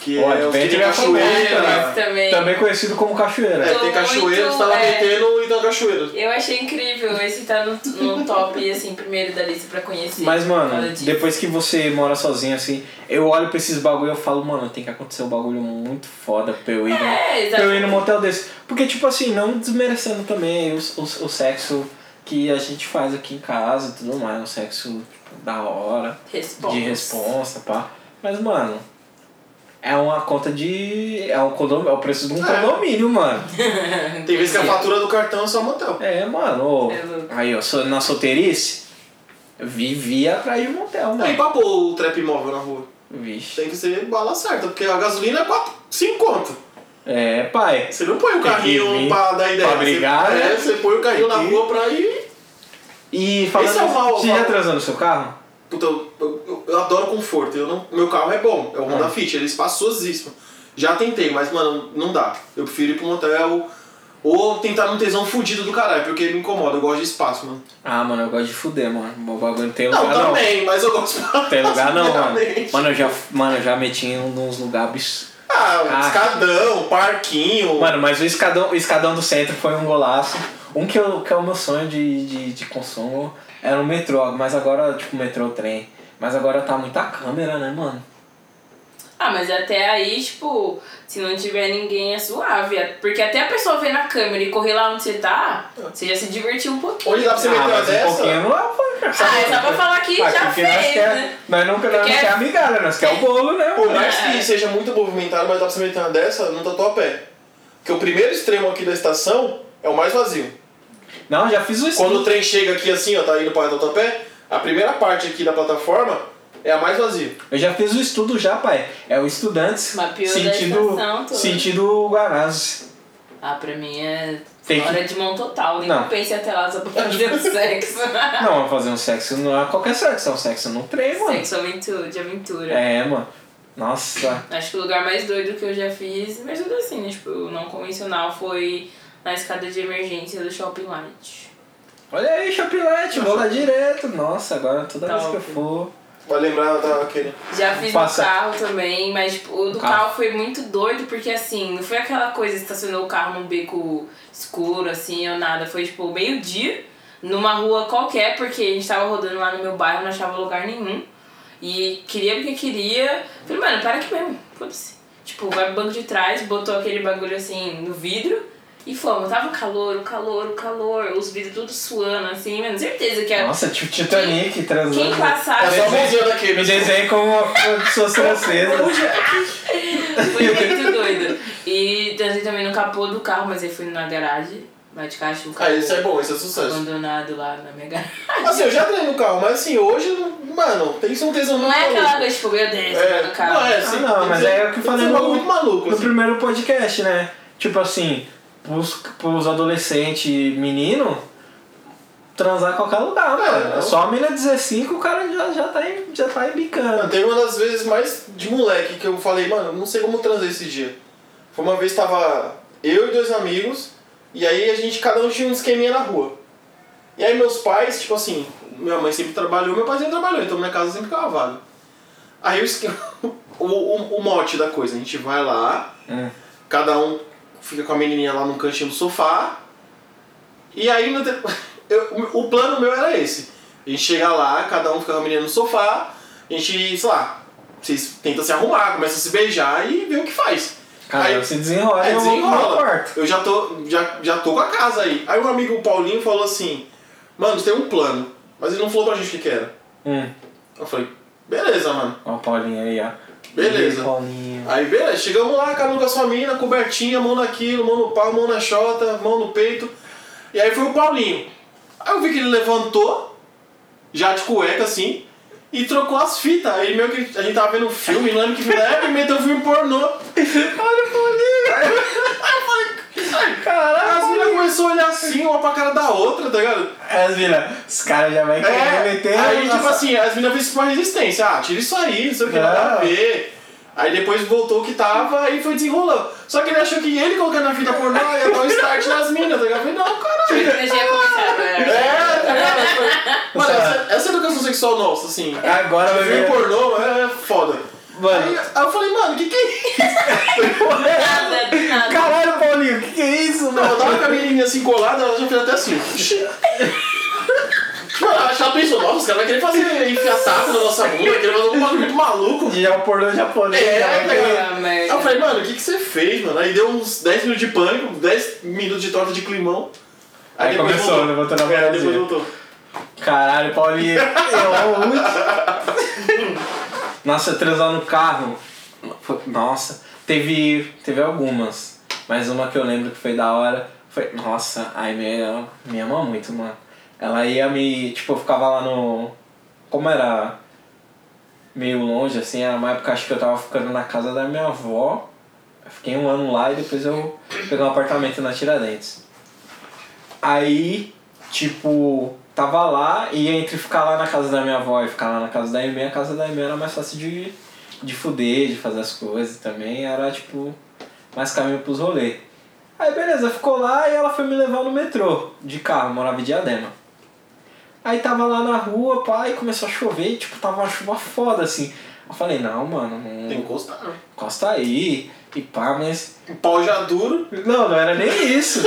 Speaker 2: Que
Speaker 1: Ó,
Speaker 2: é o que
Speaker 1: Adventure
Speaker 2: tem
Speaker 1: é famoso
Speaker 2: cachoeira.
Speaker 3: Ah, Mas também.
Speaker 1: Também conhecido como cachoeira.
Speaker 2: É, tem
Speaker 3: Muito,
Speaker 2: cachoeira, você tá lá
Speaker 3: é.
Speaker 2: metendo e tá na cachoeira.
Speaker 3: Eu achei incrível, esse tá no, no top, assim, primeiro da lista pra conhecer.
Speaker 1: Mas,
Speaker 3: Por causa
Speaker 1: mano,
Speaker 3: disso.
Speaker 1: depois que você mora sozinho, assim, eu olho pra esses bagulho e eu falo, mano, tem que acontecer um bagulho muito foda pra eu ir, né? num-
Speaker 3: É,
Speaker 1: pra Então, eu ir num
Speaker 3: exatamente.
Speaker 1: motel desse. Porque, tipo assim, não desmerecendo também o, o, o sexo que a gente faz aqui em casa e tudo mais, um sexo tipo, da hora,
Speaker 3: Responsa.
Speaker 1: de responsa, pá. Mas, mano, é uma conta de. É, um condom, é o preço de um
Speaker 2: É.
Speaker 1: condomínio, mano.
Speaker 2: Tem vezes que a fatura do cartão é só motel.
Speaker 1: É, mano. ô.
Speaker 3: É louco.
Speaker 1: aí, ó, so- na solteirice, vivia atrás de um motel,
Speaker 2: Aí
Speaker 1: mano.
Speaker 2: pra pôr o trap móvel na rua,
Speaker 1: Vixe.
Speaker 2: tem que ser bala certa, porque a gasolina é 4, 5 conto.
Speaker 1: É, pai.
Speaker 2: Você não põe o
Speaker 1: Tem que
Speaker 2: carrinho
Speaker 1: vir
Speaker 2: pra dar ideia.
Speaker 1: pra brigar,
Speaker 2: você,
Speaker 1: né?
Speaker 2: É, você põe o carrinho na
Speaker 1: Tem que-
Speaker 2: rua pra ir.
Speaker 1: E falando.
Speaker 2: Esse é o mal,
Speaker 1: você
Speaker 2: mal.
Speaker 1: já transou no seu carro?
Speaker 2: Puta, eu, eu- eu adoro conforto. Eu não, meu carro é bom, é o Honda Fit, ele é espaçosíssimo. Já tentei, mas mano, não dá. Eu prefiro ir pro motel ou tentar num tesão fudido do caralho, porque me incomoda, eu gosto de espaço, mano.
Speaker 1: Ah, mano, eu gosto de fuder, mano. Meu bagulho não tem
Speaker 2: Não,
Speaker 1: lugar não.
Speaker 2: também, mas eu gosto de espaço.
Speaker 1: Não Tem lugar não, mano.
Speaker 2: realmente.
Speaker 1: Mano, eu já, mano, eu já meti em uns lugares.
Speaker 2: Ah,
Speaker 1: Ah.
Speaker 2: escadão, parquinho.
Speaker 1: Mano, mas o escadão, o escadão do centro foi um golaço. Um que, eu, que é o meu sonho de, de, de consumo era o metrô, mas agora, tipo, metrô, trem. Mas agora tá muita câmera, né, mano?
Speaker 3: Ah, mas até aí, tipo, se não tiver ninguém é suave. é- Porque até a pessoa ver na câmera e correr lá onde você tá, você já se divertiu um pouquinho.
Speaker 2: Onde dá pra você
Speaker 1: ah,
Speaker 2: meter uma
Speaker 1: mas
Speaker 2: dessa?
Speaker 1: um pouquinho não é, pô.
Speaker 3: Ah, é só pra falar que
Speaker 1: Ah,
Speaker 3: já
Speaker 1: porque nós
Speaker 3: fez,
Speaker 1: quer,
Speaker 3: né?
Speaker 1: Nós não, nós não
Speaker 3: Porque-
Speaker 1: quer amigalha, nós quer o bolo, né?
Speaker 2: Por
Speaker 1: mano?
Speaker 2: mais que seja muito movimentado, mas dá pra você meter uma dessa, não tá a pé. Porque o primeiro extremo aqui da estação é o mais vazio.
Speaker 1: Não, já fiz o esqui.
Speaker 2: Quando o trem chega aqui assim, ó, tá indo para Tatuapé, a primeira parte aqui da plataforma é a mais vazia.
Speaker 1: Eu já fiz o estudo já, pai. É o estudantes
Speaker 3: Mapeou da
Speaker 1: sentido,
Speaker 3: estação toda.
Speaker 1: sentido Guarazes.
Speaker 3: Ah, pra mim é
Speaker 1: Tem que-
Speaker 3: hora de mão total. Nem
Speaker 1: Não.
Speaker 3: pense até lá só pra fazer o sexo.
Speaker 1: Não, mas fazer um sexo não é qualquer sexo, é um sexo no trem, mano.
Speaker 3: sexo aventura, de aventura.
Speaker 1: É, mano. Nossa.
Speaker 3: Acho que o lugar mais doido que eu já fiz, mas tudo assim, né? Tipo, não convencional, foi na escada de emergência do Shopping Light.
Speaker 1: Olha aí, Chapilete, vou lá direto. Nossa, agora toda
Speaker 2: Tá
Speaker 1: vez que eu for.
Speaker 2: Vai lembrar tá, daquele.
Speaker 3: Já fiz
Speaker 1: Passa.
Speaker 3: no carro também, mas tipo, o do
Speaker 1: Carro.
Speaker 3: carro. foi muito doido, porque assim, não foi aquela coisa, estacionou o carro num beco escuro, assim, ou nada. Foi tipo meio-dia, numa rua qualquer, porque a gente tava rodando lá no meu bairro, não achava lugar nenhum. E queria porque queria. Falei, mano, para aqui mesmo, foda-se. Tipo, vai pro banco de trás, botou aquele bagulho assim no vidro. E fomos, tava um calor, o calor, o calor, os vidros tudo suando, assim, mano, certeza que era.
Speaker 1: Nossa, tipo Titanic transando.
Speaker 3: Quem passar
Speaker 2: É só a
Speaker 1: Desenho-
Speaker 2: mãozinha daquele.
Speaker 1: Ah, Me desenhei como uma pessoa francesa.
Speaker 3: Foi muito doido. E transei também no capô do carro, mas aí fui na garagem, lá de caixa, um carro
Speaker 2: Ah, esse é bom, esse é sucesso.
Speaker 3: abandonado lá na minha garagem.
Speaker 2: Assim, eu já treinei no carro, mas assim, hoje, mano, tem que ser um tesão
Speaker 3: Não
Speaker 2: muito
Speaker 3: é aquela
Speaker 2: maluco.
Speaker 3: coisa, tipo, meu Deus,
Speaker 2: É,
Speaker 3: no carro.
Speaker 2: não é,
Speaker 1: Ah,
Speaker 2: assim,
Speaker 1: não,
Speaker 2: tem
Speaker 1: mas
Speaker 2: ser-
Speaker 1: é o que eu
Speaker 2: tem
Speaker 1: falei
Speaker 2: ser um bagulho
Speaker 1: no-
Speaker 2: muito maluco,
Speaker 1: No
Speaker 2: assim.
Speaker 1: primeiro podcast, né? Tipo assim, pros, pros adolescentes menino transar em qualquer lugar,
Speaker 2: É,
Speaker 1: mano.
Speaker 2: não.
Speaker 1: Só a mina 15, o cara já, já tá em- já tá embicando.
Speaker 2: Mano, teve uma das vezes mais de moleque que eu falei, mano, não sei como transar esse dia. Foi uma vez que tava eu e dois amigos, e aí a gente, cada um tinha um esqueminha na rua. E aí meus pais, tipo assim, minha mãe sempre trabalhou, meu pai sempre trabalhou, então minha casa sempre ficava vaga. Aí o, esque- o, o, o mote da coisa, a gente vai lá,
Speaker 1: Hum.
Speaker 2: cada um fica com a menininha lá no cantinho do sofá, e aí no te- eu- o plano meu era esse. A gente chega lá, cada um fica com a menina no sofá, a gente, sei lá, vocês tentam se arrumar, começa a se beijar e vê o que faz.
Speaker 1: Cara,
Speaker 2: aí,
Speaker 1: você desenrola,
Speaker 2: aí
Speaker 1: eu vou arrumar o
Speaker 2: desenrola.
Speaker 1: quarto.
Speaker 2: Eu já tô, já, já tô com a casa aí. Aí um amigo, o Paulinho, falou assim, mano, tem um plano. Mas ele não falou pra gente o que que era.
Speaker 1: Hum,
Speaker 2: Eu falei, beleza, mano.
Speaker 1: ó o Paulinho aí, ó.
Speaker 2: Beleza.
Speaker 1: E aí, Paulinho.
Speaker 2: Aí beleza, chegamos lá, cada um com a sua mina, cobertinha, mão naquilo, mão no pau, mão na chota, mão no peito. E aí foi o Paulinho. Aí eu vi que ele levantou, já de cueca assim, e trocou as fitas. Aí meio que a gente tava vendo um filme, lembra que na época meteu um filme pornô. Olha o Paulinho! Aí eu falei, caralho! As minas começaram a olhar assim, uma pra cara da outra, tá ligado?
Speaker 1: Aí as mina, os caras já vai querer meter.
Speaker 2: Aí, tipo
Speaker 1: nossa-
Speaker 2: assim, as meninas fez uma resistência. Ah, tira isso aí, não sei o que, nada a ver. Aí depois voltou o que tava aí foi desenrolando. Só que ele achou que ele colocando a fita pornô ia dar o start nas minas, tá ligado? Eu falei, não, caralho.
Speaker 3: Eu já ia começar agora.
Speaker 2: É, tá ligado? Eu falei, Mano, essa, essa educação sexual é nossa, assim.
Speaker 1: Agora vai
Speaker 2: Filme
Speaker 1: ver.
Speaker 2: pornô é foda. Aí,
Speaker 1: Mano.
Speaker 2: aí eu falei, mano, o que que é isso? É.
Speaker 3: Nada, do nada.
Speaker 1: Caralho, Paulinho, que que é isso,
Speaker 2: Não, eu
Speaker 1: mano?
Speaker 2: tava com a menininha assim colada, ela já fez até assim. Mano, ela já pensou, nossa, os caras vão querer fazer enfiar taco na nossa bunda, vai querer fazer um bagulho muito maluco.
Speaker 1: Já é tá o pornô japonês.
Speaker 2: É,
Speaker 1: cara.
Speaker 2: cara.
Speaker 3: Ah,
Speaker 2: Aí
Speaker 3: merda.
Speaker 2: eu falei, mano, o que que você fez, mano? Aí deu uns 10 minutos de pânico, 10 minutos de torta de climão.
Speaker 1: Aí
Speaker 2: depois
Speaker 1: começou, levantou na
Speaker 2: É, depois
Speaker 1: mãozinha.
Speaker 2: voltou.
Speaker 1: Caralho, Paulinho. Eu muito. Nossa, transar no carro. Foi- Nossa, teve, teve algumas. Mas uma que eu lembro que foi da hora foi. Nossa, ai minha, minha ama muito, mano. Ela ia me. Tipo, eu ficava lá no. Como era meio longe, assim, era uma época acho que eu tava ficando na casa da minha avó. Eu fiquei um ano lá e depois eu peguei um apartamento na Tiradentes. Aí, tipo, tava lá e entre ficar lá na casa da minha avó e ficar lá na casa da Emê, a casa da Emê era mais fácil de, de fuder, de fazer as coisas também, era tipo mais caminho pros rolês. Aí beleza, ficou lá e ela foi me levar no metrô de carro, morava em Diadema. Aí tava lá na rua, pai, começou a chover e tipo, tava uma chuva foda assim. Eu falei, não, mano,
Speaker 2: Tem que
Speaker 1: não
Speaker 2: gostar, né?
Speaker 1: encosta aí, e pá, mas
Speaker 2: O pau já duro.
Speaker 1: não, não era nem isso.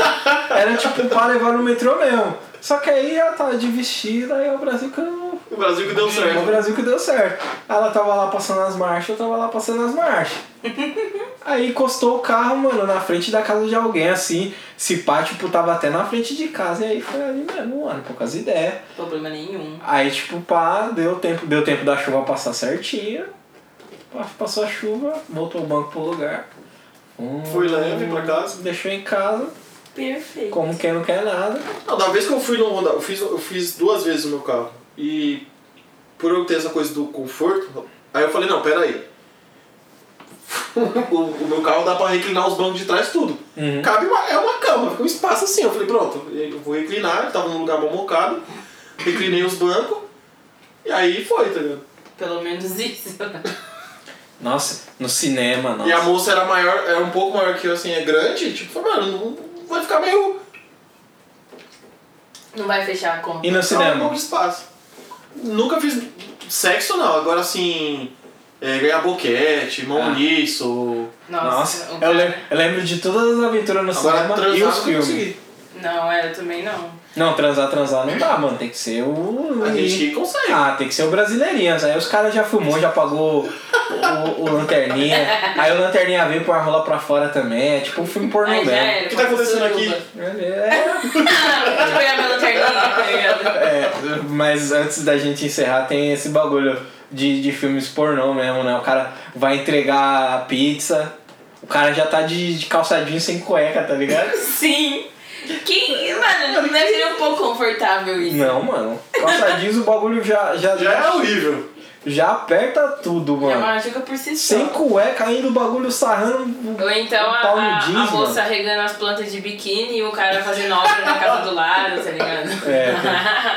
Speaker 1: Era tipo pra levar no metrô mesmo. Só que aí ela tava de vestida e o Brasil que não. é
Speaker 2: O Brasil que deu
Speaker 1: O
Speaker 2: certo.
Speaker 1: Brasil que deu certo. Ela tava lá passando as marchas, eu tava lá passando as marchas. Aí encostou o carro, mano, na frente da casa de alguém, assim. Se pá, tipo, tava até na frente de casa. E aí foi ali mesmo, mano, poucas ideias.
Speaker 3: Problema nenhum.
Speaker 1: Aí, tipo, pá, deu tempo, deu tempo da chuva passar certinho. Pá, Passou a chuva, voltou o banco pro lugar. Hum,
Speaker 2: Fui leve pra casa.
Speaker 1: Deixou em casa.
Speaker 3: Perfeito.
Speaker 1: Como quem não quer nada.
Speaker 2: Não, da vez que eu fui no Honda, eu fiz, eu fiz duas vezes o meu carro. E por eu ter essa coisa do conforto, aí eu falei, não, pera aí. o, o meu carro dá pra reclinar os bancos de trás tudo.
Speaker 1: Uhum.
Speaker 2: Cabe uma, é uma cama, fica um espaço assim. Eu falei, pronto, eu vou reclinar, eu tava num lugar mal mocado, reclinei os bancos, e aí foi, tá ligado?
Speaker 3: Pelo menos isso.
Speaker 1: Nossa, no cinema, nossa.
Speaker 2: E a moça era maior, era um pouco maior que eu, assim, é grande, tipo, falei, mano, não vai ficar meio.
Speaker 3: Não vai fechar a conta.
Speaker 1: E no
Speaker 2: Só um pouco
Speaker 1: cinema?
Speaker 2: de espaço. Nunca fiz sexo, não. Agora, assim, é, ganhar boquete, mão
Speaker 1: Ah.
Speaker 2: nisso.
Speaker 1: Nossa,
Speaker 3: o
Speaker 1: eu,
Speaker 3: cara-
Speaker 1: lembro, eu lembro de todas as aventuras no
Speaker 2: Agora,
Speaker 1: cinema Assim, é e
Speaker 2: transar
Speaker 1: os
Speaker 2: não
Speaker 1: filmes.
Speaker 2: consegui.
Speaker 3: Não, é, eu também não.
Speaker 1: Não, transar, transar não dá, mano. Tem que ser o.
Speaker 2: A gente que consegue.
Speaker 1: Ah, tem que ser o brasileirinhas. Aí os caras já fumou, já pagou o, o lanterninha. Aí o lanterninha veio pôr a rola pra fora também. É tipo um filme pornô
Speaker 3: Aí já
Speaker 1: velho.
Speaker 3: era.
Speaker 2: O que tá acontecendo aqui?
Speaker 1: É,
Speaker 3: Vou pegar minha lanterninha, tá ligado?
Speaker 1: é, mas antes da gente encerrar, tem esse bagulho de, de filmes pornô mesmo, né? O cara vai entregar a pizza, o cara já tá de, de calçadinho sem cueca, tá ligado?
Speaker 3: Sim. Que, mano, não deve ser um pouco confortável isso.
Speaker 1: Não, mano. Calçadinho o bagulho já, já,
Speaker 2: Já é horrível.
Speaker 1: já aperta tudo,
Speaker 3: É uma
Speaker 1: mano.
Speaker 3: ajuda por si só.
Speaker 1: Sem cueca ainda o bagulho sarrando.
Speaker 3: Ou então a,
Speaker 1: O pau no
Speaker 3: a- a
Speaker 1: jeans,
Speaker 3: moça
Speaker 1: mano.
Speaker 3: regando as plantas de biquíni e o cara fazendo obra na casa do lado, tá ligado?
Speaker 1: É,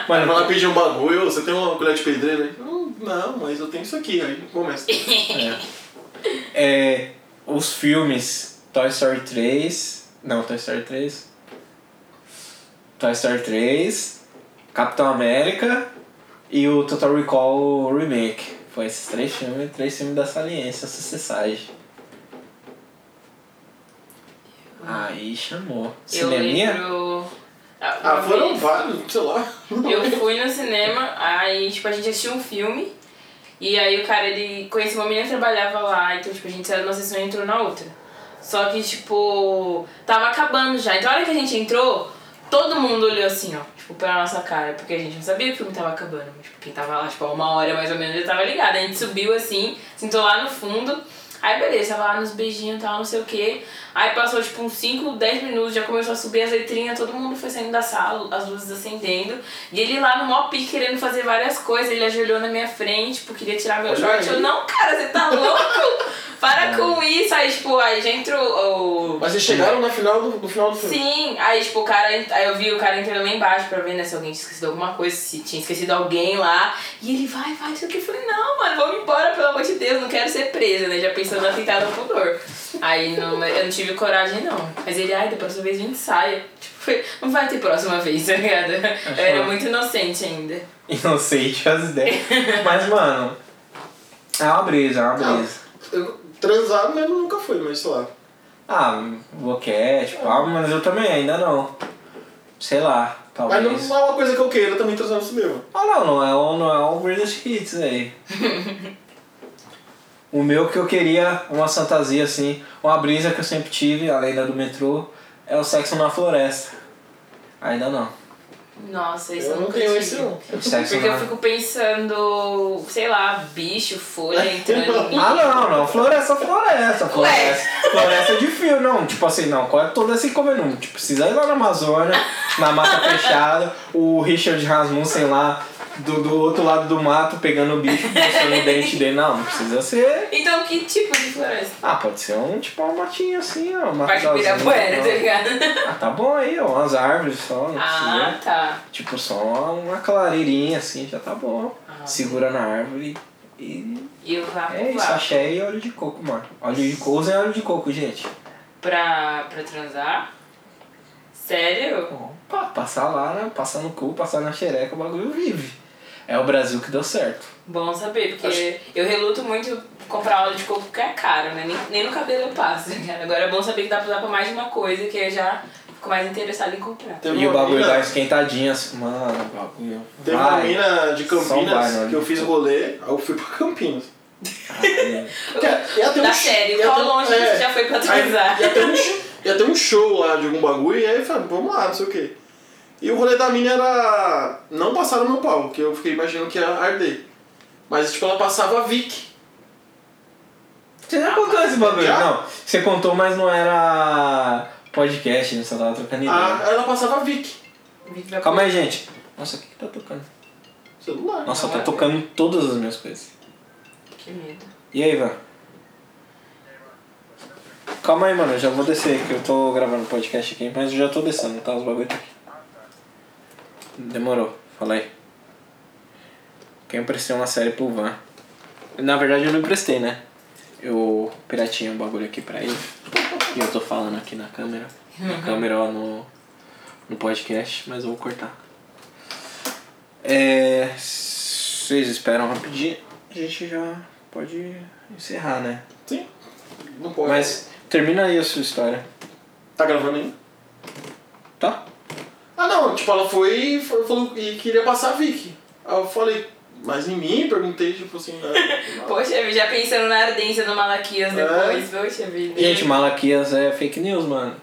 Speaker 2: Vai
Speaker 1: mano,
Speaker 2: lá pedir um bagulho, você tem uma colher de pedreiro aí? Hum, Não, mas eu tenho isso aqui. Aí começa.
Speaker 1: é, os filmes Toy Story 3. Não, Toy Story 3. Toy Story 3, Capitão América e o Total Recall Remake. Foi esses três filmes, três filmes da saliência, Sociedade. Aí chamou.
Speaker 3: eu
Speaker 1: Cineminha?
Speaker 3: lembro.
Speaker 2: Ah,
Speaker 3: uma
Speaker 2: foram
Speaker 3: vez-
Speaker 2: vários, sei lá.
Speaker 3: Eu fui no cinema, aí, tipo, a gente assistiu um filme. E aí o cara, ele conhecia uma menina que trabalhava lá, então, tipo, a gente saiu de uma sessão e entrou na outra. Só que, tipo, tava acabando já. Então, a hora que a gente entrou, todo mundo olhou assim, ó, tipo, pela nossa cara, porque a gente não sabia que o filme tava acabando. Mas, tipo, quem tava lá, tipo, há uma hora mais ou menos, já tava ligado. A gente subiu assim, sentou lá no fundo. Aí, beleza, tava lá nos beijinhos e tal, não sei o quê. Aí passou, tipo, uns 5, 10 minutos, já começou a subir as letrinhas, todo mundo foi saindo da sala, as luzes acendendo. E ele lá no mó pique querendo fazer várias coisas, ele ajoelhou na minha frente, tipo, queria tirar meu
Speaker 2: Olha
Speaker 3: short.
Speaker 2: aí.
Speaker 3: Eu, não, cara, você tá louco? Para com isso. Aí, tipo, aí já entrou o.
Speaker 2: Mas vocês chegaram na final do, no final do filme.
Speaker 3: Sim, aí tipo, o cara. Aí eu vi o cara entrando lá embaixo pra ver né, se alguém tinha esquecido alguma coisa, se tinha esquecido alguém lá. E ele vai, vai, isso aqui. Eu falei, não, mano, vamos embora, pelo amor de Deus, não quero ser presa, né? Já pensando no atentado ao pudor. Aí não, eu não tive coragem, não. Mas ele, ai, da próxima vez a gente saia. Tipo, foi, não vai ter próxima vez, tá ligado? Eu era muito inocente ainda.
Speaker 1: Inocente as ideias. Mas, mano, É uma brisa, é uma brisa.
Speaker 2: Eu, transar mesmo nunca fui, mas sei lá.
Speaker 1: Ah, boquete,
Speaker 2: É.
Speaker 1: pau, mas eu também ainda não. Sei lá,
Speaker 2: Mas
Speaker 1: talvez.
Speaker 2: não, não é uma coisa que eu queira também transar no meu.
Speaker 1: Ah não, não é o, não é o Greatest Hits aí. o meu que eu queria, uma fantasia assim, uma brisa que eu sempre tive, a lenda do metrô, é o sexo na floresta. Ainda não.
Speaker 3: Nossa, isso eu,
Speaker 2: Eu não
Speaker 3: nunca
Speaker 2: tenho
Speaker 3: tive.
Speaker 2: esse não.
Speaker 1: O sexo
Speaker 3: Porque
Speaker 1: na...
Speaker 3: eu fico pensando, sei lá, bicho, folha entrando em mim.
Speaker 1: Ah não, não, floresta, floresta, floresta. Floresta de fio, não. Tipo assim, não, corre toda esse comendo. Tipo, precisa ir lá na Amazônia, na mata fechada, o Richard Rasmussen lá do, do outro lado do mato pegando o bicho, puxando o dente dele. Não, não precisa ser.
Speaker 3: Então, que tipo de floresta?
Speaker 1: Ah, pode ser um tipo uma matinha assim, ó. Uma né?
Speaker 3: Parque
Speaker 1: matazinha,
Speaker 3: Pirapuera,
Speaker 1: ó.
Speaker 3: tá ligado?
Speaker 1: Ah, tá bom aí, ó. Umas árvores só, não
Speaker 3: Ah,
Speaker 1: precisa.
Speaker 3: tá.
Speaker 1: Tipo, só uma clareirinha assim, já tá bom. Segura na árvore e.
Speaker 3: E o vácuo
Speaker 1: É isso,
Speaker 3: lá.
Speaker 1: axé e óleo de coco, mano. Óleo de coco, usem óleo de coco, gente.
Speaker 3: Pra, pra transar?
Speaker 1: Tá
Speaker 3: Sério?
Speaker 1: Opa, passar lá, né? Passar no cu, passar na xereca, o bagulho vive. É o Brasil que deu certo.
Speaker 3: Bom saber, porque eu reluto muito comprar óleo de coco porque é caro, né? Nem, nem no cabelo eu passo, tá ligado? Agora é bom saber que dá pra usar pra mais de uma coisa que eu já fico mais interessada em comprar.
Speaker 2: Teve
Speaker 1: e o
Speaker 2: uma
Speaker 1: bagulho
Speaker 2: mina-
Speaker 1: dá esquentadinha assim, mano, o bagulho. um
Speaker 2: Teve uma
Speaker 1: vai.
Speaker 2: mina de
Speaker 1: Só vai, né?
Speaker 2: Campinas
Speaker 1: não.
Speaker 2: que eu fiz rolê, aí eu fui pra Campinas.
Speaker 1: é-
Speaker 3: Eu-
Speaker 2: Ia- ia ter
Speaker 3: da
Speaker 2: um-
Speaker 3: série,
Speaker 2: ia
Speaker 3: qual
Speaker 2: ter-
Speaker 3: longe
Speaker 2: é.
Speaker 3: você já foi pra
Speaker 2: Aí,
Speaker 3: transar?
Speaker 2: Ia ter, um, sh- ia ter um show lá de algum bagulho, e aí eu falei, "Ah, vamos lá, não sei o quê. E o rolê da mina era. Não passaram meu pau, que eu fiquei imaginando que ia arder. Mas tipo, ela passava a Vic.
Speaker 1: Você Ah, já contou esse bagulho?
Speaker 2: Já?
Speaker 1: Não, você contou, mas não era podcast, né? Só tava trocando ideia.
Speaker 2: Ah, ela passava a Vic.
Speaker 1: Calma aí, gente. Nossa, o que que tá tocando?
Speaker 2: Celular.
Speaker 1: Nossa,
Speaker 3: Não,
Speaker 1: tá
Speaker 3: é.
Speaker 1: tocando todas as minhas coisas.
Speaker 3: Que medo.
Speaker 1: E aí, Ivan? Calma aí, mano, eu já vou descer, que eu tô gravando podcast aqui, mas eu já tô descendo, tá? Os bagulho tá aqui. Demorou, fala aí. Que eu emprestei uma série pro Van. Na verdade eu não emprestei, né? Eu piratinha um bagulho aqui pra ele. E eu tô falando aqui na câmera. Na câmera, ó, no, no podcast, mas eu vou cortar. É. Vocês esperam rapidinho. A gente já pode encerrar, né?
Speaker 2: Sim. Não pode.
Speaker 1: Mas termina aí a sua história.
Speaker 2: Tá gravando ainda?
Speaker 1: Tá?
Speaker 2: Ah não, tipo, ela foi e foi- falou e queria passar a Vic. Aí eu falei, mas em mim? Perguntei, tipo assim. né?
Speaker 3: Poxa vida, já pensando na ardência do Malaquias depois, poxa vida.
Speaker 1: É. Gente, Malaquias é fake news, mano.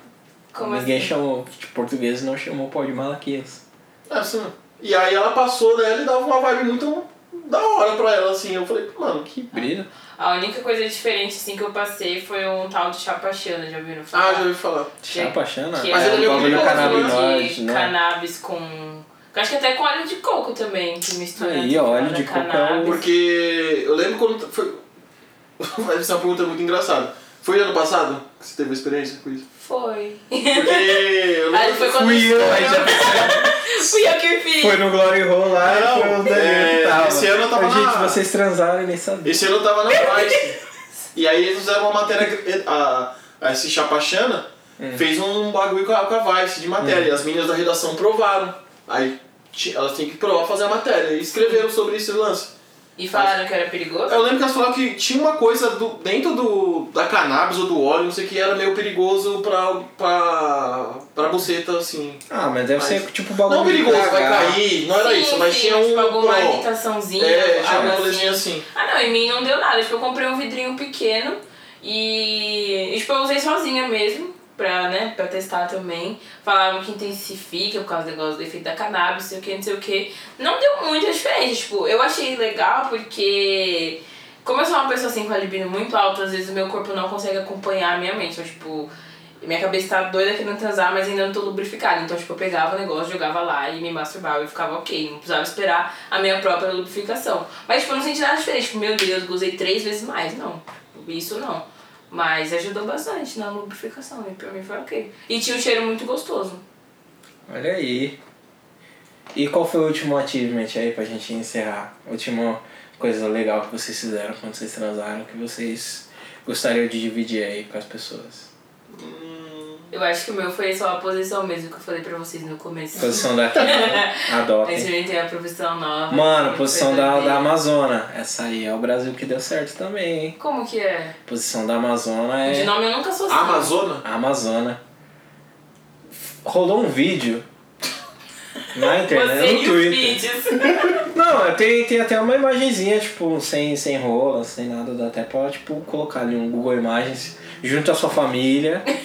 Speaker 3: Como
Speaker 1: Ninguém
Speaker 3: assim?
Speaker 1: chamou, de português não chamou o pau de Malaquias.
Speaker 2: É, assim. E aí ela passou dela e dava uma vibe muito da hora pra ela, assim. Eu falei, mano, que.
Speaker 1: Brisa.
Speaker 3: A única coisa diferente assim que eu passei foi um tal de chapa chana, já ouviram falar?
Speaker 2: Ah, já ouvi falar.
Speaker 1: Chapa Xana.
Speaker 3: Que
Speaker 2: Mas
Speaker 3: é
Speaker 2: ele é
Speaker 1: o
Speaker 2: um
Speaker 1: bagulho
Speaker 2: pouco
Speaker 1: canabinoide,
Speaker 3: de
Speaker 1: né?
Speaker 3: cannabis com. Eu acho que até com óleo de coco também, que mistura.
Speaker 1: Aí,
Speaker 3: tudo,
Speaker 1: ó, óleo
Speaker 3: né,
Speaker 1: de coco é o-
Speaker 3: cannabis.
Speaker 2: Porque eu lembro quando. Foi... Vai ser uma pergunta é muito engraçada. Foi ano passado que você teve experiência com isso?
Speaker 3: Foi.
Speaker 2: Porque eu
Speaker 3: Aí
Speaker 2: lembro.
Speaker 3: foi quando
Speaker 1: Fui eu, aí já
Speaker 3: Fui eu que fiz.
Speaker 1: Foi no Glory Hole lá
Speaker 2: Não,
Speaker 1: e foi o Daniel que
Speaker 2: é,
Speaker 1: tava.
Speaker 2: esse ano eu tava
Speaker 1: Ô, Gente,
Speaker 2: na-
Speaker 1: vocês transaram e nem sabiam.
Speaker 2: Esse ano eu tava na Vice. e aí eles fizeram uma matéria. A, a, esse Chapachana fez um bagulho com a, com a Vice de matéria. E as meninas da redação provaram. Aí ti- elas têm que provar fazer a matéria. E escreveram sobre esse lance.
Speaker 3: E falaram que era perigoso?
Speaker 2: Eu lembro que elas falaram que tinha uma coisa do, dentro do, da cannabis ou do óleo, não sei o que, era meio perigoso pra, pra, pra buceta, assim.
Speaker 1: Ah, mas deve
Speaker 2: Mas-
Speaker 1: ser tipo bagulho.
Speaker 2: Não perigoso,
Speaker 1: de
Speaker 2: vai
Speaker 1: cagar.
Speaker 2: cair, não era
Speaker 3: Sim,
Speaker 2: isso, mas
Speaker 3: sim,
Speaker 2: tinha um.
Speaker 3: tipo, alguma
Speaker 2: pró.
Speaker 3: limitaçãozinha,
Speaker 2: É, tinha
Speaker 3: algo
Speaker 2: um
Speaker 3: assim.
Speaker 2: rolezinho assim.
Speaker 3: Ah, não, em mim não deu nada. Tipo, eu comprei um vidrinho pequeno e, e, tipo, eu usei sozinha mesmo. Pra, né, pra testar também. Falavam que intensifica por causa do negócio do efeito da cannabis, não sei o que, não sei o que. Não deu muita diferença. Tipo, eu achei legal porque. Como eu sou uma pessoa assim com a libido muito alta, às vezes o meu corpo não consegue acompanhar a minha mente. Então, tipo, minha cabeça tá doida querendo transar, mas ainda não tô lubrificada. Então, tipo, eu pegava o negócio, jogava lá e me masturbava e ficava ok. Não precisava esperar a minha própria lubrificação. Mas, tipo, eu não senti nada diferente. Tipo, meu Deus, gozei três vezes mais. Não, isso não. Mas ajudou bastante na lubrificação e pra mim foi ok. E tinha um cheiro muito gostoso.
Speaker 1: Olha aí. E qual foi o último achievement aí pra gente encerrar? Última coisa legal que vocês fizeram quando vocês transaram, que vocês gostariam de dividir aí com as pessoas.
Speaker 2: Hum,
Speaker 3: Eu acho que o meu foi só a posição mesmo que eu falei pra vocês no começo.
Speaker 1: Posição da
Speaker 3: Tá A
Speaker 1: Adotem.
Speaker 3: gente tem a profissão nova.
Speaker 1: Mano, posição da, da
Speaker 3: Amazônia.
Speaker 1: Amazona. Essa aí é o Brasil que deu certo também, hein?
Speaker 3: Como que é?
Speaker 1: Posição da Amazona é.
Speaker 3: De nome eu nunca sou
Speaker 2: assim.
Speaker 3: assim.
Speaker 2: Amazona?
Speaker 1: A Amazona. Rolou um vídeo na internet,
Speaker 3: Você
Speaker 1: né? no
Speaker 3: e os
Speaker 1: Twitter.
Speaker 3: vídeos.
Speaker 1: Não, é, tem, tem até uma imagenzinha, tipo, sem, sem rola, sem nada, dá até pra, tipo, colocar ali um Google Imagens junto à sua família.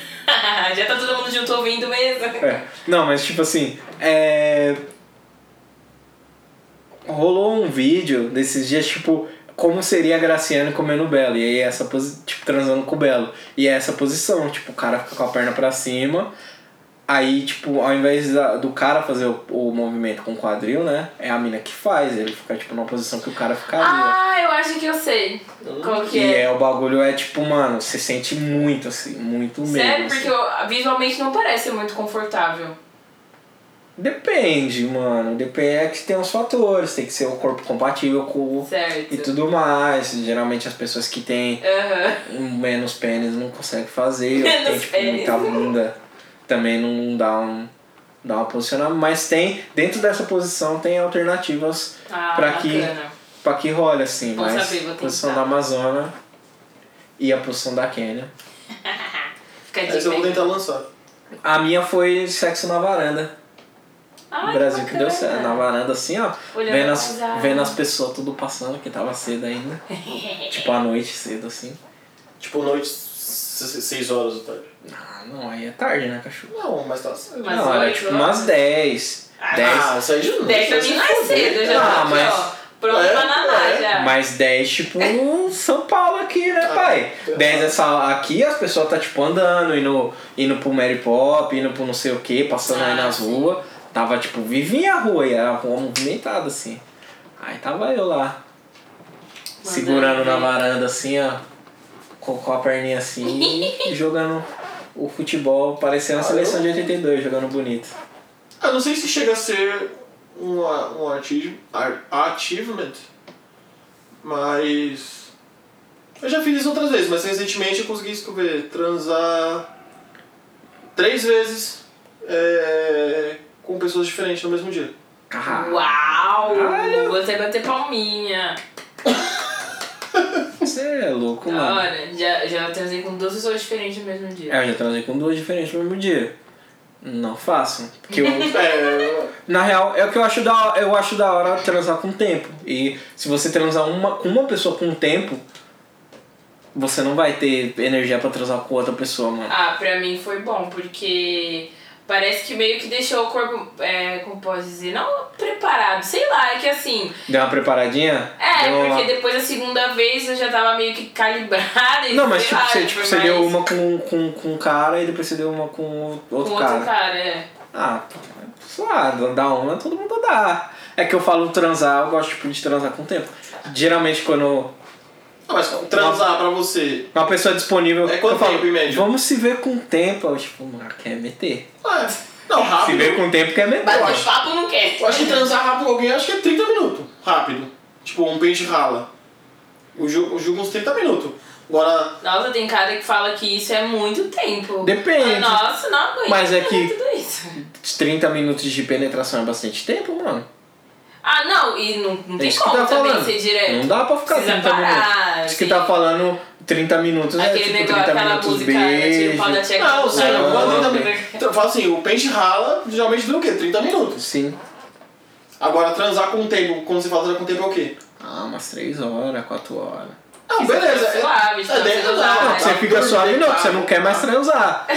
Speaker 3: Já tá todo mundo junto ouvindo mesmo.
Speaker 1: É. Não, mas tipo assim, é. Rolou um vídeo desses dias, tipo, como seria a Graciane comendo o Belo. E aí essa posi... tipo, transando com o Belo. E é essa posição, tipo, o cara fica com a perna pra cima. Aí, tipo, ao invés da- do cara fazer o, o movimento com o quadril, né? É a mina que faz. Ele fica, tipo, numa posição que o cara ficaria.
Speaker 3: Ah, eu acho que eu sei. Qual que
Speaker 1: E
Speaker 3: é?
Speaker 1: é, o bagulho é tipo, mano, você sente muito, assim, muito mesmo.
Speaker 3: Sério,
Speaker 1: assim.
Speaker 3: porque eu- visualmente não parece muito confortável.
Speaker 1: Depende, mano. Depende é que tem uns fatores, tem que ser um corpo compatível com
Speaker 3: Certo.
Speaker 1: e tudo mais. Geralmente as pessoas que têm
Speaker 3: Aham.
Speaker 1: menos pênis não conseguem fazer, ou que tem
Speaker 3: Menos
Speaker 1: tipo,
Speaker 3: pênis.
Speaker 1: muita bunda também não dá um dá uma posicionamento, mas tem dentro dessa posição tem alternativas
Speaker 3: Ah,
Speaker 1: Pra que-
Speaker 3: bacana.
Speaker 1: pra que role assim,
Speaker 3: Bom
Speaker 1: mas
Speaker 3: saber, vou
Speaker 1: a posição
Speaker 3: tentar.
Speaker 1: da Amazona e a posição da Kenya.
Speaker 3: Fica a
Speaker 2: Mas
Speaker 3: dica
Speaker 2: eu vou
Speaker 3: aí.
Speaker 2: tentar lançar.
Speaker 1: A minha foi sexo na varanda.
Speaker 3: Ah,
Speaker 1: No Brasil que deu
Speaker 3: bacana.
Speaker 1: certo. Na varanda, assim, ó.
Speaker 3: Olhando
Speaker 1: Vendo
Speaker 3: a
Speaker 1: as,
Speaker 3: paisagem.
Speaker 1: vendo as pessoas tudo passando, que tava cedo ainda. tipo, à noite cedo, assim.
Speaker 2: Tipo, noite, 6 horas da tarde.
Speaker 1: Ah, não, aí é tarde, né, cachorro?
Speaker 2: Não, mas tá cedo.
Speaker 3: Mas- Umas
Speaker 1: não, era
Speaker 3: oito
Speaker 1: tipo
Speaker 3: horas?
Speaker 1: umas 10.
Speaker 3: Ah,
Speaker 1: 10.
Speaker 2: Ah, isso aí de noite.
Speaker 3: Dez pra
Speaker 2: vai
Speaker 3: mim
Speaker 2: se
Speaker 3: não é
Speaker 2: fuder.
Speaker 3: cedo, eu já
Speaker 1: Ah,
Speaker 3: tô aqui,
Speaker 1: mas-
Speaker 3: ó. Pronto
Speaker 2: É,
Speaker 3: pra nanar
Speaker 2: é.
Speaker 3: já.
Speaker 1: Mas 10, tipo, São Paulo aqui, né,
Speaker 2: Ah,
Speaker 1: pai?
Speaker 2: tá.
Speaker 1: 10 essa, aqui as pessoas tá, tipo, andando, indo, indo pro Mary Pop, indo pro não sei o que, passando aí
Speaker 3: Ah,
Speaker 1: nas
Speaker 3: sim.
Speaker 1: ruas. Tava, tipo, vivinha a rua e era uma rua movimentada, assim. Aí tava eu lá, segurando na varanda, assim, ó, com, com a perninha assim, e jogando o futebol, parecendo
Speaker 2: Tá
Speaker 1: a seleção de 82, jogando bonito.
Speaker 2: Eu Ah, não sei se chega a ser um, a- um ati- ar- achievement, mas. Eu já fiz isso outras vezes, mas recentemente eu consegui descobrir transar três vezes é, com pessoas diferentes no mesmo dia.
Speaker 1: Caralho,
Speaker 3: Uau!
Speaker 1: Caralho.
Speaker 3: Você bater palminha.
Speaker 1: você é louco,
Speaker 3: Da
Speaker 1: mano.
Speaker 3: hora. Já, já transei com duas pessoas diferentes no mesmo dia.
Speaker 1: É, eu já transei com duas diferentes no mesmo dia. Não faço. Porque eu,
Speaker 2: É,
Speaker 1: na real, é o que eu acho da hora, eu acho da hora transar com tempo. E se você transar uma, com uma pessoa com tempo, você não vai ter energia pra transar com outra pessoa, mano.
Speaker 3: Ah, pra mim foi bom, porque parece que meio que deixou o corpo, é, como posso dizer, não preparado, sei lá, é que assim.
Speaker 1: Deu uma preparadinha?
Speaker 3: É,
Speaker 1: Deu uma-
Speaker 3: porque depois da segunda vez eu já tava meio que calibrada e
Speaker 1: Não, mas
Speaker 3: sei
Speaker 1: tipo,
Speaker 3: lá, né,
Speaker 1: você, tipo,
Speaker 3: foi
Speaker 1: você
Speaker 3: mais
Speaker 1: deu uma com, com, com um cara e depois você deu uma com o- outro,
Speaker 3: com outro cara. é.
Speaker 1: Ah, pô, sei lá, dá uma, todo mundo dá. É que eu falo transar, eu gosto tipo, de transar com tempo. Geralmente quando
Speaker 2: não, mas transar pra você.
Speaker 1: Uma pessoa disponível.
Speaker 2: É quanto
Speaker 1: eu falo,
Speaker 2: tempo, em média?
Speaker 1: Vamos se ver com o tempo. Eu, tipo, mano, quer meter.
Speaker 2: Ah, não,
Speaker 1: Se
Speaker 2: rápido.
Speaker 1: ver com o tempo quer meter.
Speaker 3: Bater
Speaker 2: acho-
Speaker 3: papo não quer.
Speaker 2: Eu acho que transar rápido com alguém, eu acho que é 30 minutos. Rápido. Tipo, um pente rala. O jogo, o jogo uns 30 minutos. Agora,
Speaker 3: Nossa, tem cara que fala que isso é muito tempo.
Speaker 1: Depende.
Speaker 3: Ah, Nossa, não aguento
Speaker 1: Mas é
Speaker 3: fazer
Speaker 1: que-
Speaker 3: tudo isso.
Speaker 1: 30 minutos de penetração é bastante tempo, mano.
Speaker 3: Ah, não, e não, não tem
Speaker 1: Isso que
Speaker 3: como
Speaker 1: tá
Speaker 3: também
Speaker 1: falando.
Speaker 3: ser direto.
Speaker 1: Não dá pra ficar assim
Speaker 3: Precisa
Speaker 1: 30
Speaker 3: parar,
Speaker 1: minutos. Isso que tá
Speaker 3: assim.
Speaker 1: falando 30 minutos, né?
Speaker 3: Aquele
Speaker 1: Tipo,
Speaker 3: negócio,
Speaker 1: 30
Speaker 3: aquela
Speaker 1: minutos
Speaker 3: música, né, tira o pau da
Speaker 1: beijo.
Speaker 3: tcheca.
Speaker 2: Não, sério,
Speaker 1: não,
Speaker 2: eu
Speaker 1: não,
Speaker 2: também. Eu falo assim, o pente rala geralmente dura o quê? 30 minutos.
Speaker 1: Sim.
Speaker 2: Agora, transar com o tempo, quando você fala transar com o tempo, é o quê?
Speaker 1: Ah, umas 3 horas, 4 horas.
Speaker 2: Não,
Speaker 3: Isso
Speaker 2: beleza.
Speaker 3: é
Speaker 2: É,
Speaker 3: suave,
Speaker 2: é
Speaker 3: então você
Speaker 2: dentro
Speaker 3: não
Speaker 2: da-
Speaker 3: vai.
Speaker 2: tá,
Speaker 1: Não, você fica
Speaker 2: dormir,
Speaker 1: suave não,
Speaker 2: tá,
Speaker 1: um você não quer mais transar.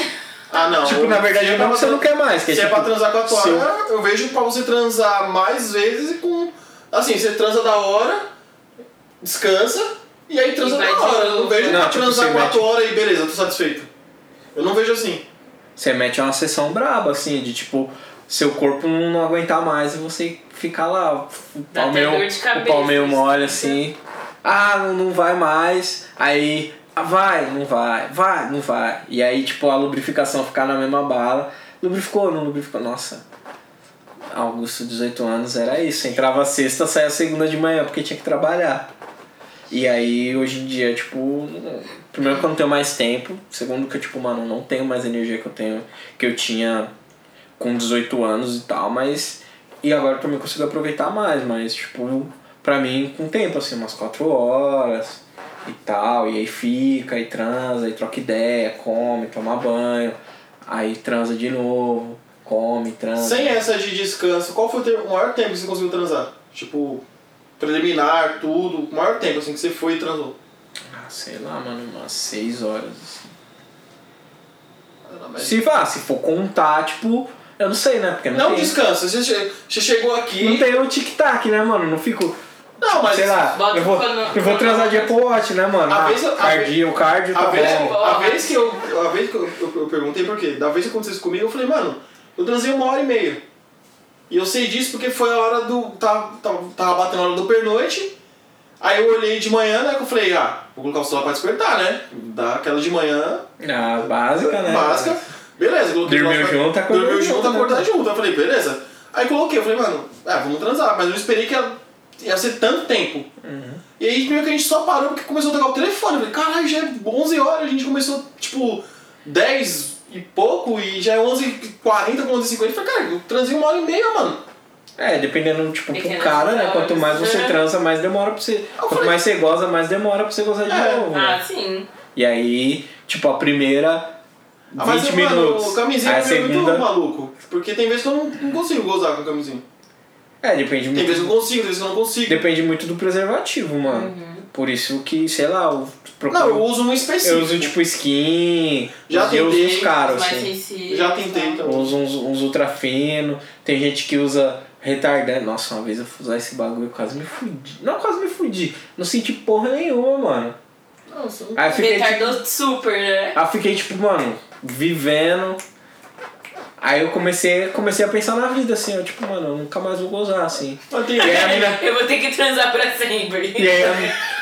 Speaker 2: Ah, não.
Speaker 1: Tipo, na verdade,
Speaker 2: Se é
Speaker 1: não,
Speaker 2: pra
Speaker 1: você não quer mais, que é
Speaker 2: Se é
Speaker 1: tipo,
Speaker 2: pra transar com a tua
Speaker 1: se eu-
Speaker 2: hora, eu vejo pra você transar mais vezes e com... Assim, você transa da hora, descansa, e aí transa
Speaker 3: E vai
Speaker 2: da
Speaker 3: de
Speaker 2: hora. Eu não
Speaker 3: novo.
Speaker 2: vejo
Speaker 1: Não,
Speaker 2: pra
Speaker 1: tipo,
Speaker 2: transar
Speaker 1: você
Speaker 2: com a
Speaker 1: mete-
Speaker 2: tua hora e beleza, tô satisfeito. Eu não vejo assim.
Speaker 1: Você mete uma sessão braba, assim, de tipo, seu corpo não, não aguentar mais e você ficar lá, o
Speaker 3: Dá
Speaker 1: pau
Speaker 3: até
Speaker 1: meio,
Speaker 3: dor de
Speaker 1: o pau meio
Speaker 3: cabeça,
Speaker 1: mole,
Speaker 3: assim.
Speaker 1: assim. Ah, não, não vai mais. Aí, ah, vai, não vai, vai, não vai. E aí, tipo, a lubrificação ficar na mesma bala. Lubrificou, não lubrificou. Nossa. Augusto, 18 anos, era isso. Entrava sexta, saía segunda de manhã, porque tinha que trabalhar. E aí, hoje em dia, tipo, primeiro que eu não tenho mais tempo, segundo que eu, tipo, mano, não tenho mais a energia que eu tenho, que eu tinha com 18 anos e tal, mas. E agora eu também consigo aproveitar mais, mas, tipo, pra mim, com tempo, assim, umas 4 horas e tal, e aí fica, e transa, e troca ideia, come, toma banho, aí transa de novo, come, transa.
Speaker 2: Sem essa de descanso, qual foi o, te- o maior tempo que você conseguiu transar? Tipo, preliminar, tudo, o maior tempo assim que você foi e transou.
Speaker 1: Ah, sei lá, mano, umas 6 horas, assim.
Speaker 2: Não,
Speaker 1: Se, ah, se for contar, tipo, eu não sei, né? Porque não, tem.
Speaker 2: descansa, você, che- você chegou aqui.
Speaker 1: Não tem o tic-tac, né, mano? Não fico.
Speaker 2: Não, mas
Speaker 1: sei lá,
Speaker 3: Bota
Speaker 1: eu vou,
Speaker 3: pra não-
Speaker 1: eu vou transar de Apple Watch, né, mano?
Speaker 2: A
Speaker 1: Ah,
Speaker 2: vez eu- a
Speaker 1: cardio, cardio,
Speaker 2: A
Speaker 1: tá
Speaker 2: vez,
Speaker 1: bom.
Speaker 2: a vez que, eu, a vez que eu, eu, eu perguntei por quê? Da vez que aconteceu isso comigo, eu falei, mano, eu transei uma hora e meia. E eu sei disso porque foi a hora do. Tava, tava, tava batendo a hora do pernoite. Aí eu olhei de manhã, né? Que eu falei, ah, vou colocar o celular pra despertar, né? Dá aquela de manhã,
Speaker 1: Ah, básica, né?
Speaker 2: básica. Beleza, coloquei
Speaker 1: Dormiu
Speaker 2: o celular pra-
Speaker 1: junto, acordou
Speaker 2: Dormiu junto,
Speaker 1: junto, né?
Speaker 2: acordar junto. Eu falei, beleza. Aí coloquei, eu falei, mano, ah, vamos transar, mas eu não esperei que ia, ia ser tanto tempo.
Speaker 1: Uhum.
Speaker 2: E aí meio que a gente só parou porque começou a tocar o telefone. Eu falei, caralho, já é 11 horas, a gente começou, tipo, 10 e pouco, e já é 11h40 com 11h50. Eu falei, cara, eu transei uma hora e meia, mano.
Speaker 1: É, dependendo, tipo, pro
Speaker 3: Pequenas
Speaker 1: cara, né? Quanto
Speaker 3: horas.
Speaker 1: mais você
Speaker 3: É.
Speaker 1: transa, mais demora pra você. Quanto
Speaker 2: falei-
Speaker 1: mais você goza, mais demora pra você gozar de
Speaker 2: É.
Speaker 1: novo. né?
Speaker 3: Ah, sim.
Speaker 1: E aí, tipo, a primeira. 20
Speaker 2: Ah, mas,
Speaker 1: minutos.
Speaker 2: mano, camisinha
Speaker 1: aí a
Speaker 2: é muito
Speaker 1: segunda.
Speaker 2: maluco. Porque tem vezes que eu não, não consigo gozar com camisinha.
Speaker 1: É, depende
Speaker 2: Tem
Speaker 1: muito.
Speaker 2: vezes que eu consigo, tem vezes que eu não consigo.
Speaker 1: Depende muito do preservativo, mano. Por isso que, sei lá, eu procuro.
Speaker 2: Não, eu uso um específico.
Speaker 1: Eu uso tipo skin,
Speaker 2: Já
Speaker 1: eu uso
Speaker 2: tentei,
Speaker 1: uns caros,
Speaker 3: mais
Speaker 1: assim.
Speaker 3: sensível.
Speaker 2: Já tentei,
Speaker 3: tá?
Speaker 2: então.
Speaker 1: Eu uso uns, uns ultra fino, tem gente que usa retardante. Nossa, uma vez eu fui usar esse bagulho, eu quase me fudi. Não, quase me fudi. Não senti porra nenhuma, mano.
Speaker 2: Nossa, um eu não
Speaker 1: Aí eu fiquei, tipo,
Speaker 3: Retardou super, né?
Speaker 1: aí eu fiquei tipo, mano, vivendo. Aí eu comecei, comecei a pensar na vida, assim, eu tipo, mano, eu nunca mais vou gozar, assim.
Speaker 2: Mas tem-
Speaker 1: E aí a mina,
Speaker 3: Eu vou ter que transar pra sempre.
Speaker 1: E aí, a-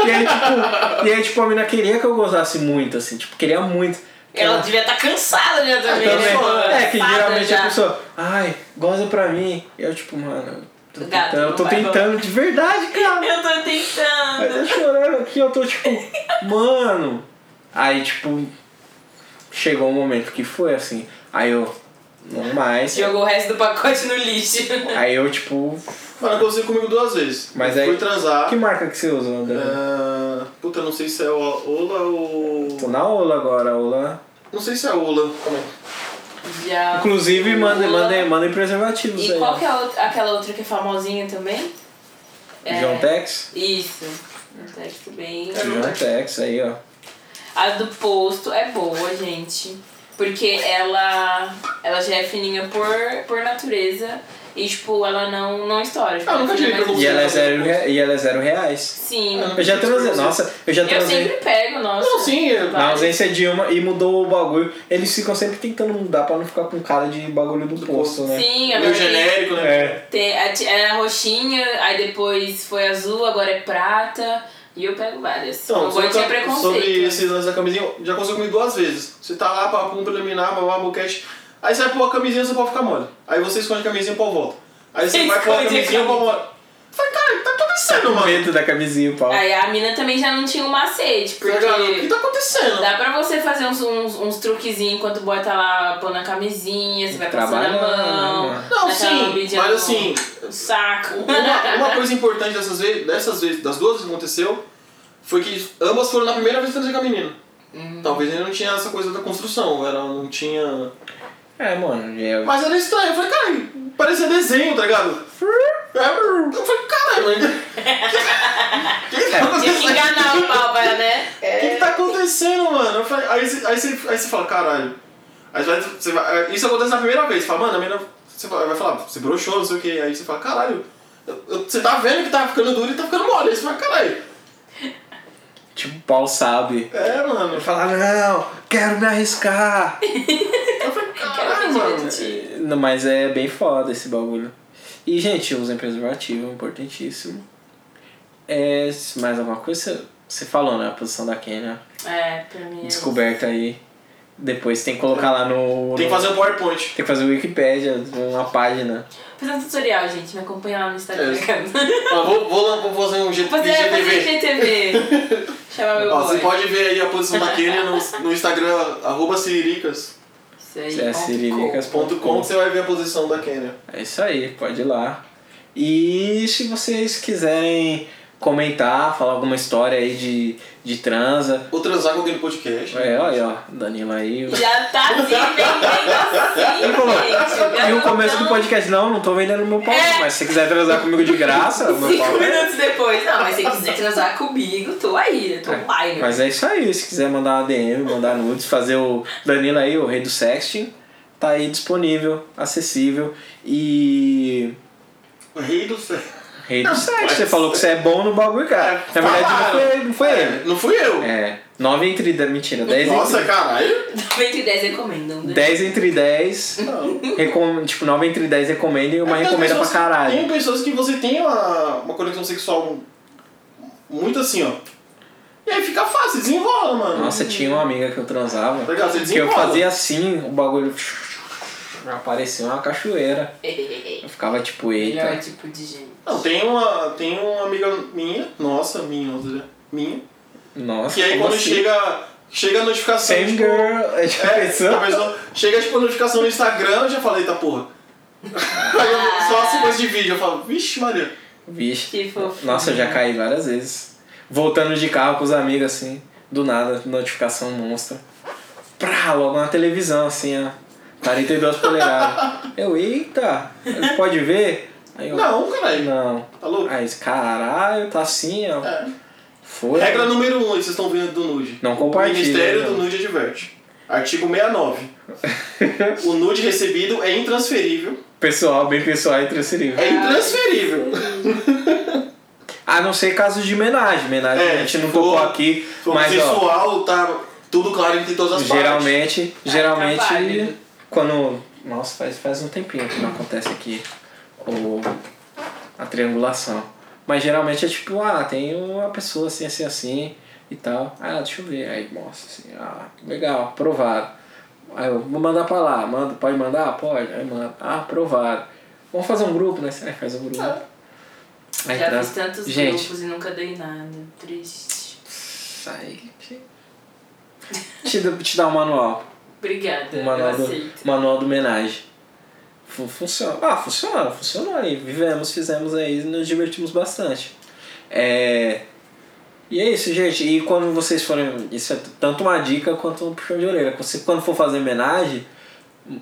Speaker 1: e aí, tipo, e aí, tipo, a mina queria que eu gozasse muito, assim, tipo, queria muito.
Speaker 3: Ela devia estar cansada já também.
Speaker 1: Também.
Speaker 3: né, mano?
Speaker 1: É, que
Speaker 3: Fada
Speaker 1: geralmente
Speaker 3: já.
Speaker 1: a pessoa, ai, goza pra mim. E eu, tipo, mano, eu tô
Speaker 3: Gato,
Speaker 1: tentando, eu tô
Speaker 3: não vai
Speaker 1: tentando de verdade, cara.
Speaker 3: Eu tô
Speaker 1: Mas
Speaker 3: tentando.
Speaker 1: eu chorando aqui, eu tô tipo, mano. Aí, tipo, chegou um momento que foi assim. Aí eu, não mais.
Speaker 3: Jogou o resto do pacote no lixo.
Speaker 1: Aí eu, tipo,
Speaker 2: Mano, aconteceu comigo duas vezes.
Speaker 1: Mas
Speaker 2: eu
Speaker 1: aí-
Speaker 2: Fui transar.
Speaker 1: que marca que você usa, André?
Speaker 2: ah, puta, não sei se é o Ola ou.
Speaker 1: Tô na Ola agora, Ola.
Speaker 2: Não sei se é Ola.
Speaker 3: Já.
Speaker 1: Inclusive, mandem mandem mandem preservativos
Speaker 3: E
Speaker 1: aí.
Speaker 3: qual que é a outra- aquela outra que é famosinha também? É,
Speaker 1: João Tex?
Speaker 3: Isso. João Tex também.
Speaker 1: João Tex aí, ó.
Speaker 3: A do posto é boa, gente. Porque ela, ela já é fininha por, por natureza. E, tipo, ela não, não estoura. Tipo,
Speaker 2: Ah, nunca
Speaker 3: ela é
Speaker 2: tive
Speaker 3: fininha, mas-
Speaker 1: E ela é zero, rea- e ela é zero reais.
Speaker 3: Sim.
Speaker 2: Ah,
Speaker 1: Eu já transei, nossa, eu já
Speaker 3: Eu
Speaker 1: transei.
Speaker 3: sempre pego, nossa.
Speaker 2: Não, sim, é-
Speaker 1: Na
Speaker 3: Várias.
Speaker 1: ausência de uma e mudou o bagulho. Eles ficam sempre tentando mudar pra não ficar com cara de bagulho do posto, né?
Speaker 3: Sim, agora
Speaker 2: Meio
Speaker 3: tem,
Speaker 2: genérico, né?
Speaker 1: É.
Speaker 3: tem, a ti- era roxinha, aí depois foi azul, agora é prata. E eu pego várias.
Speaker 2: Então,
Speaker 3: eu vou
Speaker 2: sobre,
Speaker 3: tinha
Speaker 2: a- sobre
Speaker 3: preconceito. né?
Speaker 2: esses lances da camisinha, já aconteceu comigo duas vezes. Você tá lá, papo um preliminar, babá, boquete. Aí você vai pôr a camisinha, seu pau fica mole. Aí você esconde a camisinha, o pau volta. Aí você vai
Speaker 3: Você
Speaker 2: pôr a
Speaker 3: esconde a
Speaker 2: camisinha, o pau
Speaker 3: camisinha.
Speaker 2: mole. Falei, cara, o que tá acontecendo,
Speaker 1: O
Speaker 2: mano?
Speaker 1: medo da camisinha e o pau.
Speaker 3: Aí a mina também já não tinha um macete,
Speaker 2: Falei, cara, O que
Speaker 3: porque
Speaker 2: tá acontecendo?
Speaker 3: dá pra você fazer uns, uns, uns truquezinhos enquanto bota lá, pôr na camisinha, você vai passando a
Speaker 1: Trabalhando,
Speaker 3: mão.
Speaker 1: né?
Speaker 2: Não,
Speaker 3: dá aquela
Speaker 2: sim,
Speaker 3: lambidinha
Speaker 2: mas
Speaker 3: no
Speaker 2: assim,
Speaker 3: Saco.
Speaker 2: Uma, uma coisa importante dessas vezes, dessas vezes, das duas que aconteceu, foi que ambas foram na primeira vez que eu transei com a menina. Talvez ainda não tinha essa coisa da construção, era, não tinha.
Speaker 1: É, mano, eu...
Speaker 2: Mas era estranho, eu falei, cara, parecia desenho, tá ligado? Eu falei, caralho, mas o que, que tá
Speaker 3: Tinha que
Speaker 2: acontecendo?
Speaker 3: enganar o pau, pra, né?
Speaker 2: O que, que tá acontecendo, mano? Eu falei, aí, você- aí, você, aí você fala, caralho. Aí você vai, você vai- isso acontece na primeira vez, você fala, mano, a menina você fala- vai falar, você broxou, não sei o que, aí você fala, caralho, eu- eu- você tá vendo que tá ficando duro e tá ficando mole, aí você fala, caralho.
Speaker 1: Tipo, o pau sabe.
Speaker 2: É, mano.
Speaker 1: Eu falava, não, quero me arriscar.
Speaker 2: Eu falei,
Speaker 3: Quero
Speaker 2: caralho,
Speaker 3: me
Speaker 2: Ah, mano.
Speaker 3: divertir.
Speaker 1: Não, Mas é bem foda esse bagulho. E, gente, usem preservativo, é importantíssimo. É, se mais alguma coisa? Você falou, né? A posição da Kenya.
Speaker 3: É, pra mim. é-
Speaker 1: Descoberta aí. Depois tem que colocar lá no.
Speaker 2: Tem que
Speaker 1: no-
Speaker 2: fazer um PowerPoint.
Speaker 1: tem que fazer o Wikipédia, uma página.
Speaker 3: Fazer um tutorial, gente. Me acompanha lá no Instagram.
Speaker 2: É. Ó, vou, vou, lá- vou fazer um G-
Speaker 3: Fazer,
Speaker 2: GTV.
Speaker 3: fazer GTV. Chamar meu
Speaker 2: Ó, você
Speaker 3: boy.
Speaker 2: pode ver aí a posição da Kenia no, no Instagram, arroba siriricas.com,
Speaker 3: Isso aí.
Speaker 1: É
Speaker 3: ponto
Speaker 1: ciriricas.com.
Speaker 3: com.
Speaker 2: você vai ver a posição da Kenia.
Speaker 1: É isso aí, pode ir lá. E se vocês quiserem comentar, falar alguma história aí de, de transa.
Speaker 2: Ou transar com alguém no podcast.
Speaker 1: É, olha aí, ó, Danilo aí.
Speaker 3: Já tá se
Speaker 1: Ele
Speaker 3: vendendo
Speaker 1: falou,
Speaker 3: assim, gente. Já
Speaker 1: E o começo do
Speaker 3: tão-
Speaker 1: podcast, não, não tô vendendo meu pau,
Speaker 3: É.
Speaker 1: mas se você quiser transar comigo de graça, o meu pau
Speaker 3: Cinco
Speaker 1: é.
Speaker 3: minutos depois. Não, mas se quiser transar comigo, tô aí, né? Tô online.
Speaker 1: Mas é isso aí, se quiser mandar uma DM, mandar nudes, fazer o Danilo aí, o rei do sexting, tá aí disponível, acessível e.
Speaker 2: O rei do céu.
Speaker 1: Rei do sexting,
Speaker 2: mas-
Speaker 1: você falou que você é bom no bagulho, cara.
Speaker 2: É,
Speaker 1: Na verdade, não
Speaker 2: falaram.
Speaker 1: foi, não foi ele.
Speaker 2: Não fui eu.
Speaker 1: É, 9 entre 10, mentira, 10
Speaker 2: Nossa, caralho.
Speaker 3: 20 e 10 recomendam.
Speaker 1: entre
Speaker 3: né?
Speaker 1: 10 entre 10, recom... tipo, 9 entre 10 recomenda e uma
Speaker 2: Mas
Speaker 1: recomenda pra
Speaker 2: É pessoas-
Speaker 1: caralho.
Speaker 2: Tem pessoas que você tem uma, uma conexão sexual muito assim, ó. E aí fica fácil, desenrola, mano.
Speaker 1: Nossa, tinha uma amiga que eu
Speaker 2: Tá
Speaker 1: transava,
Speaker 2: ligado? Você
Speaker 1: que eu
Speaker 2: desenrola.
Speaker 1: fazia assim, o bagulho apareceu uma cachoeira. Eu ficava tipo,
Speaker 3: Melhor
Speaker 1: eita,
Speaker 3: tipo de gente.
Speaker 2: Não, tem uma, tem uma amiga minha, nossa, minha, ou seja, minha,
Speaker 1: nossa,
Speaker 2: que aí
Speaker 1: como
Speaker 2: quando
Speaker 1: assim?
Speaker 2: chega, chega a notificação,
Speaker 1: Same
Speaker 2: tipo,
Speaker 1: girl, é, já
Speaker 2: é,
Speaker 1: pensou?
Speaker 2: a pessoa- chega tipo a notificação no Instagram, eu já falei, tá porra. Aí eu, só a sequência de vídeo, eu falo, vixe Maria,
Speaker 1: Vixe.
Speaker 3: Que fofo.
Speaker 1: Nossa, eu já caí várias vezes. Voltando de carro com os amigos, assim, do nada, notificação monstra. Prá, logo na televisão, assim, ó. 42 polegadas. Eu, eita, pode ver? Aí eu,
Speaker 2: não, caralho,
Speaker 1: não. Ah, é
Speaker 2: tá louco?
Speaker 1: Aí, eles, caralho, tá assim, ó.
Speaker 2: É.
Speaker 1: Foi.
Speaker 2: Regra número 1, um, aí vocês estão vendo do nude.
Speaker 1: Não compartilha,
Speaker 2: O Ministério
Speaker 1: né,
Speaker 2: do
Speaker 1: não.
Speaker 2: Nude adverte. Artigo 69. o nude recebido é intransferível.
Speaker 1: Pessoal, bem pessoal e transferível.
Speaker 2: É intransferível.
Speaker 1: A não ser casos de homenagem. Homenagem
Speaker 2: É,
Speaker 1: a gente não
Speaker 2: for-
Speaker 1: tocou aqui,
Speaker 2: Foi
Speaker 1: mas ó.
Speaker 2: sexual, tá tudo claro entre todas as partes.
Speaker 1: Geralmente, geralmente
Speaker 3: tá válido.
Speaker 1: quando. Nossa, faz, faz um tempinho que não acontece aqui o, a triangulação. Mas geralmente é tipo, ah, tem uma pessoa assim, assim, assim e tal. Ah, deixa eu ver. Aí mostra assim, ah, legal, aprovado. Aí eu vou mandar pra lá, manda, pode mandar? Pode, aí manda. Ah, aprovado. Vamos fazer um grupo, né? Aí faz um grupo. Aí
Speaker 3: Já
Speaker 1: traz-
Speaker 3: fiz tantos
Speaker 1: Gente,
Speaker 3: grupos e nunca dei nada. Triste.
Speaker 1: sai. Te, dou- te dá um manual.
Speaker 3: Obrigada.
Speaker 1: O
Speaker 3: eu
Speaker 1: manual do,
Speaker 3: aceito.
Speaker 1: manual do homenagem. Fu- Funciona. Ah, funciona, funcionou aí. Vivemos, fizemos aí e nos divertimos bastante. É. E é isso, gente. E quando vocês forem. Isso é t- tanto uma dica quanto um puxão de orelha. Quando Você, quando for fazer homenagem, m-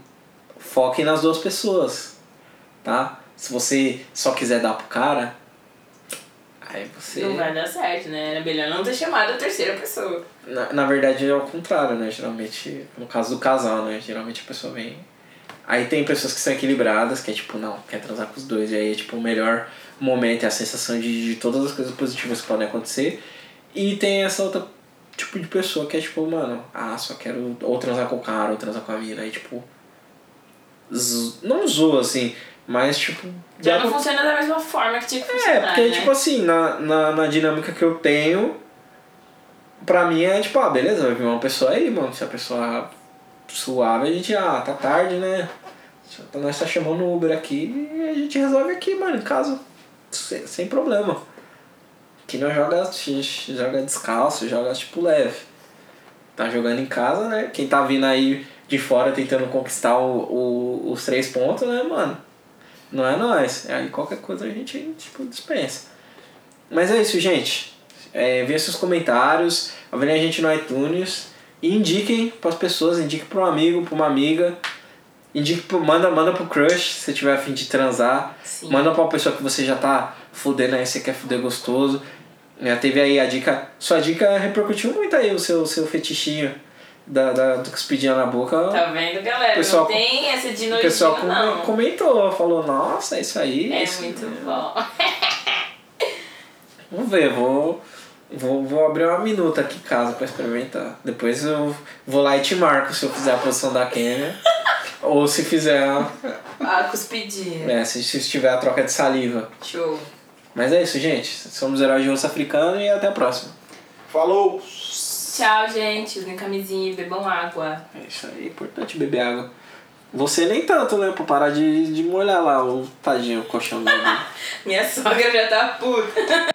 Speaker 1: foquem nas duas pessoas. Tá? Se você só quiser dar pro cara, aí você.
Speaker 3: Não vai dar certo, né? Era melhor não ter chamado a terceira pessoa.
Speaker 1: Na, na verdade é o contrário, né? Geralmente, no caso do casal, né? Geralmente a pessoa vem. Aí tem pessoas que são equilibradas, que é tipo, não, quer transar com os dois, e aí é tipo o melhor momento, é a sensação de, de todas as coisas positivas que podem acontecer. E tem essa outra tipo de pessoa que é tipo, mano, ah, só quero ou transar com o cara, ou transar com a mina, aí tipo. zo- Não zoa assim, mas tipo.
Speaker 3: Já
Speaker 1: dá
Speaker 3: não
Speaker 1: pra-
Speaker 3: funciona da mesma forma que tinha que
Speaker 1: é,
Speaker 3: funcionar.
Speaker 1: porque,
Speaker 3: né?
Speaker 1: tipo assim, na, na, na dinâmica que eu tenho, pra mim é tipo, ah, beleza, vai vir uma pessoa aí, mano. Se a pessoa suave, a gente, ah, tá tarde, né? Então Nós tá chamando o Uber aqui e a gente resolve aqui, mano, em casa. Sem, sem problema. Que não joga, joga descalço, joga tipo leve. Tá jogando em casa, né? Quem tá vindo aí de fora tentando conquistar o, o- os três pontos, né, mano? Não é nós. Aí qualquer coisa a gente, tipo, dispensa. Mas é isso, gente. É, vê seus comentários, avalie a gente no iTunes e indiquem pras pessoas, indique para um amigo, pra uma amiga, indique pro, manda, manda pro crush, se tiver a fim de transar,
Speaker 3: Sim.
Speaker 1: manda pra uma pessoa que você já tá fudendo aí, você quer fuder gostoso. Né, teve aí a dica, sua dica repercutiu muito aí o seu, seu fetichinho da, da, do que se pedia na boca.
Speaker 3: Tá vendo, galera?
Speaker 1: Pessoal
Speaker 3: não tem essa de
Speaker 1: o
Speaker 3: nojinho,
Speaker 1: pessoal come-
Speaker 3: não.
Speaker 1: comentou, falou, nossa, é isso aí.
Speaker 3: é
Speaker 1: isso
Speaker 3: muito
Speaker 1: aí."
Speaker 3: bom.
Speaker 1: Vamos ver, vou, vou, vou abrir uma minuta aqui em casa pra experimentar. Depois eu vou lá e te marco se eu fizer a posição da Kenya. ou se fizer.
Speaker 3: A Ah, cuspidinha.
Speaker 1: É, se, se tiver a troca de saliva. é
Speaker 3: Show.
Speaker 1: Mas é isso, gente. Somos heróis de rosto africano e até a próxima.
Speaker 2: Falou!
Speaker 3: Tchau, gente. Usem camisinha e bebam água.
Speaker 1: É isso aí, é importante beber água. Você nem tanto, né? Pra parar de, de molhar lá o tadinho, o colchão dele.
Speaker 3: Minha sogra já tá puta.